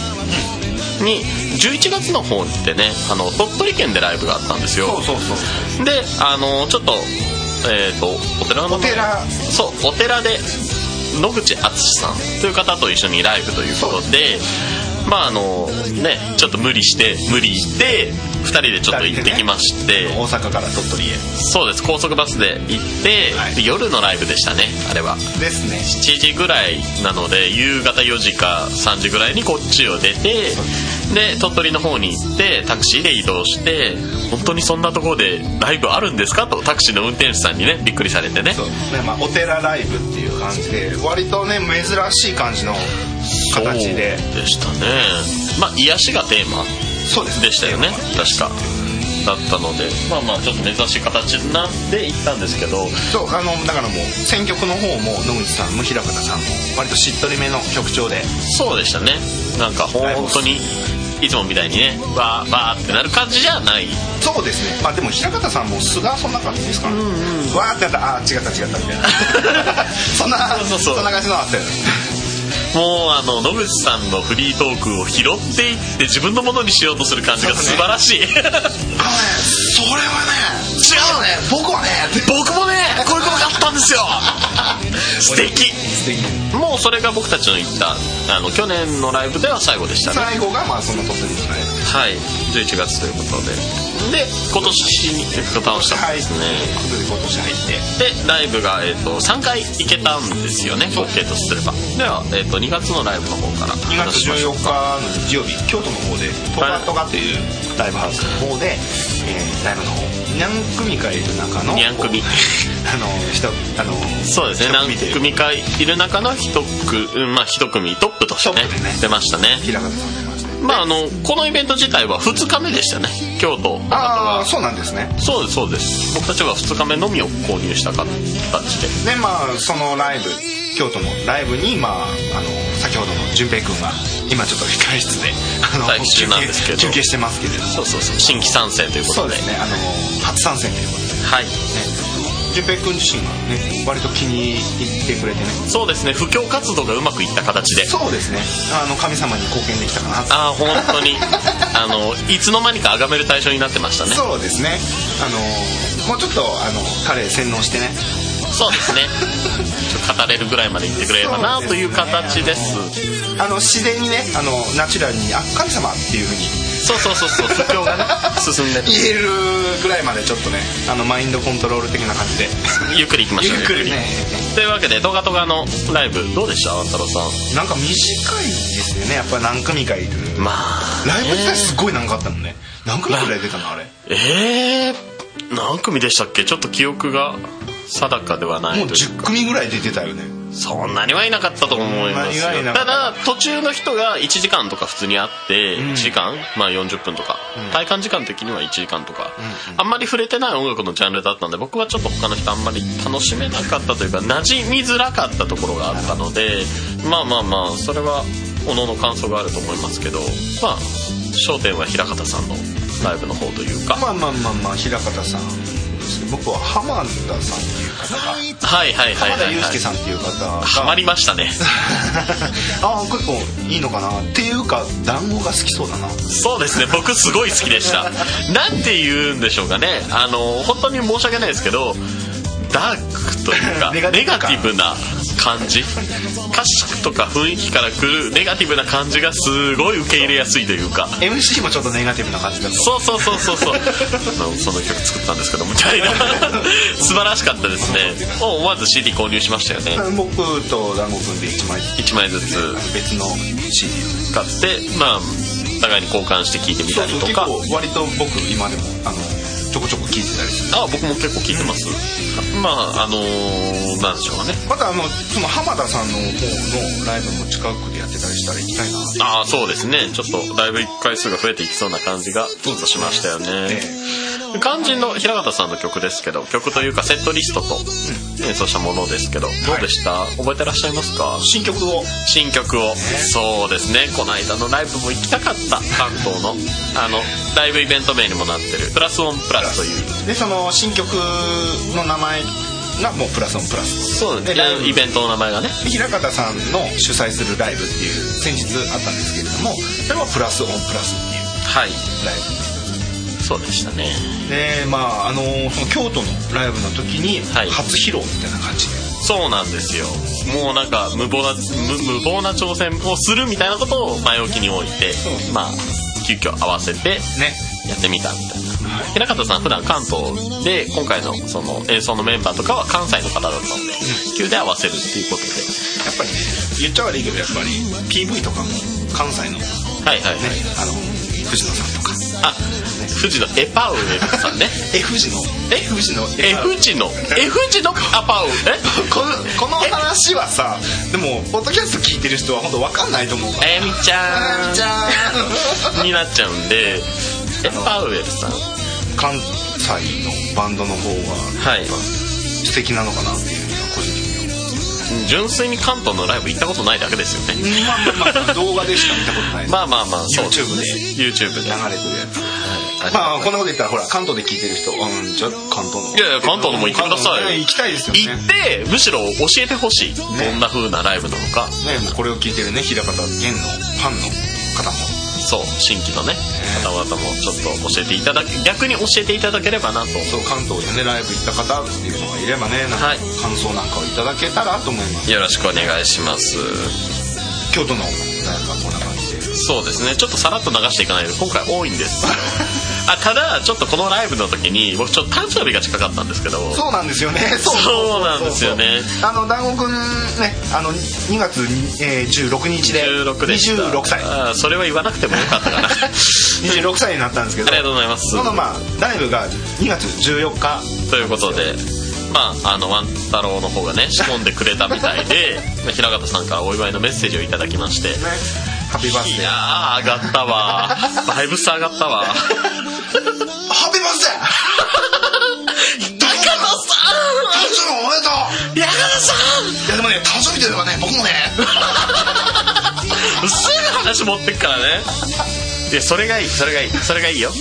[SPEAKER 2] に11月の方ってねあの鳥取県でライブがあったんですよ
[SPEAKER 1] そうそうそう
[SPEAKER 2] であのちょっとえっ、とお寺の名前
[SPEAKER 1] お寺
[SPEAKER 2] そうお寺で野口敦さんという方と一緒にライブということでまああのねちょっと無理して無理して2人でちょっと行ってきまして、
[SPEAKER 1] 大阪から鳥取へ
[SPEAKER 2] そうです高速バスで行って、
[SPEAKER 1] はい
[SPEAKER 2] で夜のライブでしたねあれは
[SPEAKER 1] ですね
[SPEAKER 2] 7時ぐらいなので夕方4時か3時ぐらいにこっちを出てで鳥取の方に行ってタクシーで移動して本当にそんなところでライブあるんですかとタクシーの運転手さんにねびっくりされてね
[SPEAKER 1] そうねまあ、お寺ライブっていう感じで割とね珍しい感じの形で
[SPEAKER 2] そうでしたねまあ癒しがテーマ
[SPEAKER 1] そうです
[SPEAKER 2] でしたよね確かだったのでまあまあちょっと珍しい形なんで行ったんですけど
[SPEAKER 1] そうあのだからもう選曲の方も野口さんも平方さんも割としっとりめの曲調で
[SPEAKER 2] そうでしたねなんか
[SPEAKER 1] ライブ
[SPEAKER 2] 本当にいつもみたいにねわーわーってなる感じじゃない
[SPEAKER 1] そうですねまあでも平方さんも素がそんな感じですから、ねわーってなったらあー違った違ったみたいな <laughs> そんな
[SPEAKER 2] そうそうそうん
[SPEAKER 1] な感じのあったよね
[SPEAKER 2] もうあの野口さんのフリートークを拾っていって自分のものにしようとする感じが素晴ら <laughs> しい、
[SPEAKER 5] あのねそれはね違うのね僕はね
[SPEAKER 2] 僕もねこういうことがあったん <laughs> ですよ素敵もうそれが僕たちの行ったあの去年のライブでは最後でしたね
[SPEAKER 1] 最後がまあその突入のね
[SPEAKER 2] はい11月ということでで今年にボタンを押したんですね、
[SPEAKER 1] ことで今年入って
[SPEAKER 2] でライブが、えー、と3回行けたんですよね合計とすればでは、えー、と2月のライブの方から
[SPEAKER 1] 2
[SPEAKER 2] 話
[SPEAKER 1] 月
[SPEAKER 2] しましょ
[SPEAKER 1] 14
[SPEAKER 2] う
[SPEAKER 1] 日の日曜日京都の方でトガトガというライブハウスの方で、えー、ライブの方何組かいる中の
[SPEAKER 2] 2組
[SPEAKER 1] <laughs> あの人あの
[SPEAKER 2] そうですね
[SPEAKER 1] 一
[SPEAKER 2] 何
[SPEAKER 1] 組という
[SPEAKER 2] 組かいる中の1組,、まあ、一組トップとして
[SPEAKER 1] ト
[SPEAKER 2] ね
[SPEAKER 1] ップでね
[SPEAKER 2] 出ましたね
[SPEAKER 1] 平方さん出ましたね
[SPEAKER 2] まああのこのイベント自体は2日目でしたね京都の
[SPEAKER 1] あ
[SPEAKER 2] 方
[SPEAKER 1] あ
[SPEAKER 2] は
[SPEAKER 1] そうなんですね
[SPEAKER 2] そうですそうです僕たちは2日目のみを購入した形で
[SPEAKER 1] でまあそのライブ京都のライブにまああの先ほどの淳平君が今ちょっと控え室であの
[SPEAKER 2] 待機中なんですけど
[SPEAKER 1] 休憩してますけれども
[SPEAKER 2] そうそうそう新規参戦というこ
[SPEAKER 1] そ
[SPEAKER 2] と
[SPEAKER 1] う
[SPEAKER 2] で
[SPEAKER 1] ですねあの初参戦ということで
[SPEAKER 2] はい
[SPEAKER 1] 淳平君自身がね割と気に入ってくれてね
[SPEAKER 2] そうですね布教活動がうまくいった形で
[SPEAKER 1] そうですねあの神様に貢献できたかな
[SPEAKER 2] ああ本当にあのいつの間にか崇める対象になってましたね
[SPEAKER 1] そうですねあのもうちょっとあの彼洗脳してね
[SPEAKER 2] そうですねちょっと語れるぐらいまで言ってくれればなという形です
[SPEAKER 1] あの自然にねあのナチュラルに「あ神様」っていうふうに
[SPEAKER 2] そうそうそうそう布教がね進んで
[SPEAKER 1] 言えるぐらいまでちょっとねあのマインドコントロール的な感じで
[SPEAKER 2] ゆっくりいきましょう
[SPEAKER 1] <laughs> ゆっくりね
[SPEAKER 2] というわけでトガトガのライブどうでした万太郎さん
[SPEAKER 1] なんか短いですよねやっぱ何組かいる
[SPEAKER 2] まあ
[SPEAKER 1] ライブ自体すごい長かったもんね何組ぐらい出たのあれ
[SPEAKER 2] えー、何組でしたっけちょっと記憶が定かではない
[SPEAKER 1] もう
[SPEAKER 2] という
[SPEAKER 1] 10組ぐらい出てたよね
[SPEAKER 2] そんなにはいなかったと思いますよ
[SPEAKER 1] そんなにはいなかった
[SPEAKER 2] ただ途中の人が1時間とか普通にあって1時間、まあ40分とか、体感時間的には1時間とか、あんまり触れてない音楽のジャンルだったんで僕はちょっと他の人あんまり楽しめなかったというか馴染みづらかったところがあったのでまあまあまあそれは各々感想があると思いますけどまあ焦点は平方さんのライブの方というか、
[SPEAKER 1] まあまあまあまあ平方さんですね僕は浜田さんっていう方が
[SPEAKER 2] はいはいはい
[SPEAKER 1] 浜
[SPEAKER 2] は
[SPEAKER 1] 田
[SPEAKER 2] い、
[SPEAKER 1] 祐
[SPEAKER 2] はい
[SPEAKER 1] 介、さんっていう方が
[SPEAKER 2] ハマりましたね
[SPEAKER 1] <laughs> ああ結構いいのかなっていうか団子が好きそうだな
[SPEAKER 2] そうですね僕すごい好きでしたなんて言うんでしょうかねあの本当に申し訳ないですけどダークというか
[SPEAKER 1] <laughs> ネガティ
[SPEAKER 2] ネ
[SPEAKER 1] ブ
[SPEAKER 2] ガ
[SPEAKER 1] 感
[SPEAKER 2] ティブな感じ歌詞とか雰囲気からくるネガティブな感じがすごい受け入れやすいというか
[SPEAKER 1] MC もちょっとネガティブな感じだと
[SPEAKER 2] そうそうそうそうそうあのその曲作ったんですけどみたいな <laughs> 素晴らしかったですねもう思わず CD 購入しましたよね
[SPEAKER 1] 僕と団子くんで1枚
[SPEAKER 2] 1枚ずつ
[SPEAKER 1] 別の CD
[SPEAKER 2] 買ってまあ互いに交換して聴いてみたりと
[SPEAKER 1] 結
[SPEAKER 2] か
[SPEAKER 1] 構割と僕今でもあのちょこちょこ聴いてたりする
[SPEAKER 2] あ僕も結構聞いてます、まああのーなんでしょうかね
[SPEAKER 1] またあのその浜田さんの方のライブも近くでやってたりしたら行きたいなって
[SPEAKER 2] ああそうですねちょっとだいぶ回数が増えていきそうな感じがちょっとしましたよね肝心の平方さんの曲ですけど曲というかセットリストと演奏したものですけどどうでした、覚えてらっしゃいますか
[SPEAKER 1] 新曲を
[SPEAKER 2] 新曲を、そうですねこの間のライブも行きたかった関東のあのライブイベント名にもなってる「プラスオンプラス」という
[SPEAKER 1] でその新曲の名前がもうプラスオンプラス
[SPEAKER 2] そう
[SPEAKER 1] ねライブ
[SPEAKER 2] イベントの名前がね
[SPEAKER 1] で平方さんの主催するライブっていう先日あったんですけれどもそれはプラスオンプラスっていう
[SPEAKER 2] はい
[SPEAKER 1] ライブ
[SPEAKER 2] そうでしたね
[SPEAKER 1] でまああのその京都のライブの時に
[SPEAKER 2] はい
[SPEAKER 1] 初披露みたいな感じで、
[SPEAKER 2] そうなんですよもうなんか無謀な無無謀な挑戦をするみたいなことを前置きに置いて
[SPEAKER 1] そう
[SPEAKER 2] まあ急遽合わせて
[SPEAKER 1] ね
[SPEAKER 2] やってみたみたいな平方さん普段関東で今回のその演奏のメンバーとかは関西の方だったので急で合わせるっていうことで
[SPEAKER 1] やっぱりね言っちゃ悪いけどやっぱり PV とかも関西のね
[SPEAKER 2] はいはいはい
[SPEAKER 1] あの藤野さんとか
[SPEAKER 2] あ富士のエパウエさんね
[SPEAKER 1] F 字の
[SPEAKER 2] <laughs> え
[SPEAKER 1] F 字の
[SPEAKER 2] え富士のえ富士のアパウえ
[SPEAKER 1] このこの話はさでもポッドキャスト聞いてる人は本当わかんないと思うから
[SPEAKER 2] あやみちゃん
[SPEAKER 1] じゃ
[SPEAKER 2] になっちゃうんでエパウエルさん
[SPEAKER 1] ーん関西のバンドの方が
[SPEAKER 2] はい
[SPEAKER 1] 素敵なのかなっていうのが個人的
[SPEAKER 2] <laughs>
[SPEAKER 1] に
[SPEAKER 2] 純粋に関東のライブ行ったことないだけですよね
[SPEAKER 1] まあまあまあ動画でしか見たことないです、
[SPEAKER 2] まあまあまあそう
[SPEAKER 1] YouTube で
[SPEAKER 2] YouTube で
[SPEAKER 1] 流れてるやつまあこんなこと言ったらほら関東で聞いてる人うんじゃあ関東の
[SPEAKER 2] いやいや関東のも行ってください
[SPEAKER 1] 関東
[SPEAKER 2] よ
[SPEAKER 1] のね行きたいですよね
[SPEAKER 2] 行ってむしろ教えてほしいどんな風なライブなのか
[SPEAKER 1] ねもうこれを聞いてるね平方源のファンの方も
[SPEAKER 2] そう新規のね方々もちょっと教えていただけ逆に教えていただければなと
[SPEAKER 1] そう関東でねライブ行った方っていうのがいればねなん
[SPEAKER 2] は
[SPEAKER 1] か
[SPEAKER 2] い
[SPEAKER 1] 感想なんかをいただけたらと思います、
[SPEAKER 2] よろしくお願いします
[SPEAKER 1] 京都のライブはこんな感じで
[SPEAKER 2] そうですねちょっとさらっと流していかないと今回多い
[SPEAKER 1] <laughs>
[SPEAKER 2] んですよあただちょっとこのライブの時に僕ちょっと誕生日が近かったんですけど
[SPEAKER 1] そうなんですよ <laughs> ねそう
[SPEAKER 2] そうなんですよね
[SPEAKER 1] あの団子くんねあの2月、えー16日で
[SPEAKER 2] 16でした
[SPEAKER 1] 26歳
[SPEAKER 2] あーそれは言わなくてもよかったかなあ
[SPEAKER 1] 26歳になったんですけど
[SPEAKER 2] りがとうございます
[SPEAKER 1] そのまあライブが2月14日
[SPEAKER 2] ということでまああの万太郎の方がね仕込んでくれたみたいでまあ平方さんからお祝いのメッセージをいただきまして
[SPEAKER 1] ねハッピーバース
[SPEAKER 2] い
[SPEAKER 1] デー
[SPEAKER 2] や
[SPEAKER 1] ハ
[SPEAKER 2] ー上がったわバイブス上がったわ
[SPEAKER 1] ッピーバースデー
[SPEAKER 2] 高野さ
[SPEAKER 1] 誕生日おめでと
[SPEAKER 2] ん平方さ
[SPEAKER 1] ういやでもね誕生日といえばね僕もね
[SPEAKER 2] んすぐ話持ってくからねいやそれがいいそれがいいそれがいい <laughs> よ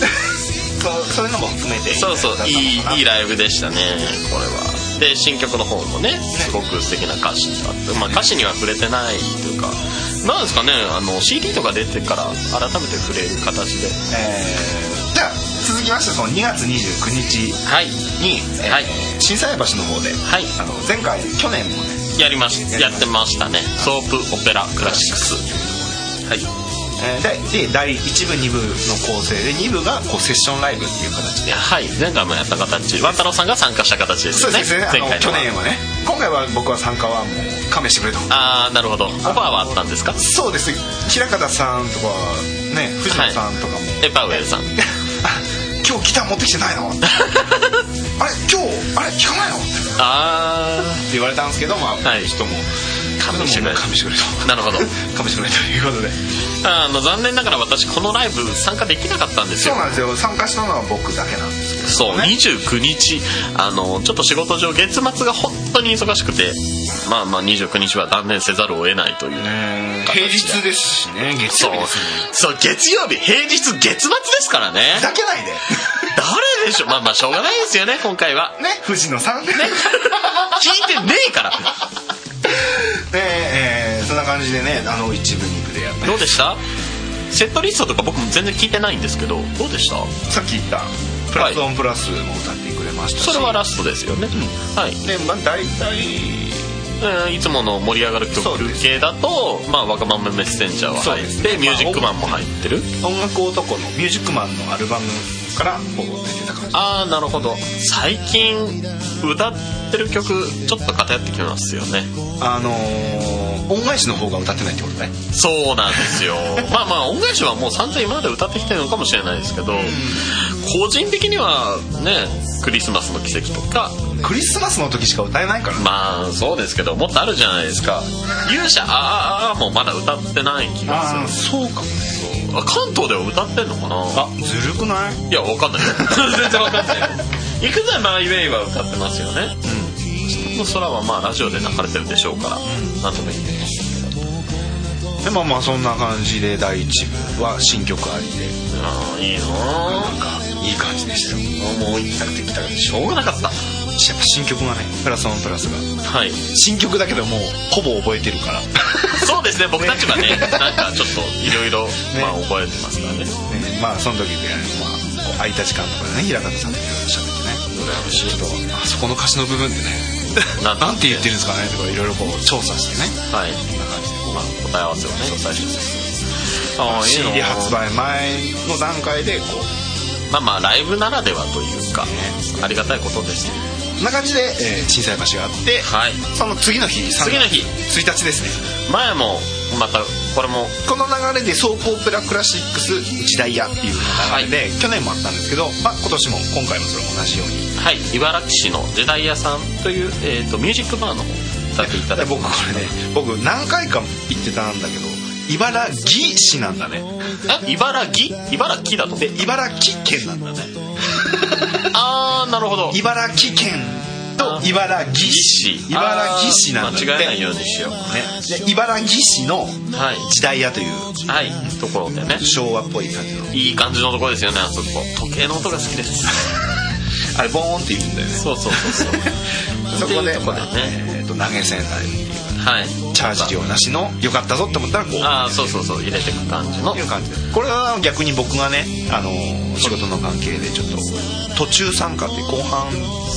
[SPEAKER 1] そうそういうのも含めて
[SPEAKER 2] そうそういいいいライブでしたねこれはで新曲の方もねすごく素敵な歌詞があって、まあ、歌詞には触れてないというかなんですかねあの CD とか出てから改めて触れる形で
[SPEAKER 1] じゃあ続きましてその2月29日
[SPEAKER 2] はい
[SPEAKER 1] に、えー
[SPEAKER 2] はい
[SPEAKER 1] 心斎橋の方で、
[SPEAKER 2] はい
[SPEAKER 1] あの前回去年もね
[SPEAKER 2] やりましやってましたねソープオペラクラシックスはい
[SPEAKER 1] えーでで第1部2部の構成で2部がこうセッションライブっていう形で
[SPEAKER 2] はい前回もやった形万太郎さんが参加した形です
[SPEAKER 1] そう
[SPEAKER 2] よね
[SPEAKER 1] ですねあ
[SPEAKER 2] 前
[SPEAKER 1] の
[SPEAKER 2] 回の
[SPEAKER 1] 去年はね今回は僕は参加はもう勘弁してくれと
[SPEAKER 2] ああなるほどオファーはあったんですか
[SPEAKER 1] そうです平方さんとかね藤野さんとかも、
[SPEAKER 2] エパウエ
[SPEAKER 1] <laughs>
[SPEAKER 2] ルさん
[SPEAKER 1] あ今日ギター持ってきてない <laughs> のあれ今日あれ聞かないのって
[SPEAKER 2] あ
[SPEAKER 1] 言われたんですけどまあ、
[SPEAKER 2] はい
[SPEAKER 1] 人も
[SPEAKER 2] あ勘弁してくれ
[SPEAKER 1] 勘弁してくれと
[SPEAKER 2] なるほど
[SPEAKER 1] 勘弁してくれということで
[SPEAKER 2] あの残念ながら私このライブ参加できなかったんです
[SPEAKER 1] そ
[SPEAKER 2] よ
[SPEAKER 1] うなんですよ参加したのは僕だけなんですけど
[SPEAKER 2] そう
[SPEAKER 1] ね
[SPEAKER 2] 29日あのちょっと仕事上月末が本当に忙しくてまあまあ29日は断念せざるを得ないという
[SPEAKER 1] 平日ですしね月
[SPEAKER 2] そ
[SPEAKER 1] 曜
[SPEAKER 2] う
[SPEAKER 1] 日です
[SPEAKER 2] そう月曜日平日月末ですからね
[SPEAKER 1] だけないで
[SPEAKER 2] 誰でしょうまあまあしょうがないですよね今回は
[SPEAKER 1] ね藤野さんね
[SPEAKER 2] 聞いてねえから
[SPEAKER 1] で、 <laughs> えーそんな感じでねあの一部二部でやった
[SPEAKER 2] どうでしたセットリストとか僕も全然聞いてないんですけどどうでした
[SPEAKER 1] さっき言った「プラスオンプラス」も歌ってくれましたし
[SPEAKER 2] それはラストですよね、はい
[SPEAKER 1] でまあ大体
[SPEAKER 2] えーいつもの盛り上がる曲
[SPEAKER 1] そうです
[SPEAKER 2] 系だと、まあ、若者メッセンジャーは入
[SPEAKER 1] そう
[SPEAKER 2] っ
[SPEAKER 1] で
[SPEAKER 2] て、
[SPEAKER 1] すね
[SPEAKER 2] ミュージックマンも入ってる
[SPEAKER 1] 音楽男のミュージックマンのアルバムからこう出てた感じ
[SPEAKER 2] ああなるほど最近歌ってる曲ちょっと偏ってきますよね
[SPEAKER 1] あのー恩返しの方が歌ってないってことね
[SPEAKER 2] そうなんです
[SPEAKER 1] <laughs>
[SPEAKER 2] よまあまあ恩返しはもう散々今まで歌ってきてるのかもしれないですけど、個人的にはねクリスマスの奇跡とか
[SPEAKER 1] クリスマスの時しか歌えないからね
[SPEAKER 2] まあそうですけどもっとあるじゃないですか勇者あーあーあーもまだ歌ってない気がす
[SPEAKER 1] あ
[SPEAKER 2] る
[SPEAKER 1] そうかもね
[SPEAKER 2] あ関東では歌ってんのかな
[SPEAKER 1] あずるくない
[SPEAKER 2] いや、わかんないよ。全然わかんないよ。いくぜマイウェイは歌ってますよね。うん。空はまあラジオで流れてるでしょうから、なんとも言ってますけど。
[SPEAKER 1] でまあまあそんな感じで第1部は新曲ありで
[SPEAKER 2] ああ、いいなあ
[SPEAKER 1] いい感じでしたよ
[SPEAKER 2] もう行きたくて行きたくてしょうがなかった。
[SPEAKER 1] やっぱ新曲がねプラスオンプラスが
[SPEAKER 2] はい。
[SPEAKER 1] 新曲だけどもうほぼ覚えてるから
[SPEAKER 2] そうですね、僕たち <laughs> はね、なんかちょっといろいろ、まあ覚えてますからね。
[SPEAKER 1] ね <laughs> まあその時で、まあ、こう空いた時間とかでね平方さんといろいろしゃってねちょっとあそこの歌詞の部分でね
[SPEAKER 2] なん
[SPEAKER 1] なんて言ってるんですかねとかいろいろこう調査してね
[SPEAKER 2] はい。まあ答え合わせをね、最初に。ああ、いいな
[SPEAKER 1] CD 発売前の段階でこう
[SPEAKER 2] まあまあライブならではというか、ありがたいことですね。
[SPEAKER 1] こんな感じで、えー、小さい橋があって
[SPEAKER 2] はい。
[SPEAKER 1] その次の日3
[SPEAKER 2] 次の日
[SPEAKER 1] 月1日ですね
[SPEAKER 2] 前も、また、これも
[SPEAKER 1] この流れで「走行プラクラシックス時代や」っていう流れで、去年もあったんですけど、まあ、今年も今回もそれも同じように
[SPEAKER 2] はい、茨城市の時代屋さんという、えー、とミュージックバーの方に歌っていた
[SPEAKER 1] で
[SPEAKER 2] だいて
[SPEAKER 1] 僕これね僕何回か言ってたんだけど茨城市なんだね
[SPEAKER 2] あ茨城茨城だと
[SPEAKER 1] で茨城県なんだね
[SPEAKER 2] ああなるほど
[SPEAKER 1] 茨城県と茨城市茨城市なんだって
[SPEAKER 2] あー間違えないようにしよう
[SPEAKER 1] ね、で茨城市の
[SPEAKER 2] はい、
[SPEAKER 1] 時代屋という
[SPEAKER 2] はい、ところでね
[SPEAKER 1] 昭和っぽい感じの
[SPEAKER 2] いい感じのところですよねあそこ時計の音が好きです
[SPEAKER 1] あれボーンって言うんだよね
[SPEAKER 2] そうそうそうそう
[SPEAKER 1] そこ
[SPEAKER 2] ってい
[SPEAKER 1] で
[SPEAKER 2] うところで
[SPEAKER 1] まあえーと投げ銭台
[SPEAKER 2] <laughs> はい
[SPEAKER 1] チャージ料なしのよかったぞって思ったらこう
[SPEAKER 2] ああそうそうそう入れてく感じの
[SPEAKER 1] いう感じでこれは逆に僕がね、あのー仕事の関係でちょっと途中参加って後半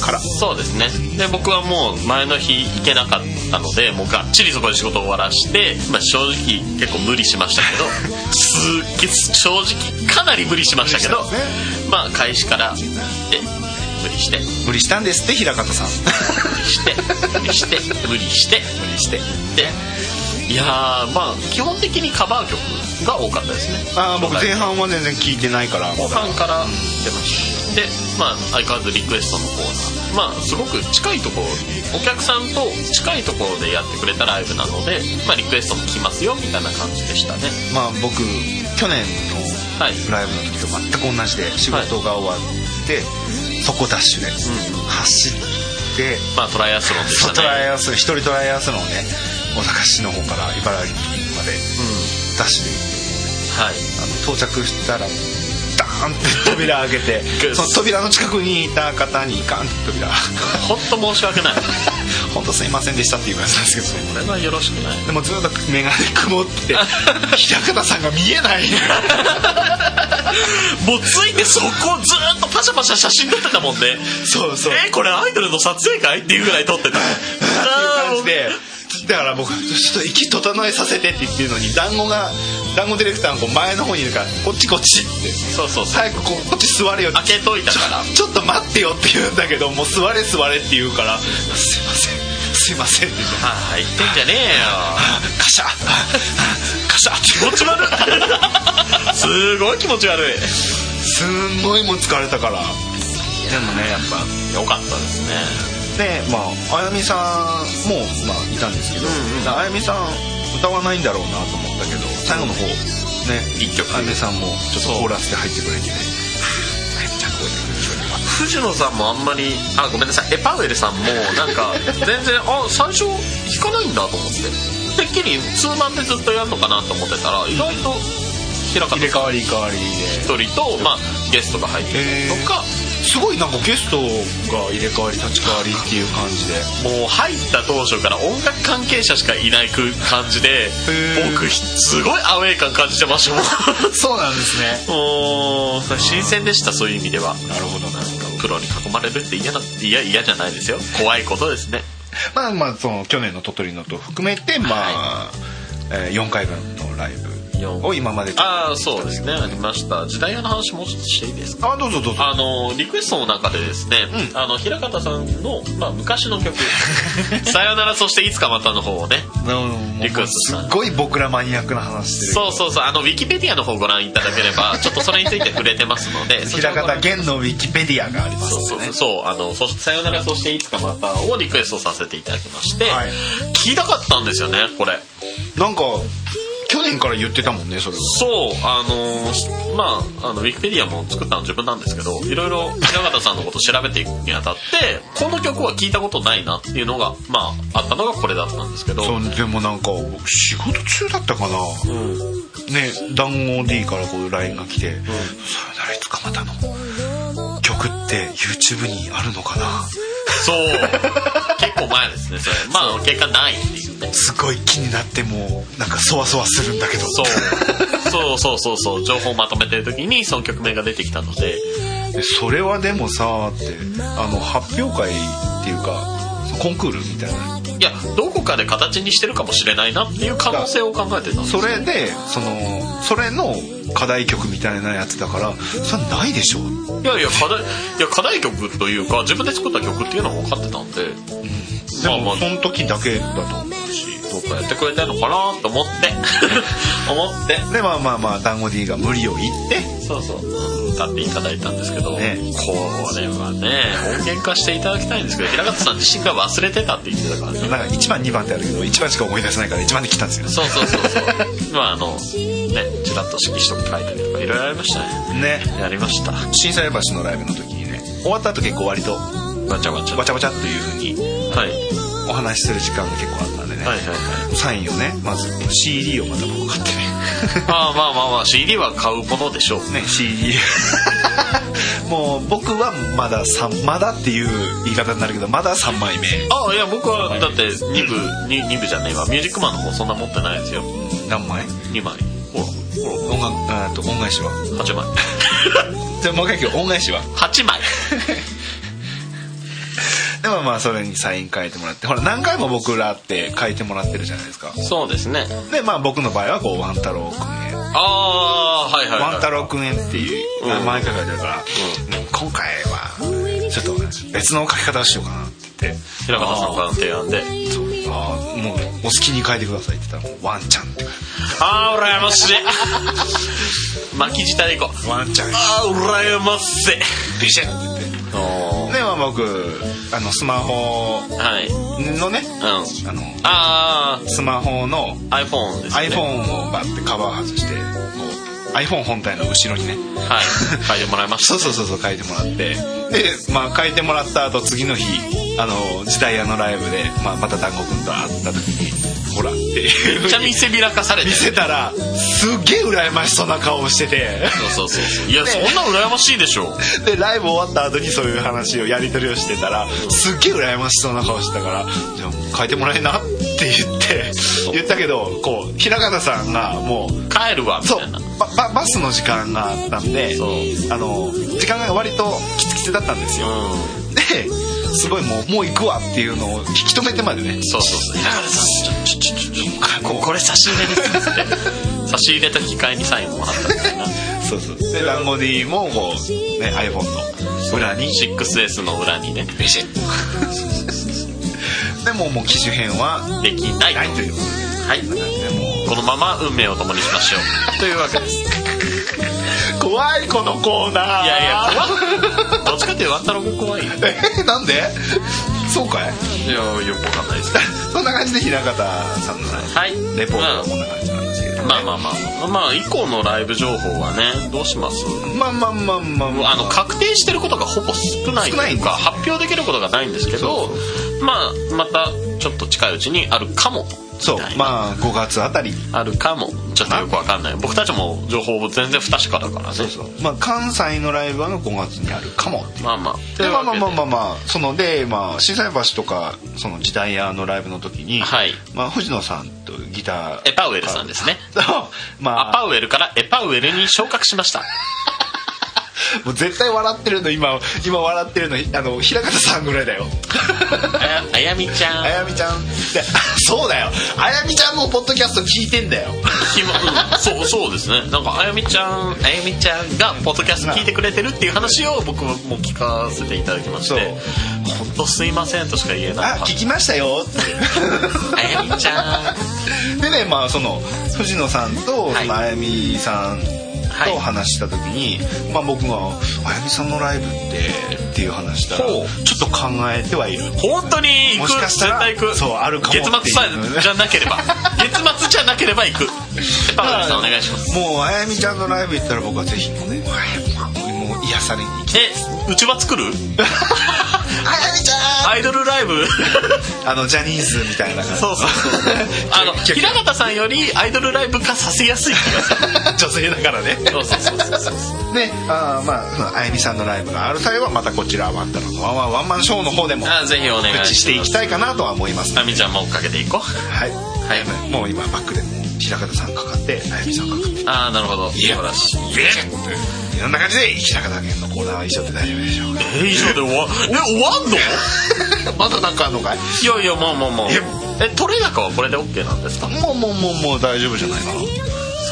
[SPEAKER 1] から
[SPEAKER 2] そうですねで僕はもう前の日行けなかったのでもうがっちりそこで仕事を終わらして、まあ、正直結構無理しましたけどすっげ正直かなり無理しましたけ
[SPEAKER 1] 無
[SPEAKER 2] ど
[SPEAKER 1] 理したん
[SPEAKER 2] まあ開始からで無理して
[SPEAKER 1] 無理したんですって平方さん
[SPEAKER 2] 無理して無理して無理して無理してでいやーまあ基本的にカバー曲が多かったですね
[SPEAKER 1] <laughs> あー僕前半は全然聞いてないから
[SPEAKER 2] 後半から出ましたでまあ相変わらずリクエストのコーナーまあすごく近いところお客さんと近いところでやってくれたライブなので、まあ、リクエストも来ますよみたいな感じでしたね
[SPEAKER 1] まあ僕去年
[SPEAKER 2] はい
[SPEAKER 1] のライブの時と全く同じで仕事が終わって、そこダッシュで走って、
[SPEAKER 2] まあトライアスロンでし
[SPEAKER 1] そう
[SPEAKER 2] た
[SPEAKER 1] ト
[SPEAKER 2] ね
[SPEAKER 1] ライアスロン一人トライアスロンをね大阪市の方から茨城まで
[SPEAKER 2] うん
[SPEAKER 1] ダッシュで
[SPEAKER 2] はい
[SPEAKER 1] あの到着したらダーーンって扉開けてその扉の近くにいた方にガンって扉 <laughs>
[SPEAKER 2] 本当申し訳ない
[SPEAKER 1] 本当すいませんでしたっていう感じなんですけどね
[SPEAKER 2] これはよろしくない
[SPEAKER 1] でもずっと眼鏡曇って
[SPEAKER 2] <laughs>
[SPEAKER 1] 平方さんが見えない
[SPEAKER 2] もうついてそこをずーっとパシャパシャ写真撮ってたもんね
[SPEAKER 1] そうそう
[SPEAKER 2] えこれアイドルの撮影会っていうぐらい
[SPEAKER 1] <laughs>
[SPEAKER 2] 撮ってた
[SPEAKER 1] っていう感じでだから僕はちょっと息整えさせてって言ってるのに団子が団子ディレクターがこう前の方にいるからこっちこっちって
[SPEAKER 2] そうそうそう
[SPEAKER 1] 早くこうこっち座れよって
[SPEAKER 2] 開けといたから
[SPEAKER 1] ちょっと待ってよって言うんだけどもう座れ座れって言うからすいませんすいませんって言って
[SPEAKER 2] はい言ってんじゃね
[SPEAKER 1] <laughs> カシャカシャって
[SPEAKER 2] えよ気持ち悪
[SPEAKER 1] <laughs>
[SPEAKER 2] いすごい気持ち悪い
[SPEAKER 1] すんごいもう疲れたから
[SPEAKER 2] でもねやっぱよかったですね
[SPEAKER 1] でまああやみさんもまあいたんですけど、であやみさん歌わないんだろうなと思ったけど最後の方ね一曲あやみさんもちょっとコーラスで入ってくれてねあやみちゃんこうやって
[SPEAKER 2] 藤野さんもあんまりあごめんなさいエパウエルさんもなん
[SPEAKER 1] <laughs>
[SPEAKER 2] か全然あ最初弾かないんだと思っててっきりツーマンでずっとやるのかなと思ってたら意外と平方
[SPEAKER 1] 入れ替
[SPEAKER 2] さん
[SPEAKER 1] わり替わりで
[SPEAKER 2] 一人と、まあ、ゲストが入ってるとか、
[SPEAKER 1] すごいなんかゲストが入れ替わり立ち替わりっていう感じで
[SPEAKER 2] もう入った当初から音楽関係者しかいない空感じ
[SPEAKER 1] へ
[SPEAKER 2] で
[SPEAKER 1] ー
[SPEAKER 2] 僕すごいアウェー感感じてましたもん <laughs>
[SPEAKER 1] そうなんですね
[SPEAKER 2] もう新鮮でしたそういう意味では
[SPEAKER 1] なるほどな
[SPEAKER 2] プロに囲まれるって嫌な嫌嫌じゃないですよ怖いことですね
[SPEAKER 1] まあまあその去年の鳥取のと含めてまあ、え4回分のライブを今まで
[SPEAKER 2] ああそうですねありました時代屋の話もうちょっとしていいですか
[SPEAKER 1] あどうぞどうぞ
[SPEAKER 2] あのリクエストの中でですね、あの平方さんの、まあ、昔の <laughs> 曲「さよならそしていつかまた」の方をね
[SPEAKER 1] うんもう
[SPEAKER 2] リクエストさん
[SPEAKER 1] すっごい僕らマニアックな話してる
[SPEAKER 2] そうそうそうあのウィキペディアの方をご覧いただけ
[SPEAKER 1] <laughs>
[SPEAKER 2] ればちょっとそれについて触れてますので
[SPEAKER 1] 平方
[SPEAKER 2] ゲ
[SPEAKER 1] 源のウィキペディアがあります
[SPEAKER 2] そうそうそうそうあのそして「さよならそしていつかまた」をリクエストさせていただきまして、
[SPEAKER 1] はい
[SPEAKER 2] 聞きたかったんですよねこれ
[SPEAKER 1] なんか去年から言ってたもんねそれは
[SPEAKER 2] そうあのーまああのウィキペディアも作ったの自分なんですけどいろいろ平方さんのことを調べていくにあたってこの曲は聞いたことないなっていうのがまああったのがこれだったんですけど
[SPEAKER 1] そうでもなんか僕仕事中だったかな、ね談合 D からこういう LINE が来て「さよならいつかまた」の曲って YouTube にあるのかな
[SPEAKER 2] そう結構前ですねそれまあ結果ないっていうね
[SPEAKER 1] すごい気になってもうなんかそわそわするんだけど
[SPEAKER 2] そうそうそうそうそう情報をまとめてる時にその曲名が出てきたので
[SPEAKER 1] でそれはでもさってあの発表会っていうかコンクールみたいない
[SPEAKER 2] やどこかで形にしてるかもしれないなっていう可能性を考えてたんです
[SPEAKER 1] それでそのそれの課題曲みたいなやつだからそれないでしょ
[SPEAKER 2] いやいや課題いや課題曲というか自分で作った曲っていうのは分かってたんで、
[SPEAKER 1] で
[SPEAKER 2] まあま
[SPEAKER 1] も
[SPEAKER 2] あ
[SPEAKER 1] その時だけだと思う
[SPEAKER 2] どうかやってくれたのかなと思って <laughs> 思って
[SPEAKER 1] でまあまあまあ団子 D が無理を言って
[SPEAKER 2] そうそう歌っていただいたんですけど、
[SPEAKER 1] ね
[SPEAKER 2] これはね音源化していただきたいんですけど平方さん自身が忘れてたって言ってたからね
[SPEAKER 1] なんか1番2番ってあるけど1番しか思い出せないから1番で来たんですよ
[SPEAKER 2] そうそうそうそうまああのねちらっと色紙とか書いたりとかいろいろありましたね
[SPEAKER 1] ね
[SPEAKER 2] やりました
[SPEAKER 1] 震災橋のライブの時にね終わった後結構割と
[SPEAKER 2] ガチャガチャ
[SPEAKER 1] わちゃわちゃという風に
[SPEAKER 2] はい
[SPEAKER 1] お話しする時間が結構あったんでね、
[SPEAKER 2] はいはいはい
[SPEAKER 1] サインをねまず CD をまた僕買ってね
[SPEAKER 2] まあまあまあまあ CD は買うものでしょう <laughs>
[SPEAKER 1] ね CD <laughs> もう僕はまだ3まだっていう言い方になるけどまだ3枚目
[SPEAKER 2] あいや僕はだって2部 2, 部じゃねえわミュージックマンの方そんな持ってないですよ
[SPEAKER 1] 何枚
[SPEAKER 2] 2枚ほら
[SPEAKER 1] 音楽あーっと恩返しは
[SPEAKER 2] 8枚 <laughs>
[SPEAKER 1] じゃあもう一回今日恩返しは
[SPEAKER 2] 8枚
[SPEAKER 1] でもまあそれにサイン書いてもらってほら何回も僕らって書いてもらってるじゃないですか
[SPEAKER 2] そうですね
[SPEAKER 1] でまあ僕の場合はこうワン太郎くんへ
[SPEAKER 2] ああはいはい、は
[SPEAKER 1] ワ
[SPEAKER 2] い、
[SPEAKER 1] ン太郎くんへっていう名前が書いてあるから、うん今回はちょっと別の書き方をしようかなって言って
[SPEAKER 2] 平方さんからの提案で
[SPEAKER 1] ああもうお好きに書いてくださいって言ったらもうワンちゃんって書いて
[SPEAKER 2] ああ羨ましい <laughs> 巻き舌でいこう
[SPEAKER 1] ワンちゃん
[SPEAKER 2] ああ羨ましい
[SPEAKER 1] ビシッって言ってでまあ僕あのスマホ
[SPEAKER 2] はいうん
[SPEAKER 1] のねあの
[SPEAKER 2] あ
[SPEAKER 1] スマホの
[SPEAKER 2] あ iPhone ですね
[SPEAKER 1] iPhone をバッてカバー外してこう iPhone 本体の後ろにね
[SPEAKER 2] はい書いてもらいまし
[SPEAKER 1] そ
[SPEAKER 2] た <laughs>
[SPEAKER 1] うそうそうそう書いてもらってでまあ書いてもらった後次の日あの時代屋のライブで、まあ、また団子くんと会った時にほらっていう
[SPEAKER 2] めっちゃ見せびらかされて
[SPEAKER 1] 見
[SPEAKER 2] る
[SPEAKER 1] せたらすっげえ羨ましそうな顔してて
[SPEAKER 2] そうそうそうそういやそんなの羨ましいでしょ
[SPEAKER 1] でライブ終わった後にそういう話をやり取りをしてたらすっげえ羨ましそうな顔してたから「じゃあ変えてもらえな」って言って言ったけどこう平方さんがもう
[SPEAKER 2] 帰るわみ
[SPEAKER 1] そ
[SPEAKER 2] た
[SPEAKER 1] う
[SPEAKER 2] いなう
[SPEAKER 1] バババスの時間があったんで
[SPEAKER 2] そう
[SPEAKER 1] あの時間が割とキツキツだったんですよ、ですごいもうもう行くわっていうのを引き止めてまでね
[SPEAKER 2] そうそうそうだからさちょちょちょちょここれ差し入れですって差し入れと引き換えにサインもらったみたいな
[SPEAKER 1] そうそうでランゴディもこう、ね、iPhone の裏に
[SPEAKER 2] 6S の裏にねビシッ
[SPEAKER 1] でもうもう機種変は
[SPEAKER 2] できない
[SPEAKER 1] ないというこ
[SPEAKER 2] はい
[SPEAKER 1] とでもう
[SPEAKER 2] このまま運命を共にしましょう
[SPEAKER 1] というわけ <laughs> です怖いこのコーナー
[SPEAKER 2] いやいや怖いどっちかっていうとワンタロウ君怖いよ
[SPEAKER 1] <laughs> えなんでそうかい <laughs>
[SPEAKER 2] いやよくわかんないです
[SPEAKER 1] そんな感じで平方さんの
[SPEAKER 2] はい
[SPEAKER 1] レポートはこんな感じなんですけど、
[SPEAKER 2] まあまあまあまあ以降のライブ情報はねどうします
[SPEAKER 1] まあまあまあまあまあ
[SPEAKER 2] あの確定してることがほぼ少ないと
[SPEAKER 1] 少ないん
[SPEAKER 2] い
[SPEAKER 1] で
[SPEAKER 2] う
[SPEAKER 1] す
[SPEAKER 2] か
[SPEAKER 1] ね
[SPEAKER 2] 発表できることがないんですけどまあまたちょっと近いうちにあるかも
[SPEAKER 1] そう
[SPEAKER 2] みたいな
[SPEAKER 1] まあ5月あたり
[SPEAKER 2] あるかもちょっとよくわかんない僕たちも情報全然不確かだからね
[SPEAKER 1] まあ関西のライブは5月にあるかもっていう
[SPEAKER 2] まあまあ
[SPEAKER 1] でまあまあまあま
[SPEAKER 2] あ
[SPEAKER 1] あまあそのでまあ心斎橋とかその時代屋のライブの時に、
[SPEAKER 2] はい
[SPEAKER 1] まあ、藤野さんとギター
[SPEAKER 2] エパウエルさんですね
[SPEAKER 1] と <laughs> まあ
[SPEAKER 2] アパウエルからエパウエルに昇格しました
[SPEAKER 1] もう絶対笑ってるの今今笑ってるのあの平方さんぐらいだ
[SPEAKER 2] <laughs>
[SPEAKER 1] よ
[SPEAKER 2] あやあやみちゃん
[SPEAKER 1] あやみちゃんってそうだよあやみちゃんもポッドキャスト聞いてんだよ
[SPEAKER 2] ひまうん <laughs> そうそうですねなんかあやみちゃんあやみちゃんがポッドキャスト聞いてくれてるっていう話を僕も聞かせていただきまして本当すいませんとしか言えなか
[SPEAKER 1] あ
[SPEAKER 2] った
[SPEAKER 1] 聞きましたよ
[SPEAKER 2] あやみちゃん
[SPEAKER 1] でねまあその藤野さんと
[SPEAKER 2] はい
[SPEAKER 1] そのあやみさん
[SPEAKER 2] はい
[SPEAKER 1] と話した時に、まあ、僕が「あやみさんのライブって」っていう話したらち
[SPEAKER 2] ほ
[SPEAKER 1] ょ
[SPEAKER 2] う
[SPEAKER 1] っと考えてはいる
[SPEAKER 2] 本当に行
[SPEAKER 1] も
[SPEAKER 2] く
[SPEAKER 1] しかした
[SPEAKER 2] 絶
[SPEAKER 1] ら
[SPEAKER 2] 対行く
[SPEAKER 1] そうあるかもっていう
[SPEAKER 2] 月末さえじゃなければ月末じゃなければ行くパウエルさんお願いします
[SPEAKER 1] もうあやみちゃんのライブ行ったら僕はぜひもう,、ね、もう癒されに行き
[SPEAKER 2] えうちは作るアイドルライブ
[SPEAKER 1] <laughs> あのジャニーズみたいな感じ
[SPEAKER 2] そうそうそう
[SPEAKER 1] <laughs>
[SPEAKER 2] あの平方さんよりアイドルライブ化させやすい気がする
[SPEAKER 1] 女性だからね
[SPEAKER 2] そうそうそうそうそう
[SPEAKER 1] ねあーまあそのあやみさんのライブがある際はまたこちらワンタロウのワンワンワンマンショーの方でも
[SPEAKER 2] あぜひお願いしま
[SPEAKER 1] 告
[SPEAKER 2] す
[SPEAKER 1] 知していきたいかなとは思います
[SPEAKER 2] あみちゃんも追っかけていこう
[SPEAKER 1] はい、
[SPEAKER 2] い
[SPEAKER 1] もう今バックでも平方さんかかってあやみさんかかって
[SPEAKER 2] ああなるほど素晴らしい
[SPEAKER 1] いろんな感じで平方県のコーナーは以上で大丈夫でしょうか
[SPEAKER 2] え以上で終わえ終わんの
[SPEAKER 1] <laughs> まだなんかあんのかい
[SPEAKER 2] いやいやまあまあまあえ取れ高はこれで OK なんですか
[SPEAKER 1] もうもうもうもう大丈夫じゃないかな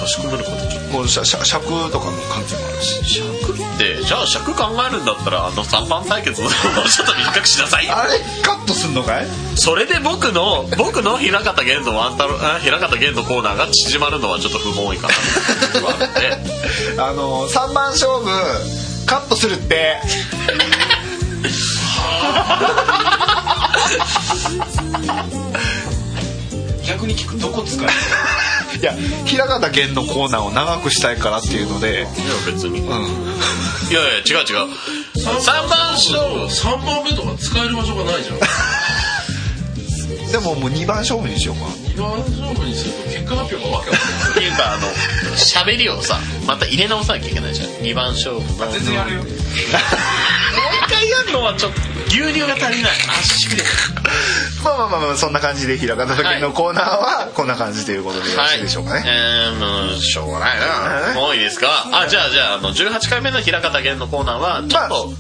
[SPEAKER 2] 差し込めることちょっ
[SPEAKER 1] もうしゃしゃ尺とかの関係もあるし
[SPEAKER 2] とってじゃあ尺考えるんだったらあの3番対決のちょっと短くしなさい
[SPEAKER 1] あれカットすんのかい
[SPEAKER 2] それで僕の僕の平方玄のワンタロあ平方玄のコーナーが縮まるのはちょっと不本意かなっていうのがあって
[SPEAKER 1] あの三番勝負カットするって
[SPEAKER 5] 逆に聞くどこ使う
[SPEAKER 1] いや平方県のコーナーを長くしたいからっていうので
[SPEAKER 2] いや別に、
[SPEAKER 1] ん
[SPEAKER 2] いやいや違う違う3番勝負
[SPEAKER 3] 3番目とか使える場所がないじゃん
[SPEAKER 1] でももう2番勝負にしようか
[SPEAKER 3] 2番勝負にすると結果発表がわけわかんない
[SPEAKER 2] っていうかあの喋りをさまた入れ直さなきゃいけないじゃん2番勝負の
[SPEAKER 5] 全然やるよ
[SPEAKER 2] もう一回やるのはちょっと牛乳が足りない足しびれる
[SPEAKER 1] まあまあまあまあそんな感じで平方県のコーナーはこんな感じということでよろしいでしょうかね、
[SPEAKER 2] えー、もうしょうがないなもういいですかあじゃあじゃああの18回目の平方弦のコーナーはちょっと、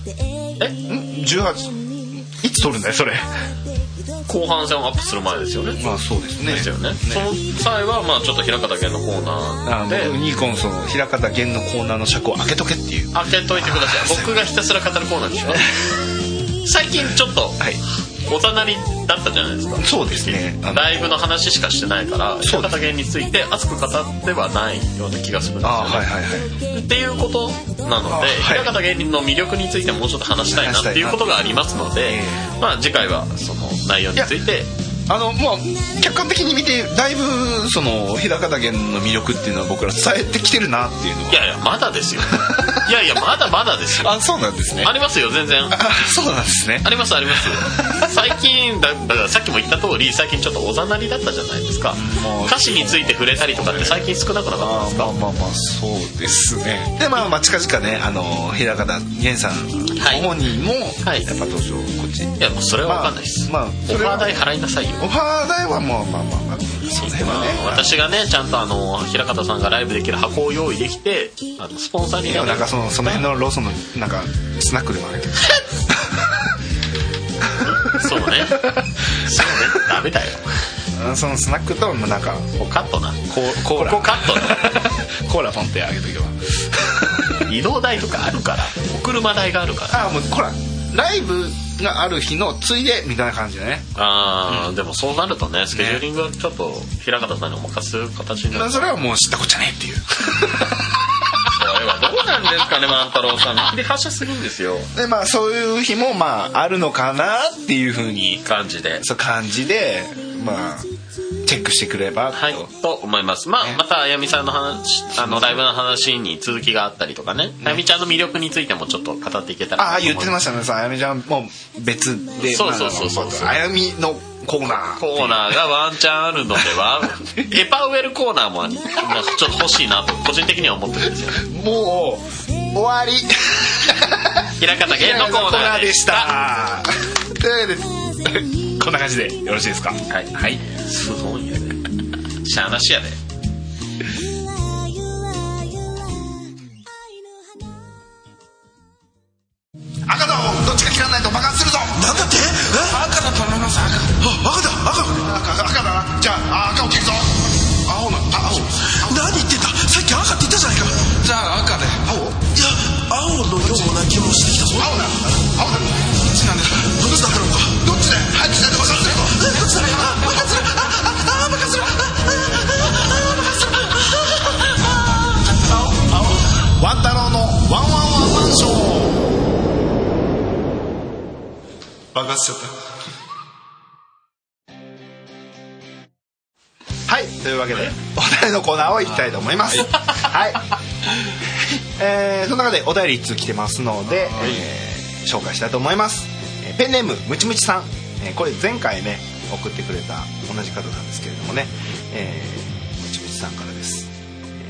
[SPEAKER 2] え
[SPEAKER 1] 18いつ撮るんだよそれ
[SPEAKER 2] 後半戦をアップする前ですよね
[SPEAKER 1] まあそうですね
[SPEAKER 2] ですよねその際はまあちょっと平方弦のコーナ
[SPEAKER 1] あ
[SPEAKER 2] ー
[SPEAKER 1] で
[SPEAKER 2] で
[SPEAKER 1] ニーコンその平方弦のコーナーの尺を開けとけっていう
[SPEAKER 2] 開けといてください僕がひたすら語るコーナーでしょ最近ちょっと
[SPEAKER 1] はい
[SPEAKER 2] おざなりだったじゃないですか
[SPEAKER 1] そうですねあの
[SPEAKER 2] ライブの話しかしてないから
[SPEAKER 1] そう
[SPEAKER 2] 平
[SPEAKER 1] です
[SPEAKER 2] 方弦について熱く語ってはないような気がするんですよ
[SPEAKER 1] あ
[SPEAKER 2] ね
[SPEAKER 1] はいはいはい
[SPEAKER 2] っていうことなので、
[SPEAKER 1] はい
[SPEAKER 2] 平方芸人の魅力についてもうちょっと話したいなっていうことがありますので
[SPEAKER 1] え、
[SPEAKER 2] まあ、次回はその内容について
[SPEAKER 1] あのまあ客観的に見てだいぶその日高田源の魅力っていうのは僕ら伝えてきてるなっていうの <laughs>
[SPEAKER 2] いやいやまだですよいやいやまだまだですよ
[SPEAKER 5] あそうなんですね
[SPEAKER 2] ありますよ全然
[SPEAKER 5] あそうなんですね
[SPEAKER 2] ありますあります最近だだからさっきも言った通り最近ちょっとおざなりだったじゃないですか
[SPEAKER 5] もう
[SPEAKER 2] 歌詞について触れたりとかって最近少なくなかったん
[SPEAKER 5] あ
[SPEAKER 2] で
[SPEAKER 5] ー
[SPEAKER 2] すか
[SPEAKER 5] まあまあまあそうですねでまあまあ近々ねあの平方源さん
[SPEAKER 2] はい
[SPEAKER 5] ご本人も
[SPEAKER 2] はい
[SPEAKER 5] やっぱどうしようこっち
[SPEAKER 2] いやもうそれは分かんないです、
[SPEAKER 5] まあまあそ
[SPEAKER 2] オフ
[SPEAKER 5] れは
[SPEAKER 2] ァー代払いなさいよ
[SPEAKER 5] オファー代はまあまあまあまあその辺はね
[SPEAKER 2] まあ私がねちゃんとあの平方さんがライブできる箱を用意できてあのスポンサーに
[SPEAKER 5] でもなんかそのその辺のローソンのなんかスナックでもあるけど
[SPEAKER 2] そうねそうねダメだよ
[SPEAKER 5] うんそのスナックともなんか
[SPEAKER 2] ここカットな
[SPEAKER 5] ココーラ
[SPEAKER 2] ここカット
[SPEAKER 5] コーラポンってあげとけば
[SPEAKER 2] 移動代とかあるからお車代があるから
[SPEAKER 5] ああもうほらライブがある日のついでみたいな感じでね
[SPEAKER 2] あー、でもそうなるとねスケジューリングはちょっと平方さんにお任せする形にな
[SPEAKER 5] まあ
[SPEAKER 2] る
[SPEAKER 5] それはもう知ったこっちゃねえっていう
[SPEAKER 2] これはどうなんですかね万太郎さん見切り発車するんですよ
[SPEAKER 5] <laughs> でまあそういう日もまああるのかなっていうふう
[SPEAKER 2] いい
[SPEAKER 5] に
[SPEAKER 2] 感じで
[SPEAKER 5] そう感じでまあチェックしてくればと、
[SPEAKER 2] はいと思いますまあ
[SPEAKER 5] ね
[SPEAKER 2] またあやみさんの話あのライブの話に続きがあったりとかねあやみちゃんの魅力についてもちょっと語っていけたら
[SPEAKER 5] ああ言ってま
[SPEAKER 2] し
[SPEAKER 5] したねさあやみちゃんも別で
[SPEAKER 2] そうそうそうそう
[SPEAKER 5] まああやみのコーナー
[SPEAKER 2] コーナーがワンチャンあるので <laughs> はエパウエルコーナーもありなんかちょっと欲しいなと個人的には思ってるんですよね
[SPEAKER 5] もう終わり
[SPEAKER 2] 平方芸のコーナー
[SPEAKER 5] <laughs>
[SPEAKER 2] でした
[SPEAKER 5] た <laughs> というわけでこんな感じでよろしいですか
[SPEAKER 2] はい、はい、すごいねしゃあなしやで
[SPEAKER 6] 赤だどっちか切らないと爆発するぞなんだって赤だと思います赤赤だ赤赤赤だなじゃあ赤を切るぞ青な青何言ってんださっき赤って言ったじゃないかじゃあ赤で青いや青のような気もしてきたぞ青な青などっちなんだどっちだったのかどっちだよ早くしないと爆発するぞどっちだよ爆発するああ爆発する
[SPEAKER 1] ワンタロウのワンワンワンマンショー爆発しちゃったはいというわけでお題のコーナーをいきたいと思いますはい、えー、その中でお便り1通来てますので、えー紹介したいと思います、えーペンネームムチムチさん、えーこれ前回ね送ってくれた同じ方なんですけれどもね、えー、ムチムチさんからです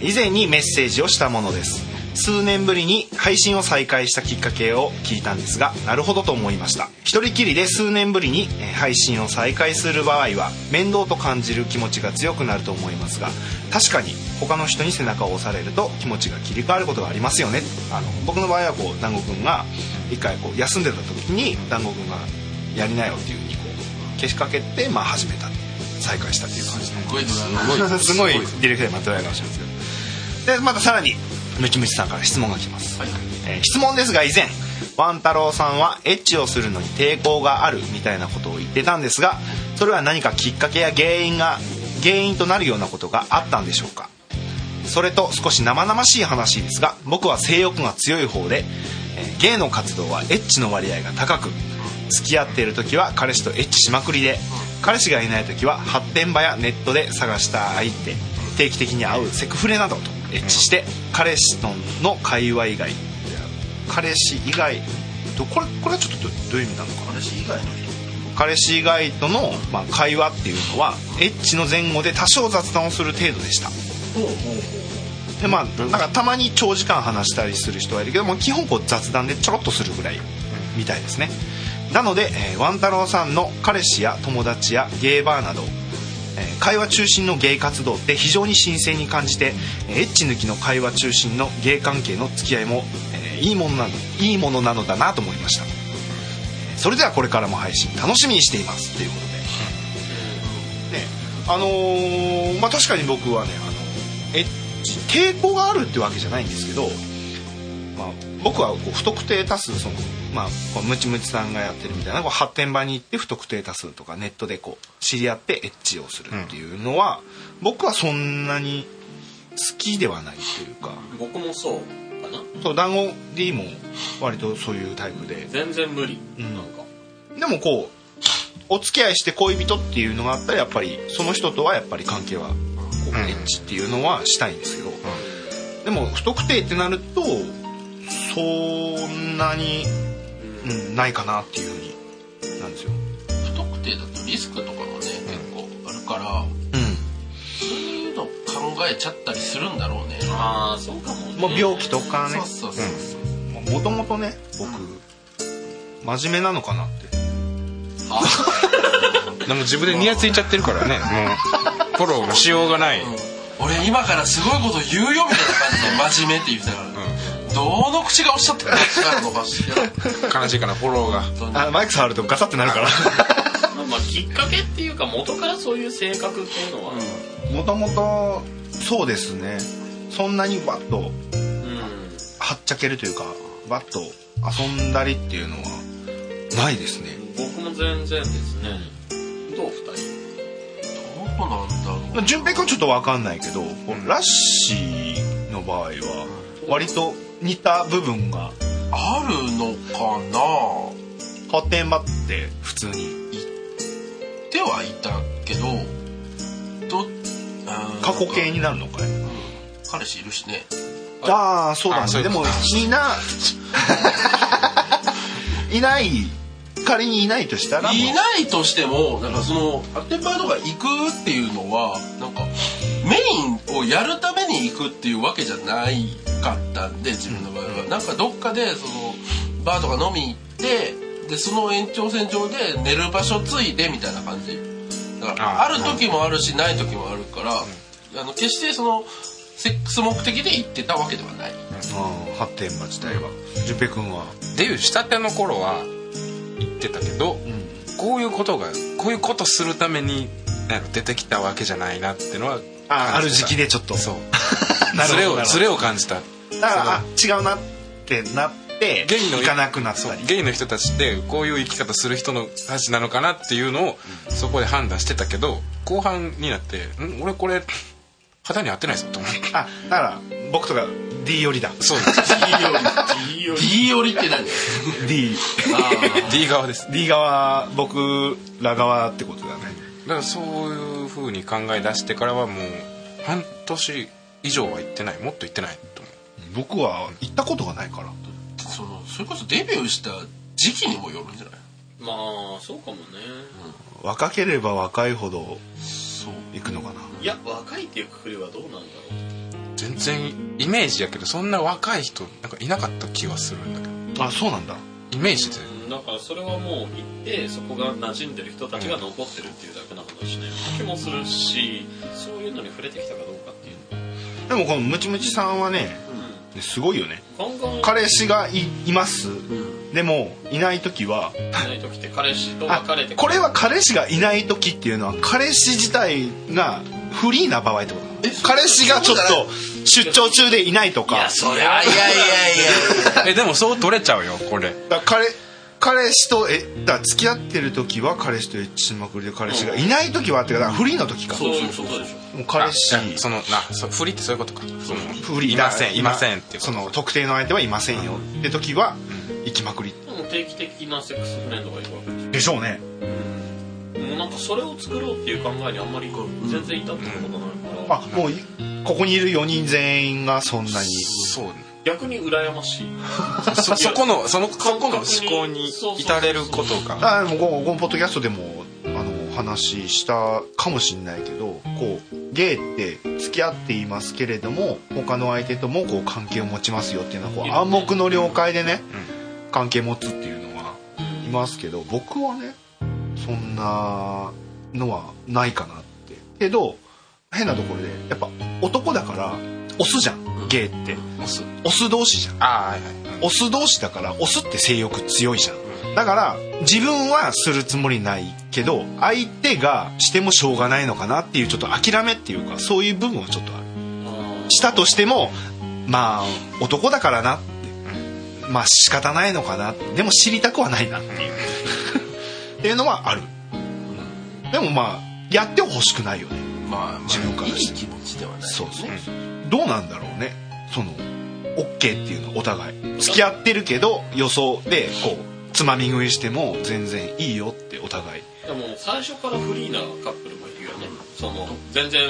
[SPEAKER 1] 以前にメッセージをしたものです数年ぶりに配信を再開したきっかけを聞いたんですがなるほどと思いました一人きりで数年ぶりにえー配信を再開する場合は面倒と感じる気持ちが強くなると思いますが確かに他の人に背中を押されると気持ちが切り替わることがありますよねあの僕の場合はこう団子くんが一回こう休んでた時に団子くんが「やりなよ」っていうふうにこうけしかけて、まあ、始めた再開したっていう感じですす
[SPEAKER 3] ごいす
[SPEAKER 1] ごいディレクターにまとめられるかもしれないですけどでまたさらにムチムチさんから質問が来ます、えー質問ですが以前ワン太郎さんはエッチをするのに抵抗があるみたいなことを言ってたんですがそれは何かきっかけや原因が原因となるようなことがあったんでしょうかそれと少し生々しい話ですが僕は性欲が強い方で、えーゲイの活動はエッチの割合が高く付き合っている時は彼氏とエッチしまくりで彼氏がいない時は発展場やネットで探した相手定期的に会うセクフレなどとエッチして彼氏との会話以外彼氏以外とこれこれはちょっとどどういう意味なのかな彼氏以外との、まあ、会話っていうのはエッチの前後で多少雑談をする程度でしたでまあなんかたまに長時間話したりする人はいるけども基本こう雑談でちょろっとするぐらいみたいですねなので、えーワン太郎さんの彼氏や友達やゲーバーなど、えー会話中心のゲイ活動って非常に新鮮に感じてえーエッチ抜きの会話中心のゲイ関係の付き合いも、えーいいものなのいいものなのだなと思いましたそれではこれからも配信楽しみにしていますということでねあのーまあ確かに僕はねあのエッチ抵抗があるってわけじゃないんですけど、まあ、僕はこう不特定多数その、まあ、こうムチムチさんがやってるみたいなこう発展場に行って不特定多数とかネットでこう知り合ってエッチをするっていうのは、僕はそんなに好きではないというか
[SPEAKER 2] 僕もそうかな
[SPEAKER 1] そう団子 D も割とそういうタイプで
[SPEAKER 2] 全然無理、
[SPEAKER 1] うん
[SPEAKER 2] なんか
[SPEAKER 1] でもこうお付き合いして恋人っていうのがあったらやっぱりその人とはやっぱり関係はこうエッチっていうのはしたいんですけど、でも不特定ってなるとそんなに、うん、ないかなっていうふうになんですよ。
[SPEAKER 3] 不特定だとリスクとかもね結構あるからそういうの考えちゃったりするんだろうね
[SPEAKER 2] ああそうかも
[SPEAKER 1] うん、もう病気とかね
[SPEAKER 3] そうそうそうそう
[SPEAKER 1] もともとね僕真面目なのかなって <laughs>
[SPEAKER 4] でも自分でニヤついちゃってるからねもうフォローのしようがない
[SPEAKER 3] 俺今からすごいこと言うよみたいな感じで真面目って言ってたから、どの口がおっしゃってたのかしら
[SPEAKER 4] 悲しいかなフォローが
[SPEAKER 1] あマイク触るとガサってなるから
[SPEAKER 2] まあまあきっかけっていうか元からそういう性格っていうのは
[SPEAKER 1] もともとそうですねそんなにバッと
[SPEAKER 2] うん
[SPEAKER 1] はっちゃけるというかバッと遊んだりっていうのはないですね
[SPEAKER 2] 僕も全然ですねどう二人
[SPEAKER 3] どうなんだろう
[SPEAKER 1] まあ順平君はちょっと分かんないけど、ラッシーの場合は割と似た部分が
[SPEAKER 3] あるのかな
[SPEAKER 1] 発展ばって普通に
[SPEAKER 3] ではいたけどどうん
[SPEAKER 1] 過去形になるのかい
[SPEAKER 3] 彼氏いるしね
[SPEAKER 1] ああそうだ
[SPEAKER 7] あ
[SPEAKER 1] ね
[SPEAKER 7] そうい
[SPEAKER 1] で
[SPEAKER 7] うこ
[SPEAKER 1] も
[SPEAKER 7] と
[SPEAKER 1] いないない仮にいないとしたらもう
[SPEAKER 3] いないとしてもなんかそのアテンパーとか行くっていうのはなんかメインをやるために行くっていうわけじゃないかったんで自分の場合は、なんかどっかでそのバーとか飲み行ってでその延長線上で寝る場所ついでみたいな感じだからあ
[SPEAKER 4] あー
[SPEAKER 3] る時もあるしない時もあるから、あの決してそのセックス目的で行ってたわけではない
[SPEAKER 1] うん発展場自体は純平君は
[SPEAKER 4] デビューしたての頃は言ってたけど、こういうことがこういうことするためになんやろ出てきたわけじゃないなってのは
[SPEAKER 1] あある時期
[SPEAKER 4] で
[SPEAKER 1] でちょっと <laughs>
[SPEAKER 4] そう
[SPEAKER 1] なる
[SPEAKER 4] ズ
[SPEAKER 1] ほどな
[SPEAKER 4] レを
[SPEAKER 1] るほど
[SPEAKER 4] ズレを感じた
[SPEAKER 1] だからあ違うなってなって
[SPEAKER 4] ゲイの
[SPEAKER 1] 行かなくなったり
[SPEAKER 4] ゲイの人たちってこういう生き方する人のたちなのかなっていうのをそこで判断してたけど後半になって「ん俺これ肌に合ってないぞ」と思って
[SPEAKER 1] <laughs> あだから僕とか D 寄りだ
[SPEAKER 4] そうです
[SPEAKER 1] <laughs>
[SPEAKER 3] D 寄りって何
[SPEAKER 1] D
[SPEAKER 4] D 側です
[SPEAKER 1] D 側僕ら側ってことだね
[SPEAKER 4] だからそういうふうに考え出してからはもう半年以上は行ってないもっと行ってないと思う
[SPEAKER 1] 僕は行ったことがないから
[SPEAKER 3] そのそれこそデビューした時期にもよるんじゃない
[SPEAKER 2] まあそうかもね
[SPEAKER 1] 若ければ若いほど
[SPEAKER 3] そう
[SPEAKER 1] 行くのかない
[SPEAKER 2] や若いっていうくくりはどうなんだろう
[SPEAKER 4] 全然イメージやけどそんな若い人なんかいなかった気はするんだけど
[SPEAKER 1] あそうなんだ
[SPEAKER 4] イメージで
[SPEAKER 2] うんだからそれはもう行ってそこが馴染んでる人たちが残ってるっていうだけな話ね気もするしそういうのに触れてきたかどうかっていうの
[SPEAKER 1] でもこのムチムチさんはねねすごいよね
[SPEAKER 2] ガンガン
[SPEAKER 1] 彼氏がいいます、でもいない時はい
[SPEAKER 2] ない時って彼氏と
[SPEAKER 1] あ
[SPEAKER 2] 別れて
[SPEAKER 1] これは彼氏がいない時っていうのは彼氏自体がフリーな場合ってことなの彼氏がちょっと出張中でいないと
[SPEAKER 2] い
[SPEAKER 1] か
[SPEAKER 2] やそりゃいやいや
[SPEAKER 4] <laughs> えでもそう取れちゃうよこれ
[SPEAKER 1] だから彼彼氏とえだから付き合ってる時は彼氏とエッチしまくりで彼氏がいない時はってかだからフリーの時か
[SPEAKER 2] そういうことでしょ
[SPEAKER 1] もう彼氏
[SPEAKER 4] あそのなそ振りってそういうことかその
[SPEAKER 1] フリー
[SPEAKER 4] いませんいませんっていう
[SPEAKER 1] その特定の相手はいませんよって時は行きまくり
[SPEAKER 2] でも定期的なセックスフレンドがいるわけでし
[SPEAKER 1] でしょうね
[SPEAKER 2] ょもうなんかそれを作ろうっていう考えにあんまり全然至ったことないか
[SPEAKER 1] あ
[SPEAKER 2] ら
[SPEAKER 1] もういここにいる4人全員がそんなに
[SPEAKER 4] そう
[SPEAKER 2] 逆に羨ましい
[SPEAKER 4] そ <laughs> そこのそのそこの思
[SPEAKER 2] 感覚に
[SPEAKER 4] 考に至れることが
[SPEAKER 1] あでもこのこのポッドキャストでもあのお話ししたかもしれないけどこうゲイって付き合っていますけれども他の相手ともこう関係を持ちますよっていうのはこう暗黙の了解でね、関係持つっていうのはいますけど僕はねそんなのはないかなってけど変なところでやっぱ男だからオスじゃんゲイって
[SPEAKER 4] オス
[SPEAKER 1] オス同士じゃん
[SPEAKER 4] ああはいはいうん
[SPEAKER 1] オス同士だからオスって性欲強いじゃんだから自分はするつもりないけど相手がしてもしょうがないのかなっていうちょっと諦めっていうかそういう部分はちょっとあるしたとしてもまあ男だからなってまあ仕方ないのかなでも知りたくはないなっていうっていうのはあるでもまあやってほしくないよね
[SPEAKER 3] まあ、ま
[SPEAKER 1] 自分か
[SPEAKER 3] あ、
[SPEAKER 1] ら
[SPEAKER 3] いい
[SPEAKER 1] して
[SPEAKER 3] 気持ちではないよね
[SPEAKER 1] そうそうどうなんだろうねその OK っていうのはお互い付き合ってるけど予想でこうつまみ食いしても全然いいよってお互い
[SPEAKER 2] でも最初からフリーなカップルもいるよねその全然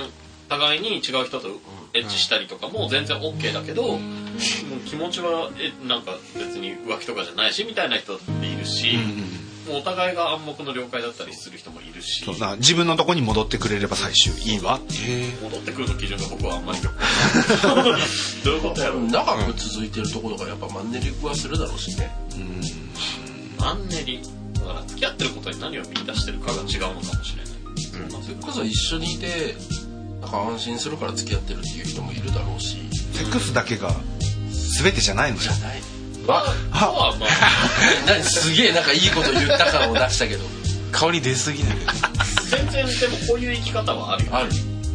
[SPEAKER 2] 互いに違う人とエッチしたりとかも全然 OK だけど、もう気持ちはえなんか別に浮気とかじゃないしみたいな人だっているし、もうお互いが暗黙の了解だったりする人もいるし
[SPEAKER 1] そうな自分のとこに戻ってくれれば最終いいわっていう
[SPEAKER 2] 戻ってくるの基準が僕はあんまりよくどういう <laughs> ことやろう
[SPEAKER 3] 長く続いてるところがやっぱマンネリはするだろうしね
[SPEAKER 2] マンネリだから付き合ってることに何を見出してるかが違うのかもしれない、そうなんです
[SPEAKER 3] そ
[SPEAKER 2] よ
[SPEAKER 3] れこそ一緒にいてなんか安心するから付き合ってるっていう人もいるだろうし
[SPEAKER 1] セックスだけが全てじゃないのじゃ
[SPEAKER 3] ない
[SPEAKER 2] まあまあまあ
[SPEAKER 3] 何すげえなんかいいこと言った感を出したけど
[SPEAKER 4] 香り出すぎない
[SPEAKER 2] 全然でもこういう生き方はあるよ
[SPEAKER 3] ある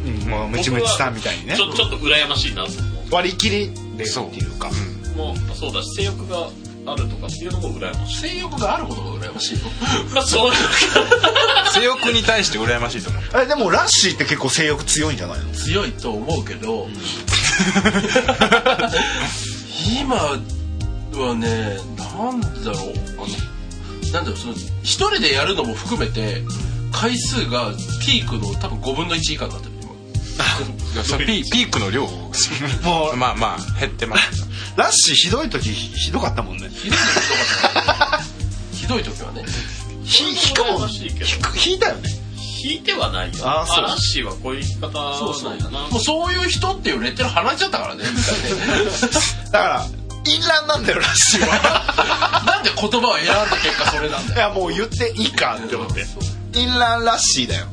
[SPEAKER 1] ん、もうムチムチさんみたいにね
[SPEAKER 2] ちょちょっと羨ましいなと思う
[SPEAKER 1] 割り切りでっていうか
[SPEAKER 2] もうそうだし性欲があるとかっていうのも羨まし
[SPEAKER 3] 性欲があることが <laughs> 羨ましいよ
[SPEAKER 2] いまあそう
[SPEAKER 4] 性欲に対して羨ましいと思う
[SPEAKER 1] えでもラッシーって結構性欲強いんじゃないの
[SPEAKER 3] 強いと思うけど今はねなんだろうあのなんだろうその一人でやるのも含めて回数がピークの多分5分の1以下になってる今
[SPEAKER 4] いやそれピーピークの量を
[SPEAKER 1] もう
[SPEAKER 4] <laughs> まあまあ減ってます
[SPEAKER 1] ラッシーひどい時ひひどかったもんね
[SPEAKER 3] ひどい時とかねひどい時はね
[SPEAKER 1] ひ引くもん
[SPEAKER 2] 羨ましいけど
[SPEAKER 1] 引く引いたよね
[SPEAKER 2] 引いてはないよ
[SPEAKER 1] あそう
[SPEAKER 2] ラッシーはこういう生き方
[SPEAKER 3] そうそ
[SPEAKER 2] な
[SPEAKER 3] うん
[SPEAKER 2] だな
[SPEAKER 3] もうそういう人っていうレッテル離れちゃったから <laughs> ねみ
[SPEAKER 1] だから淫乱なん <laughs> だよラッシーは
[SPEAKER 3] たいななんで言葉を選んだ結果それなん
[SPEAKER 1] い
[SPEAKER 3] だよ
[SPEAKER 1] やもう言っていいかって思って淫乱ラッシーだよ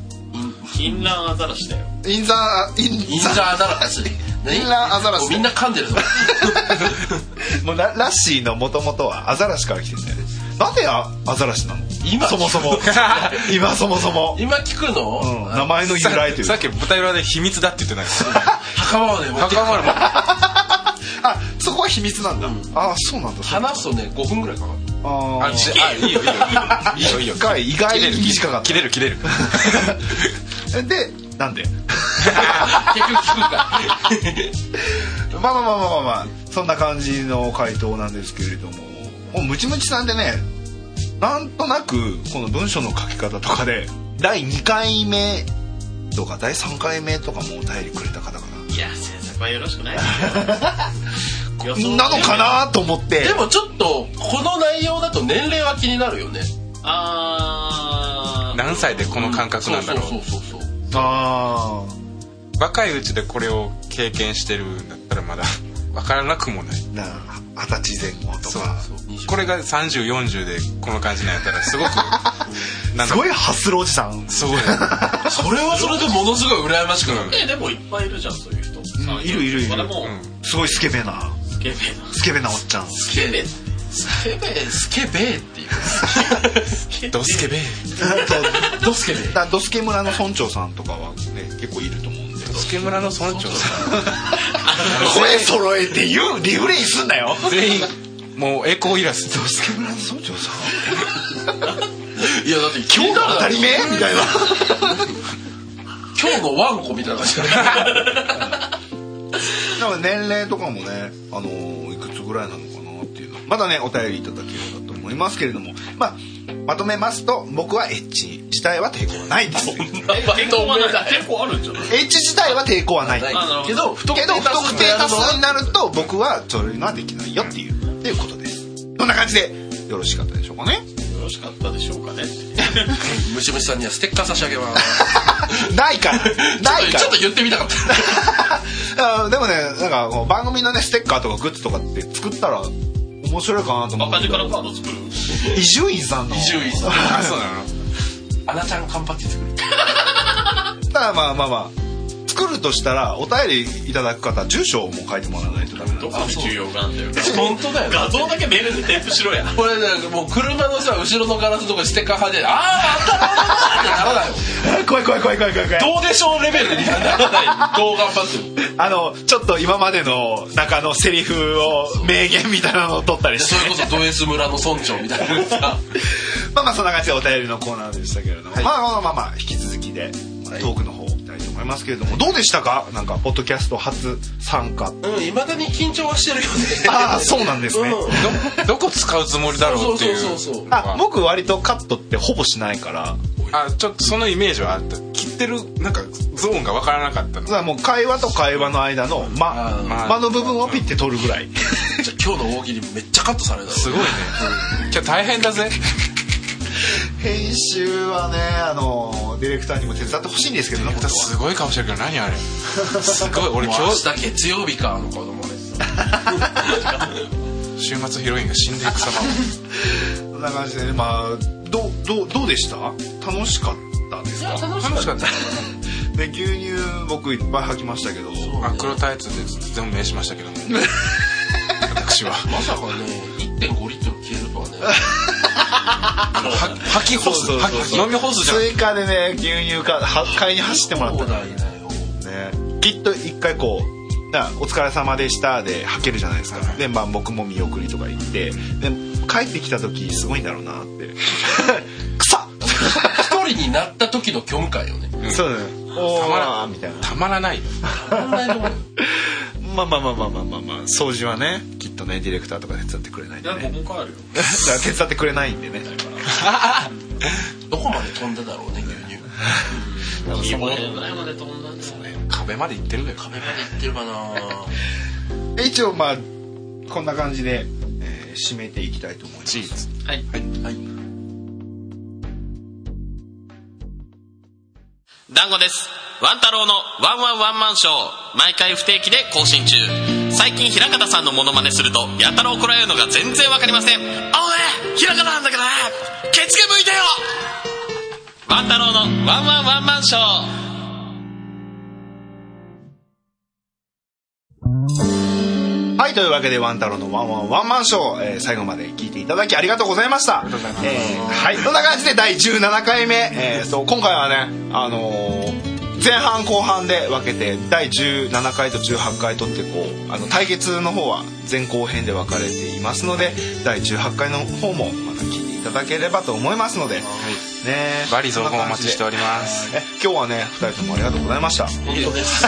[SPEAKER 2] インランアザラシだよ
[SPEAKER 1] インザイン
[SPEAKER 3] インザ
[SPEAKER 1] ザ
[SPEAKER 3] ーアザラシ
[SPEAKER 1] インラーアザラシ
[SPEAKER 3] もうみんな噛んでるぞ
[SPEAKER 1] もうララッシーのもともとはアザラシから来てんだよねなんでアアザラシなの
[SPEAKER 3] 今
[SPEAKER 1] そもそも <laughs> 今そもそも、
[SPEAKER 3] <laughs> 今聞くの、
[SPEAKER 1] うん、名前の由来というか
[SPEAKER 4] さっき舞台裏で秘密だって言ってないです
[SPEAKER 3] 墓場まで持ってく
[SPEAKER 4] 墓場まで
[SPEAKER 1] あそこは秘密なんだ、あそうなんだ
[SPEAKER 3] 話すとね5分ぐらいかかる
[SPEAKER 1] あ
[SPEAKER 4] あ
[SPEAKER 1] あ
[SPEAKER 4] しあいいよいいよいいよいいよ
[SPEAKER 1] 一回意外に短かっ
[SPEAKER 4] 切れる切れる
[SPEAKER 1] たでなんで
[SPEAKER 3] 結局聞くか
[SPEAKER 1] まあまあまあまあまあ、まあ、そんな感じの回答なんですけれどももうムチムチさんでねなんとなくこの文章の書き方とかで第2回目とか第3回目とかもお便りくれた方か
[SPEAKER 2] いや制作はよろしくないですよ <laughs> 予想
[SPEAKER 1] ななのかなと思って
[SPEAKER 3] らでもちょっとこの内容だと年齢は気になるよね
[SPEAKER 2] あー
[SPEAKER 4] 何歳でこの感覚なんだろ
[SPEAKER 3] そうそうそうそう
[SPEAKER 1] あ
[SPEAKER 4] う若いうちでこれを経験してるんだったらまだ <laughs> わからなくもない
[SPEAKER 1] あなあ二十歳前後とか
[SPEAKER 4] これが3040でこの感じなんやったら
[SPEAKER 1] <laughs>
[SPEAKER 4] すごくなん
[SPEAKER 1] す
[SPEAKER 4] か
[SPEAKER 1] ごいハッスルおじさん
[SPEAKER 4] すごいね
[SPEAKER 3] それはそれでものすごい羨ましくなる
[SPEAKER 1] <laughs>
[SPEAKER 2] えでもいっぱいいるじゃんそういう人、
[SPEAKER 1] んいるいるいる
[SPEAKER 2] これも
[SPEAKER 4] うん
[SPEAKER 1] すごいスケベな
[SPEAKER 2] スケベな
[SPEAKER 1] スケベなおっちゃん
[SPEAKER 3] スケベスケベスケベってい
[SPEAKER 1] <laughs>
[SPEAKER 3] う
[SPEAKER 4] ドスケベ
[SPEAKER 1] あ
[SPEAKER 3] ドスケベ
[SPEAKER 1] とだドスケ村の村長さんとかはね結構いると思うん <laughs> で
[SPEAKER 4] ドスケ村の村長さ
[SPEAKER 1] 声揃えて言うリフレインすんなよ
[SPEAKER 4] ん全員もう栄光いらずドスケ
[SPEAKER 1] 村の村長さん
[SPEAKER 3] いやだって
[SPEAKER 1] 今
[SPEAKER 3] 今日
[SPEAKER 1] 日が当たり目みたいな
[SPEAKER 3] 今日のワンコみたいな感じだね
[SPEAKER 1] だから年齢とかもね、あのーいくつぐらいなのかなっていうのまだねお便りいただければと思いますけれども、まあ、まとめますと僕はエッチ自体は抵抗はないですエッ
[SPEAKER 2] 抵抗はない抵抗あるんじゃない
[SPEAKER 1] チ自体は抵抗はない
[SPEAKER 2] あなるほど
[SPEAKER 3] けど不特
[SPEAKER 1] け
[SPEAKER 3] 定
[SPEAKER 1] ど
[SPEAKER 3] 多
[SPEAKER 1] 不特
[SPEAKER 3] 数
[SPEAKER 1] 定多数に
[SPEAKER 3] は
[SPEAKER 1] なると僕はそういうのはできないよっていうっていうことですそんな感じでよろしかったでしょうかね
[SPEAKER 2] よろしかったでしょうかね
[SPEAKER 3] ムシムシさんにはステッカー差し上げます
[SPEAKER 1] ないからないか
[SPEAKER 3] ちょっと言ってみたかった
[SPEAKER 1] らあーでもねなんかこう番組のねステッカーとかグッズとかって作ったら面白いかなと思
[SPEAKER 2] 赤
[SPEAKER 1] っ
[SPEAKER 2] 字
[SPEAKER 1] て
[SPEAKER 2] からカード作る
[SPEAKER 1] 伊集院さんの
[SPEAKER 3] 伊集院さん
[SPEAKER 4] あそうなの
[SPEAKER 3] アナちゃんカンパチ作る
[SPEAKER 1] ただまあまあまあ作るとしたらお便りいただく方住所をもう書いてもらわないとダメなんで
[SPEAKER 2] どこに重要があるんだよ
[SPEAKER 3] 本当だよ
[SPEAKER 2] 画像だけメールで添付しろや
[SPEAKER 3] これなんかもう車のさ後ろのガラスのとかステッカー貼ってああまたまたってならない
[SPEAKER 1] <laughs>
[SPEAKER 3] よ
[SPEAKER 1] 怖い怖い怖い怖い怖い怖い
[SPEAKER 3] どうでしょうレベルにならない動画頑張ってる
[SPEAKER 1] <laughs> あのちょっと今までの中のセリフを名言みたいなのを取ったり
[SPEAKER 3] それ
[SPEAKER 1] し
[SPEAKER 3] こ
[SPEAKER 1] て
[SPEAKER 3] そド S 村の村長みたいなさ
[SPEAKER 1] まあまあそんな感じでお便りのコーナーでしたけれども、まあまあまあまあ引き続きでトークの方いきたいと思いますけれどもどうでしたかなんかポッドキャスト初参加
[SPEAKER 3] うんいまだに緊張はしてるよね
[SPEAKER 1] ああそうなんですね、
[SPEAKER 4] どどこ使うつもりだろうっていう
[SPEAKER 3] そうそうそうそう
[SPEAKER 1] あ僕割とカットってほぼしないから
[SPEAKER 3] 多い
[SPEAKER 4] あちょっとそのイメージはあった切ってるなんかゾーンが分からなかったの
[SPEAKER 1] だからもう会話と会話の間の間
[SPEAKER 3] うん
[SPEAKER 1] 間の部分をピッて取るぐらい
[SPEAKER 3] じゃあ今日の大喜利めっちゃカットされた
[SPEAKER 4] すごいねじゃあ大変だぜ
[SPEAKER 1] 編集はねあのディレクターにも手伝ってほしいんですけどね本当は
[SPEAKER 4] すごい顔してるけど何あれすごい俺
[SPEAKER 3] も
[SPEAKER 4] 今
[SPEAKER 3] う明
[SPEAKER 4] 日
[SPEAKER 3] 日月曜日かあの子供です
[SPEAKER 4] 週末ヒロインが死んでいく様を
[SPEAKER 1] そんな感じでねまあどうどうどうでした楽しかったですか
[SPEAKER 4] 楽しかった
[SPEAKER 1] <laughs> で牛乳僕いっぱい吐きましたけど
[SPEAKER 4] あ黒タイツで全部名しましたけども私は
[SPEAKER 3] まさかね1.5リットル消えるとはね
[SPEAKER 4] 吐き干す
[SPEAKER 1] そうそうそう
[SPEAKER 4] 吐き飲み干すじゃん
[SPEAKER 1] 追加でね牛乳かは買いに走ってもらった
[SPEAKER 3] 兄弟
[SPEAKER 1] か
[SPEAKER 3] だよ
[SPEAKER 1] らねきっと一回こうな「お疲れ様でした」で履けるじゃないですかでまあ僕も見送りとか行ってで帰ってきた時すごいんだろうなって草
[SPEAKER 3] 一人になった時の虚無感よね
[SPEAKER 1] そうだねお
[SPEAKER 4] たまら
[SPEAKER 1] ーみたいな
[SPEAKER 4] たまらないよ
[SPEAKER 3] こんなにも
[SPEAKER 1] まあまあまあまあまあまあまあ掃除はねきっとねディレクターとか手伝ってくれ <laughs> ないんでね
[SPEAKER 2] 僕も帰るよ
[SPEAKER 1] だから手伝ってくれないんでね
[SPEAKER 3] どこまで飛んだだろうね牛乳ま
[SPEAKER 2] そこ
[SPEAKER 3] <laughs>
[SPEAKER 2] ら辺まで飛んだんだよね
[SPEAKER 4] 壁まで行ってるんだよ壁
[SPEAKER 3] で行ってるかな
[SPEAKER 1] で一応まあこんな感じで、えー締めていきたいと思います
[SPEAKER 2] はい、
[SPEAKER 3] はい
[SPEAKER 2] 団子ですワン太郎のワンワンワンマンショー毎回不定期で更新中最近平方さんのモノマネするとやたら怒られるのが全然わかりませんお前平方なんだからケツ毛向いてよワン太郎のワンワンワンマンショー
[SPEAKER 1] はい、というわけで、ワン太郎のワンワンワンマンショー、えー最後まで聞いていただきありがとうございました。えーはい、そんな感じで第17回目、えーそう、今回はね、あのー前半後半で分けて、第17回と18回とって、こう、あの、対決の方は前後編で分かれていますので、第18回の方もまた聞いていただければと思いますので、ね
[SPEAKER 4] バリ増本お待ちしてお
[SPEAKER 1] り
[SPEAKER 4] ります
[SPEAKER 1] ます。え今日はね、二人ともありがとうございました。
[SPEAKER 3] 本当です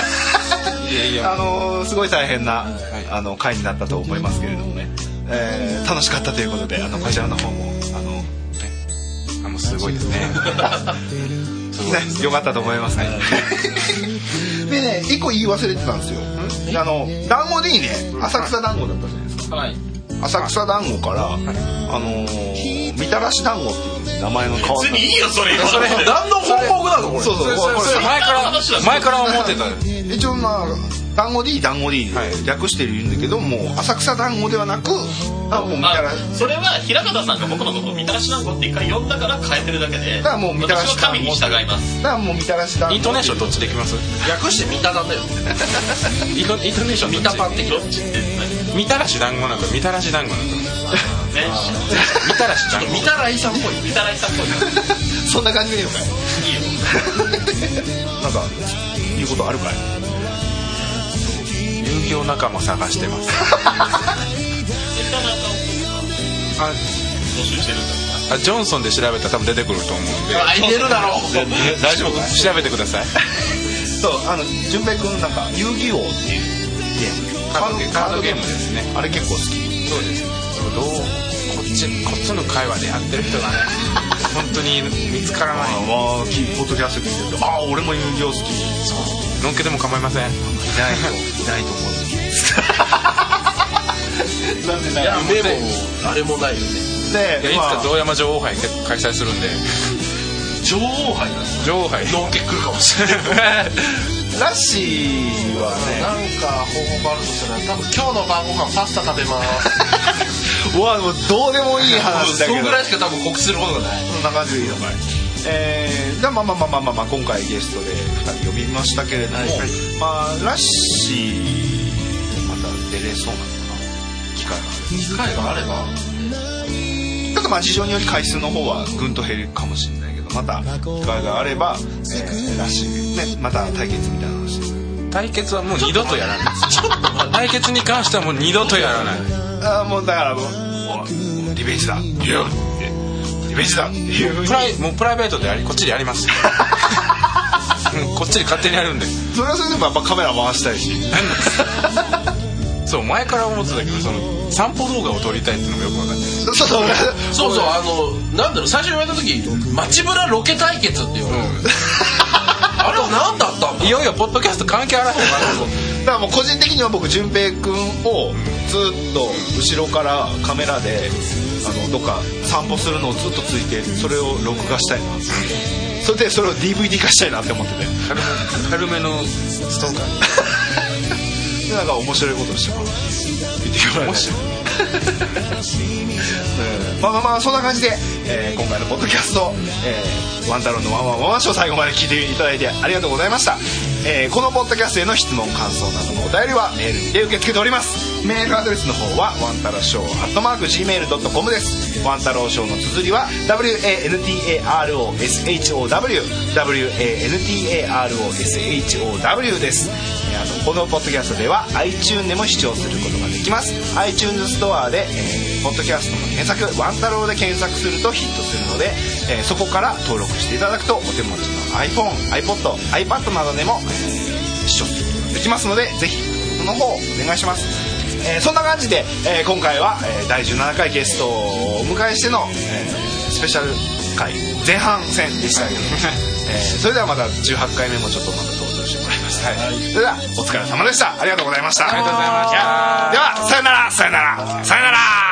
[SPEAKER 1] あのーすごい大変な、あの回になったと思いますけれどもね、えー楽しかったということであのこちらの方もあの、ね、
[SPEAKER 4] あもうすごいですね
[SPEAKER 1] よかったと思いますねでね一個言い忘れてたんですよあの団子でいいね浅草団子だったじゃないですか
[SPEAKER 2] はい
[SPEAKER 1] 浅草団子から、あのーみたらし団子っていう名前の変わった
[SPEAKER 2] いいよそれ今それ
[SPEAKER 3] 何の報告なのこれ
[SPEAKER 1] そうそうこれこれ
[SPEAKER 4] 前から前から思ってたよ
[SPEAKER 1] 一応まあ団子でいい団子でいい、
[SPEAKER 4] はい
[SPEAKER 1] 略してるんだけどもう浅草団子ではなくあもうみたらし
[SPEAKER 2] それは平方さんが僕のことをみたらし団子って一回呼んだから変えてるだけで
[SPEAKER 1] だからもうみたらし
[SPEAKER 2] 私は
[SPEAKER 1] 団子
[SPEAKER 2] 神に従います
[SPEAKER 1] だからもうみたらし団子
[SPEAKER 4] イントネーションどっちできます
[SPEAKER 3] 略してみただだよ
[SPEAKER 4] イントイントネーション
[SPEAKER 3] み
[SPEAKER 4] ど
[SPEAKER 3] た
[SPEAKER 4] っち
[SPEAKER 3] パン的
[SPEAKER 2] どっちって何
[SPEAKER 4] みたらし団子なんかみたらし団子なんか
[SPEAKER 2] 全
[SPEAKER 4] みたらし団子
[SPEAKER 3] みたらいさんっぽい
[SPEAKER 2] 身みたらしさんっぽい
[SPEAKER 1] そんな感じでいいのかい
[SPEAKER 2] いいよ
[SPEAKER 1] なんか言うことあるかい
[SPEAKER 4] 遊戯王仲間探してます
[SPEAKER 2] 絶対なんか
[SPEAKER 4] あ
[SPEAKER 2] 募集してるんだ
[SPEAKER 4] あジョンソンで調べたら多分出てくると思うんで
[SPEAKER 3] あ入れるだろう
[SPEAKER 4] 大丈夫か調べてください
[SPEAKER 1] そうあの純平君なんか遊戯王っていうゲーム
[SPEAKER 4] カードゲームですね
[SPEAKER 1] あれ結構好き
[SPEAKER 4] そうですねどうこっちこっちの会話でやってる人がね本当に見つからない
[SPEAKER 1] ああきポッドキャスト聞いてるとああ俺も遊戯王好き
[SPEAKER 4] のんけでも構いませ
[SPEAKER 1] い
[SPEAKER 4] ん
[SPEAKER 1] ないといないと思うなんでない
[SPEAKER 3] やでもあれもないよね
[SPEAKER 4] いや
[SPEAKER 1] で
[SPEAKER 4] いつ
[SPEAKER 1] ま
[SPEAKER 4] か
[SPEAKER 1] あ
[SPEAKER 4] 堂山女王杯結構開催するんで
[SPEAKER 3] 女王杯だ
[SPEAKER 4] 女王杯
[SPEAKER 3] のんけ来るかもしれない
[SPEAKER 1] ラッシーはね
[SPEAKER 3] なんか方法があるとしたら多分今日の晩ご飯パスタ食べ <laughs> ます
[SPEAKER 1] うわもうどうでもいい話だけ
[SPEAKER 3] そ
[SPEAKER 1] ど
[SPEAKER 3] んぐらいしか多分告知することがない
[SPEAKER 1] そんな感じでいいのかい。えー、じゃあまあまあまあまあまあ、まあ、今回ゲストで2人呼びましたけれども、
[SPEAKER 3] はい
[SPEAKER 1] まあラッシーまた出れそうなのかな機会が
[SPEAKER 3] 機会があれば
[SPEAKER 1] ちょっとまあ事情により回数の方はぐんと減るかもしれないけどまた機会があれば、えー、ラッシーねまた対決みたいな話です
[SPEAKER 4] 対決はもう二度とやらない対決に関してはもう二度とやらない
[SPEAKER 1] ああもうだからもうもうもうリベンジだいやリベンジだっていうふうに
[SPEAKER 4] プライもうプライベートでやりこっちでやります
[SPEAKER 3] <laughs>
[SPEAKER 4] うんこっちで勝手にやるんで
[SPEAKER 1] それはそれでもやっぱカメラ回したいし
[SPEAKER 4] そう前から思ってたけどその
[SPEAKER 5] 散歩動画を撮りたいっていうのもよく分かって
[SPEAKER 1] そうそう俺
[SPEAKER 8] そうそうあのなんだろう最初に言われた時「街ぶらロケ対決」って言われて、あれは何だったんだ
[SPEAKER 5] いよいよポッドキャスト関係あらへんわ
[SPEAKER 1] だからもう個人的には僕淳平君をずっと後ろからカメラであのどっか散歩するのをずっとついてそれを録画したいなそれでそれを DVD 化したいなって思ってて
[SPEAKER 5] 軽めのストーカー
[SPEAKER 1] でなんか面白いことをしてもらう言ってもらいましたまあまあまあそんな感じで、えー今回のポッドキャスト「えーワンタロンのワンワンワンワンショー」最後まで聞いていただいてありがとうございました、えーこのポッドキャストへの質問感想などのお便りはメールで受け付けておりますメールアドレスの方はワンタロショーアットマーク Gmail.com ですワンタローショーの綴りは WANTAROSHOWWANTAROSHOW ですえーあのこのポッドキャストでは iTune でも視聴することができます iTunes ストアで、えーポッドキャストの検索「ワンタロウ」で検索するとヒットするので、えーそこから登録していただくとお手持ちの iPhoneiPodiPad などでも、えー視聴することができますのでぜひこの方お願いします、えーそんな感じで、えー今回は、えー第17回ゲストをお迎えしての、えースペシャル回前半戦でしたけど、えーそれではまた18回目もちょっとまた登場してもらいます、はい、それではお疲れ様でしたありがとうございましたありがとうございましたではさよならさよならさよなら